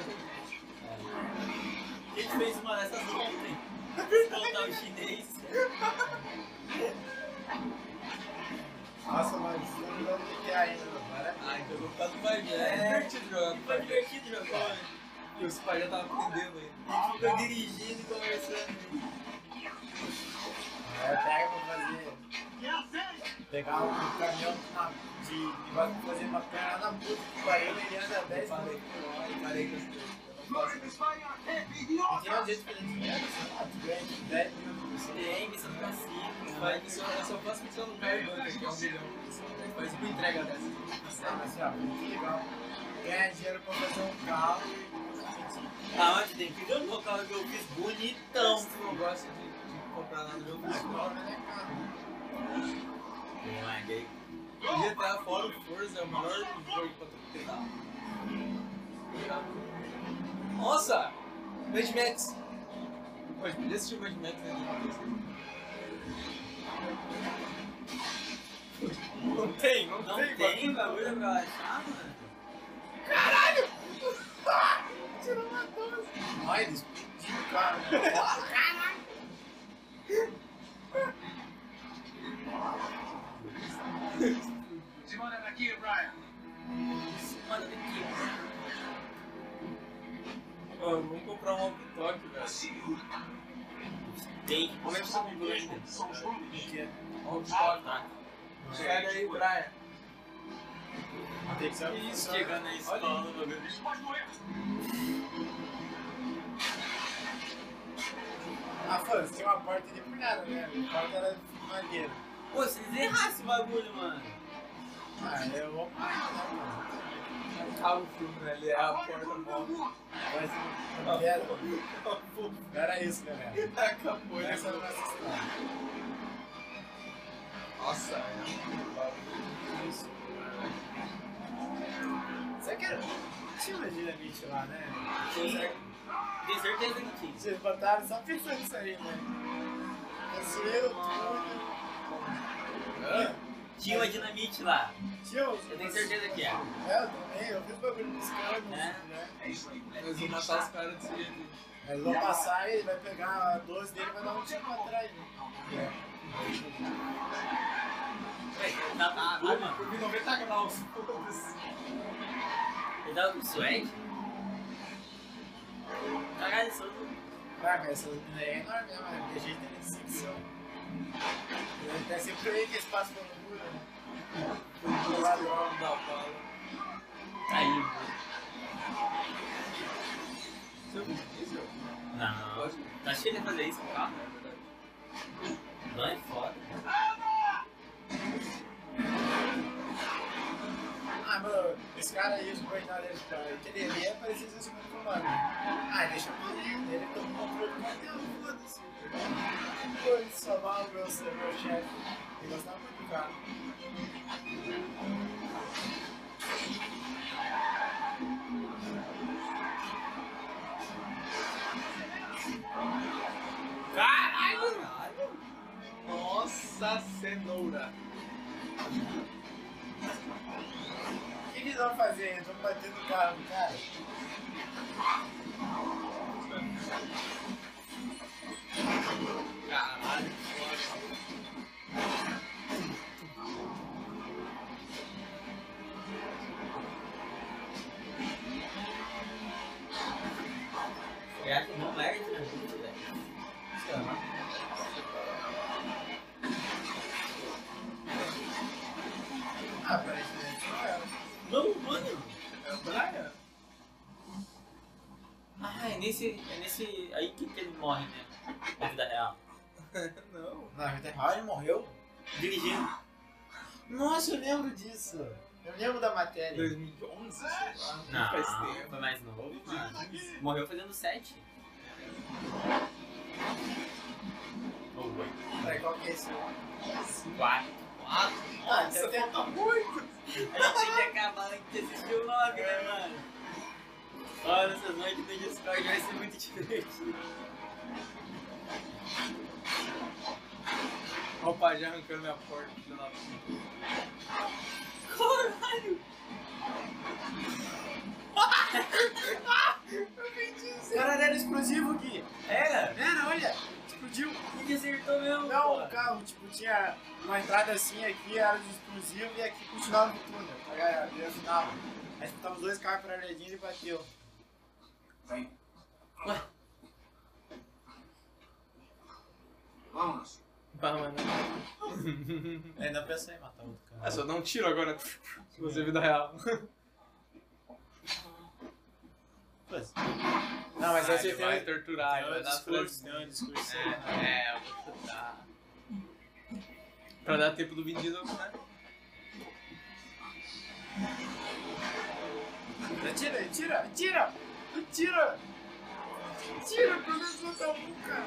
Speaker 2: Ele fez uma dessas ontem. Soltar o chinês.
Speaker 3: Nossa, mas isso não dá o que é ainda, agora.
Speaker 1: Ah, então eu vou ficar no Pai
Speaker 2: É.
Speaker 1: É divertido jogar no
Speaker 2: Foi
Speaker 1: Pai Verde.
Speaker 2: divertido jogar. A
Speaker 1: E os pais já estavam aprendendo ainda.
Speaker 2: gente ficou dirigindo e conversando.
Speaker 3: Aí eu pego pra fazer. Pegar um caminhão na- de. que vai fazer uma perna na puta do parede, ele anda 10
Speaker 1: Parei
Speaker 3: minutos.
Speaker 1: com o homem, parei com as coisas. Eu não faço
Speaker 7: Flores
Speaker 1: isso.
Speaker 7: Espanha é
Speaker 3: Não Tem um
Speaker 7: idiota!
Speaker 3: jeito que ele pega, sei lá, tu ganha de 10 minutos. você-
Speaker 2: Tem, missão pra cima.
Speaker 1: Vai que só, eu só faço missão no Pai Verde, que é um milhão. Faz uma entrega dessa.
Speaker 3: Sabe assim, ó, muito legal. Ganhar dinheiro pra fazer um carro e.
Speaker 2: Aonde tem? Porque eu no carro que eu fiz bonitão.
Speaker 1: Se tu não gosta de, de comprar nada, eu
Speaker 3: Ah,
Speaker 1: busco.
Speaker 3: não, né, cara?
Speaker 1: GTA fora o Forza é o melhor jogo pra tu ter. Nossa! Mad Max! Pode podia assistir Mad Max né? Não tem, não,
Speaker 2: Não
Speaker 1: tem,
Speaker 2: tem
Speaker 1: mano.
Speaker 2: bagulho pra achar, mano.
Speaker 3: Olha, eles pediram o carro, né?
Speaker 7: Se manda daqui, Brian!
Speaker 2: Mano, tem que.
Speaker 1: Ó, vamos comprar um walkie-talkie,
Speaker 6: Tá
Speaker 1: velho.
Speaker 2: Tem que começar com o Bruno.
Speaker 6: é São os números.
Speaker 1: Um Walkie-talkie. Chega aí, Brian.
Speaker 3: Tem que ser uma
Speaker 1: Que isso,
Speaker 3: função,
Speaker 1: Diego?
Speaker 3: né?
Speaker 2: Chegando na escola, o bagulho.
Speaker 6: Isso pode doer.
Speaker 3: Ah, fã, tinha uma porta ali por nada, né? A porta era de madeira.
Speaker 2: Pô, se eles errassem o bagulho, mano.
Speaker 3: Ah, eu vou parar, né, mano?
Speaker 1: Acaba o filme, né? Ele é a porta móvel.
Speaker 3: Mas eu quero. Era isso, galera.
Speaker 1: (laughs) Acabou, né?
Speaker 3: Essa era a nossa história.
Speaker 1: Nossa, é um bagulho. Isso.
Speaker 3: Você quer. Tinha uma dinamite lá, né?
Speaker 2: Sim. Tenho certeza que tinha.
Speaker 3: Vocês botaram só pensando nisso aí, né? Assim, Construíram tudo.
Speaker 2: Tinha uma dinamite lá.
Speaker 3: Tinha uns.
Speaker 2: Eu tenho certeza que é.
Speaker 3: É, eu também. Eu fiz bagulho dos caras, né?
Speaker 6: É isso aí, moleque.
Speaker 1: Nós vamos matar os caras desse jeito.
Speaker 3: Aí eles vão passar, ele vai pegar a 12 dele e vai dar um tiro pra trás. né?
Speaker 2: É. Ele tava com Puma.
Speaker 1: Eu vi 90
Speaker 6: tá?
Speaker 1: graus. foda-se.
Speaker 2: Ele tava com suede. Tá Caralho, isso
Speaker 3: Caraca, essas minas aí é enorme, né, mano? A gente tem 25 são. Até sempre aí que espaço pelo muro, né?
Speaker 1: Os caras da bala.
Speaker 2: Aí.
Speaker 1: Você é muito difícil?
Speaker 2: Não.
Speaker 1: Pode.
Speaker 2: Tá cheio de fazer isso, cara. Não é foda.
Speaker 3: Ah, mano, esse cara aí, os coitados dele, cara, que ele ia parecer ser segundo comando. Ah, deixa eu morrer, ele toma um controle do martelo, foda-se. Pô, ele só mal o meu, meu chefe. Ele gostava muito do cara.
Speaker 1: Caralho! Nossa cenoura!
Speaker 3: O que que eles vão fazer? Eles vão bater no carro do cara?
Speaker 1: Caralho!
Speaker 2: É que não é dinamite, velho.
Speaker 3: Ah, aparentemente não era.
Speaker 2: Não, mano.
Speaker 1: É o Brian?
Speaker 2: Ah, é nesse. É nesse. Aí que, que ele morre, né? Na vida real.
Speaker 1: Não.
Speaker 3: Na vida real ele morreu?
Speaker 2: Dirigindo.
Speaker 3: Nossa, eu lembro disso. Eu lembro da matéria.
Speaker 1: 2011? Sei lá.
Speaker 2: Não,
Speaker 1: Faz tempo.
Speaker 2: foi mais novo, mano. Morreu fazendo sete.
Speaker 3: Peraí, qual que é esse?
Speaker 2: Quatro.
Speaker 7: Ah,
Speaker 3: Ah,
Speaker 7: nossa,
Speaker 3: então tem-
Speaker 7: falta muito.
Speaker 2: A gente tem que acabar antes de assistir o 9, né, mano? Olha, essas noites do Discord vai ser muito divertido.
Speaker 1: Olha o pajé arrancando minha porta. filho da puta.
Speaker 2: Caralho!
Speaker 3: Caralho, era um explosivo, Gui.
Speaker 2: Era?
Speaker 3: Era, olha. Explodiu.
Speaker 2: Ele É, acertou mesmo,
Speaker 3: Não,
Speaker 2: pô.
Speaker 3: o carro, tipo, tinha uma entrada assim, aqui era de explosivo e aqui continuava no túnel. Tá ligado? Era o final. Aí escutava os dois carros paralelinhos e bateu.
Speaker 4: Vem.
Speaker 2: Ué.
Speaker 4: Vamos.
Speaker 1: Bah, mano.
Speaker 3: Ainda pensei em matar outro carro.
Speaker 1: É só dar um tiro agora. Se você vida real.
Speaker 3: Foda-se. Não, mas
Speaker 1: Ai,
Speaker 3: aí você tem
Speaker 1: vai
Speaker 3: um-
Speaker 1: torturar, ele
Speaker 3: tem
Speaker 1: vai
Speaker 3: um
Speaker 1: dar
Speaker 3: discurso,
Speaker 1: flores.
Speaker 3: tem um discurso.
Speaker 1: É, eu vou tentar. Pra dar tempo do Vin Diesel, né?
Speaker 3: Tira, tira, tira! Tira! Tira, pelo menos não tá bom, cara.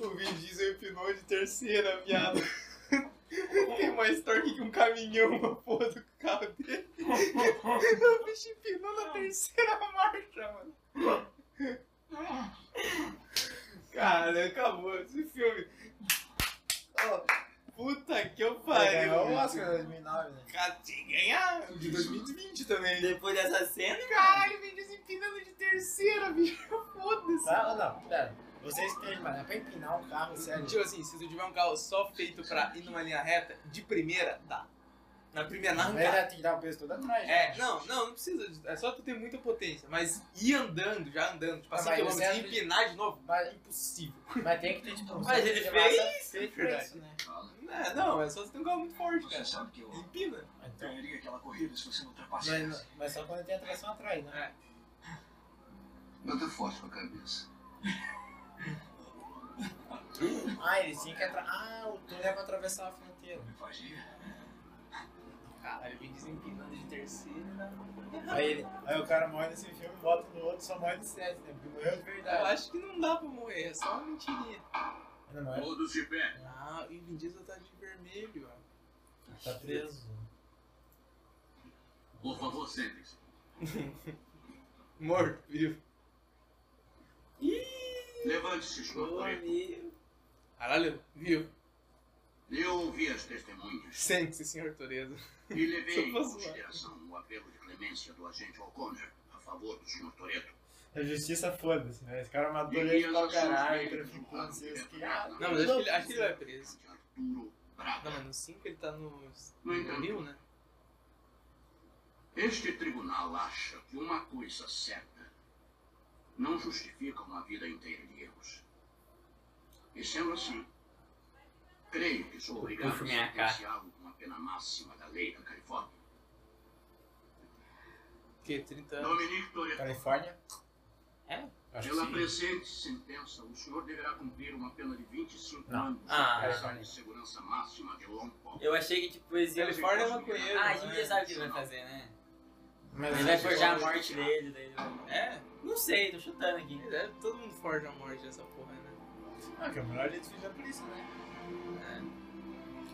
Speaker 3: O Vin Diesel empinou de terceira, viado. (laughs) Tem mais torque que um caminhão na porra do carro dele. (laughs) O bicho empinou na terceira marcha, mano. Cara, acabou esse filme. Ó, puta que é, eu pariu.
Speaker 1: Ganhou o
Speaker 3: bicho.
Speaker 1: Oscar
Speaker 3: 2009, né?
Speaker 1: Cara, tinha que ganhar. O de 2020 também.
Speaker 2: Depois dessa cena,
Speaker 1: Caralho, Vin Diesel empinando de terceira, bicho. Foda-se.
Speaker 3: Não, Tá, não, pera. Vocês têm, mano, é pra empinar um carro, sério.
Speaker 1: Tipo assim, se tu tiver um carro só feito pra ir numa linha reta, de primeira, dá. Na primeira, na
Speaker 3: Mas ele
Speaker 1: arrancada.
Speaker 3: ia tirar o peso todo né? atrás.
Speaker 1: É, não, não, não precisa. de- É só tu ter muita potência. Mas ir andando, já andando, tipo
Speaker 3: Ah,
Speaker 1: assim,
Speaker 3: mas
Speaker 1: km,
Speaker 3: você-
Speaker 1: e empinar de novo,
Speaker 3: Mas, é
Speaker 1: impossível.
Speaker 3: mas tem que ter, tipo, um
Speaker 2: Mas ele
Speaker 3: centro de
Speaker 2: fez,
Speaker 3: massa feito pra
Speaker 1: verdade.
Speaker 3: isso, né?
Speaker 4: Fala.
Speaker 1: É, não, é só você ter um carro muito forte,
Speaker 4: Você
Speaker 1: cara.
Speaker 4: sabe que eu
Speaker 1: Empina.
Speaker 3: Então,
Speaker 4: ganharia aquela corrida se você não ultrapassasse.
Speaker 3: mas, mas só quando tem a tração atrás, né?
Speaker 4: Bota forte com a cabeça.
Speaker 3: Ah, ele tinha que atra... Ah, o túnel é pra atravessar a fronteira.
Speaker 4: Me faz rir.
Speaker 1: Caralho, vem desempinando de terceira.
Speaker 3: Aí, ele... Aí o cara morre nesse filme, bota no outro, só morre de sete, né? Porque morreu de
Speaker 1: É, Eu
Speaker 3: verdade.
Speaker 1: acho que não dá pra morrer, é só uma mentirinha.
Speaker 3: Não morre.
Speaker 6: Todos de pé.
Speaker 1: Ah, e o Vin Diesel tá de vermelho, ó.
Speaker 3: Tá preso.
Speaker 6: Por favor, sentem-se.
Speaker 1: Morto, vivo.
Speaker 6: Levante-se,
Speaker 2: Ô,
Speaker 6: senhor preto.
Speaker 2: amigo.
Speaker 1: Caralho, viu?
Speaker 6: Eu ouvi as
Speaker 1: (laughs)
Speaker 6: testemunhas
Speaker 1: Sente-se, senhor Toredo.
Speaker 6: e levei em
Speaker 1: Tô zoando.
Speaker 6: consideração o apelo de clemência do agente O'Connor a favor do senhor Toreto.
Speaker 3: A justiça foda-se, né? Esse cara matou
Speaker 6: E
Speaker 3: ele
Speaker 6: as
Speaker 3: pra caralho,
Speaker 2: né?
Speaker 6: ações
Speaker 3: traficou, não sei o que.
Speaker 6: dele
Speaker 1: Não, mas acho que ele, acho que ele vai preso.
Speaker 6: de Arturo Braga.
Speaker 1: Não, mas no 5 ele tá no.
Speaker 6: No
Speaker 1: no
Speaker 6: entanto.
Speaker 1: mil, né?
Speaker 6: Este tribunal acha que uma coisa certa não justifica uma vida inteira de erros. E sendo assim, creio que sou obrigado a
Speaker 2: Puxa minha cara.
Speaker 6: sentenciá-lo com a pena máxima da lei da Califórnia.
Speaker 1: Porque 30 anos.
Speaker 6: Dominique Toretto,
Speaker 3: Califórnia?
Speaker 2: É?
Speaker 3: Acho que
Speaker 6: pela
Speaker 3: sim.
Speaker 6: presente sentença, o senhor deverá cumprir uma pena de 25
Speaker 3: Não.
Speaker 6: anos
Speaker 2: Ah.
Speaker 6: na prisão de segurança máxima de Long Pond.
Speaker 2: Eu achei que, tipo, eles iam...
Speaker 1: Califórnia é maconheiro.
Speaker 2: Ah, a gente já
Speaker 1: né?
Speaker 2: sabe o que ele vai fazer, né?
Speaker 3: Mas
Speaker 2: Ele vai forjar a morte dele, daí ele vai...
Speaker 1: É,
Speaker 2: Não sei, tô chutando aqui.
Speaker 1: ele é- todo mundo forja a morte dessa porra, né?
Speaker 3: Ah, que é o melhor jeito de fugir da polícia, né?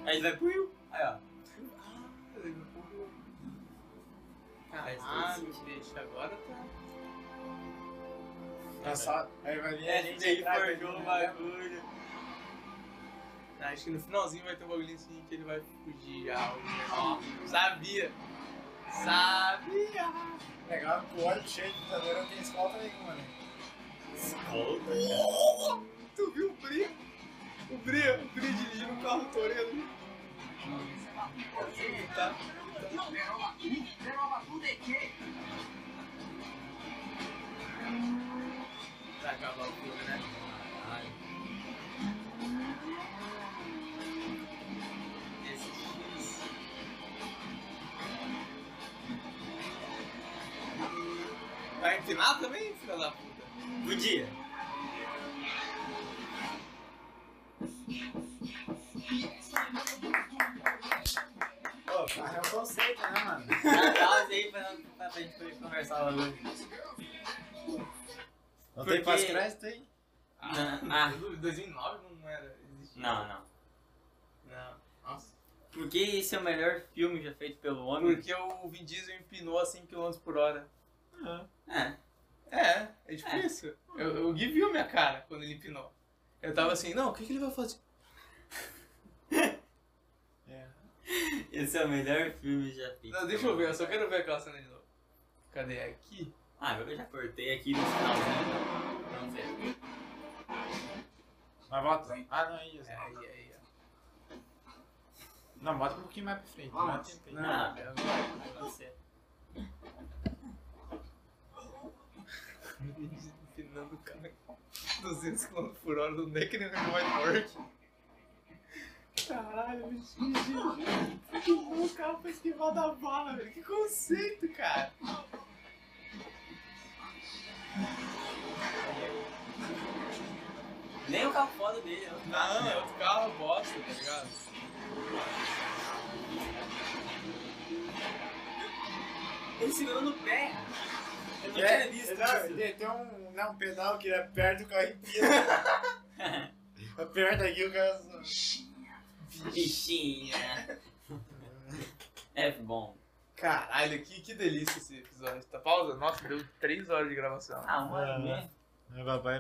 Speaker 2: Aí ele vai pro Will. Aí, ó. Faz
Speaker 1: Caralho,
Speaker 2: todo
Speaker 1: bicho, agora tá.
Speaker 3: Passado. Aí vai
Speaker 1: É,
Speaker 3: vir É, a gente
Speaker 2: ele
Speaker 3: atrás
Speaker 2: É, forjou
Speaker 3: dele,
Speaker 2: o
Speaker 3: né?
Speaker 2: bagulho.
Speaker 1: Ah, Acho que no finalzinho vai ter um bagulhinho assim que ele vai fugir já. Ó, sabia! Sabia!
Speaker 3: Legal, com o olho cheio de ditador não tem escolta nenhuma, né?
Speaker 1: Tu viu o Bri? O Bri, o Bri dirigindo um carro toreno. Tá. Pra acabar o filme, né? Esse X. Vai empinar também, filha da puta?
Speaker 2: Podia.
Speaker 3: é um né,
Speaker 2: um
Speaker 3: a gente foi conversar lá hoje. Não
Speaker 2: Porque-
Speaker 3: tem pós-crédito aí?
Speaker 2: Ah, ah,
Speaker 1: 2009 não era. existia.
Speaker 2: não, não.
Speaker 3: Não. Nossa.
Speaker 2: Por que esse é o melhor filme já feito pelo homem?
Speaker 1: Porque o Vin Diesel empinou a 100 km por hora.
Speaker 2: É,
Speaker 1: É, é tipo
Speaker 2: É.
Speaker 1: isso. Eu, o Gui viu minha cara quando ele empinou. Eu tava assim, não, o que, que ele vai fazer?
Speaker 3: É.
Speaker 2: esse é o melhor filme já feito.
Speaker 1: Não, deixa eu ver, eu só quero ver aquela cena de novo. Cadê? É Aqui?
Speaker 2: Ah, eu já cortei aqui no finalzinho. Não sei.
Speaker 3: Mas bota. Ah, não, é isso.
Speaker 1: É, aí, aí, ó.
Speaker 3: Não, bota um pouquinho mais pra frente.
Speaker 4: Vamos.
Speaker 3: Dá tempo aí.
Speaker 1: Não,
Speaker 2: Ah.
Speaker 1: é agora.
Speaker 2: Não sei.
Speaker 1: Empinando o cara com 200 km por hora, não é que nem no White Work. Caralho, bichinho, gente. O carro pra esquivar da bala, velho. Que conceito, cara.
Speaker 2: Nem o carro foda dele, não.
Speaker 1: Não, é outro carro bosta, tá ligado?
Speaker 2: Ele segurou no pé. Eu não
Speaker 3: É,
Speaker 2: tinha visto
Speaker 3: não,
Speaker 2: isso.
Speaker 3: tem- tem um, né, um pedal que aperta o carro arrepia. (laughs) aperta aqui o cara.
Speaker 2: Bichinha. É bom.
Speaker 1: Caralho, que, que delícia esse episódio. Tá pausa? Nossa, deu 3 horas de gravação.
Speaker 2: Ah, uma hora e meia.
Speaker 3: Meu papai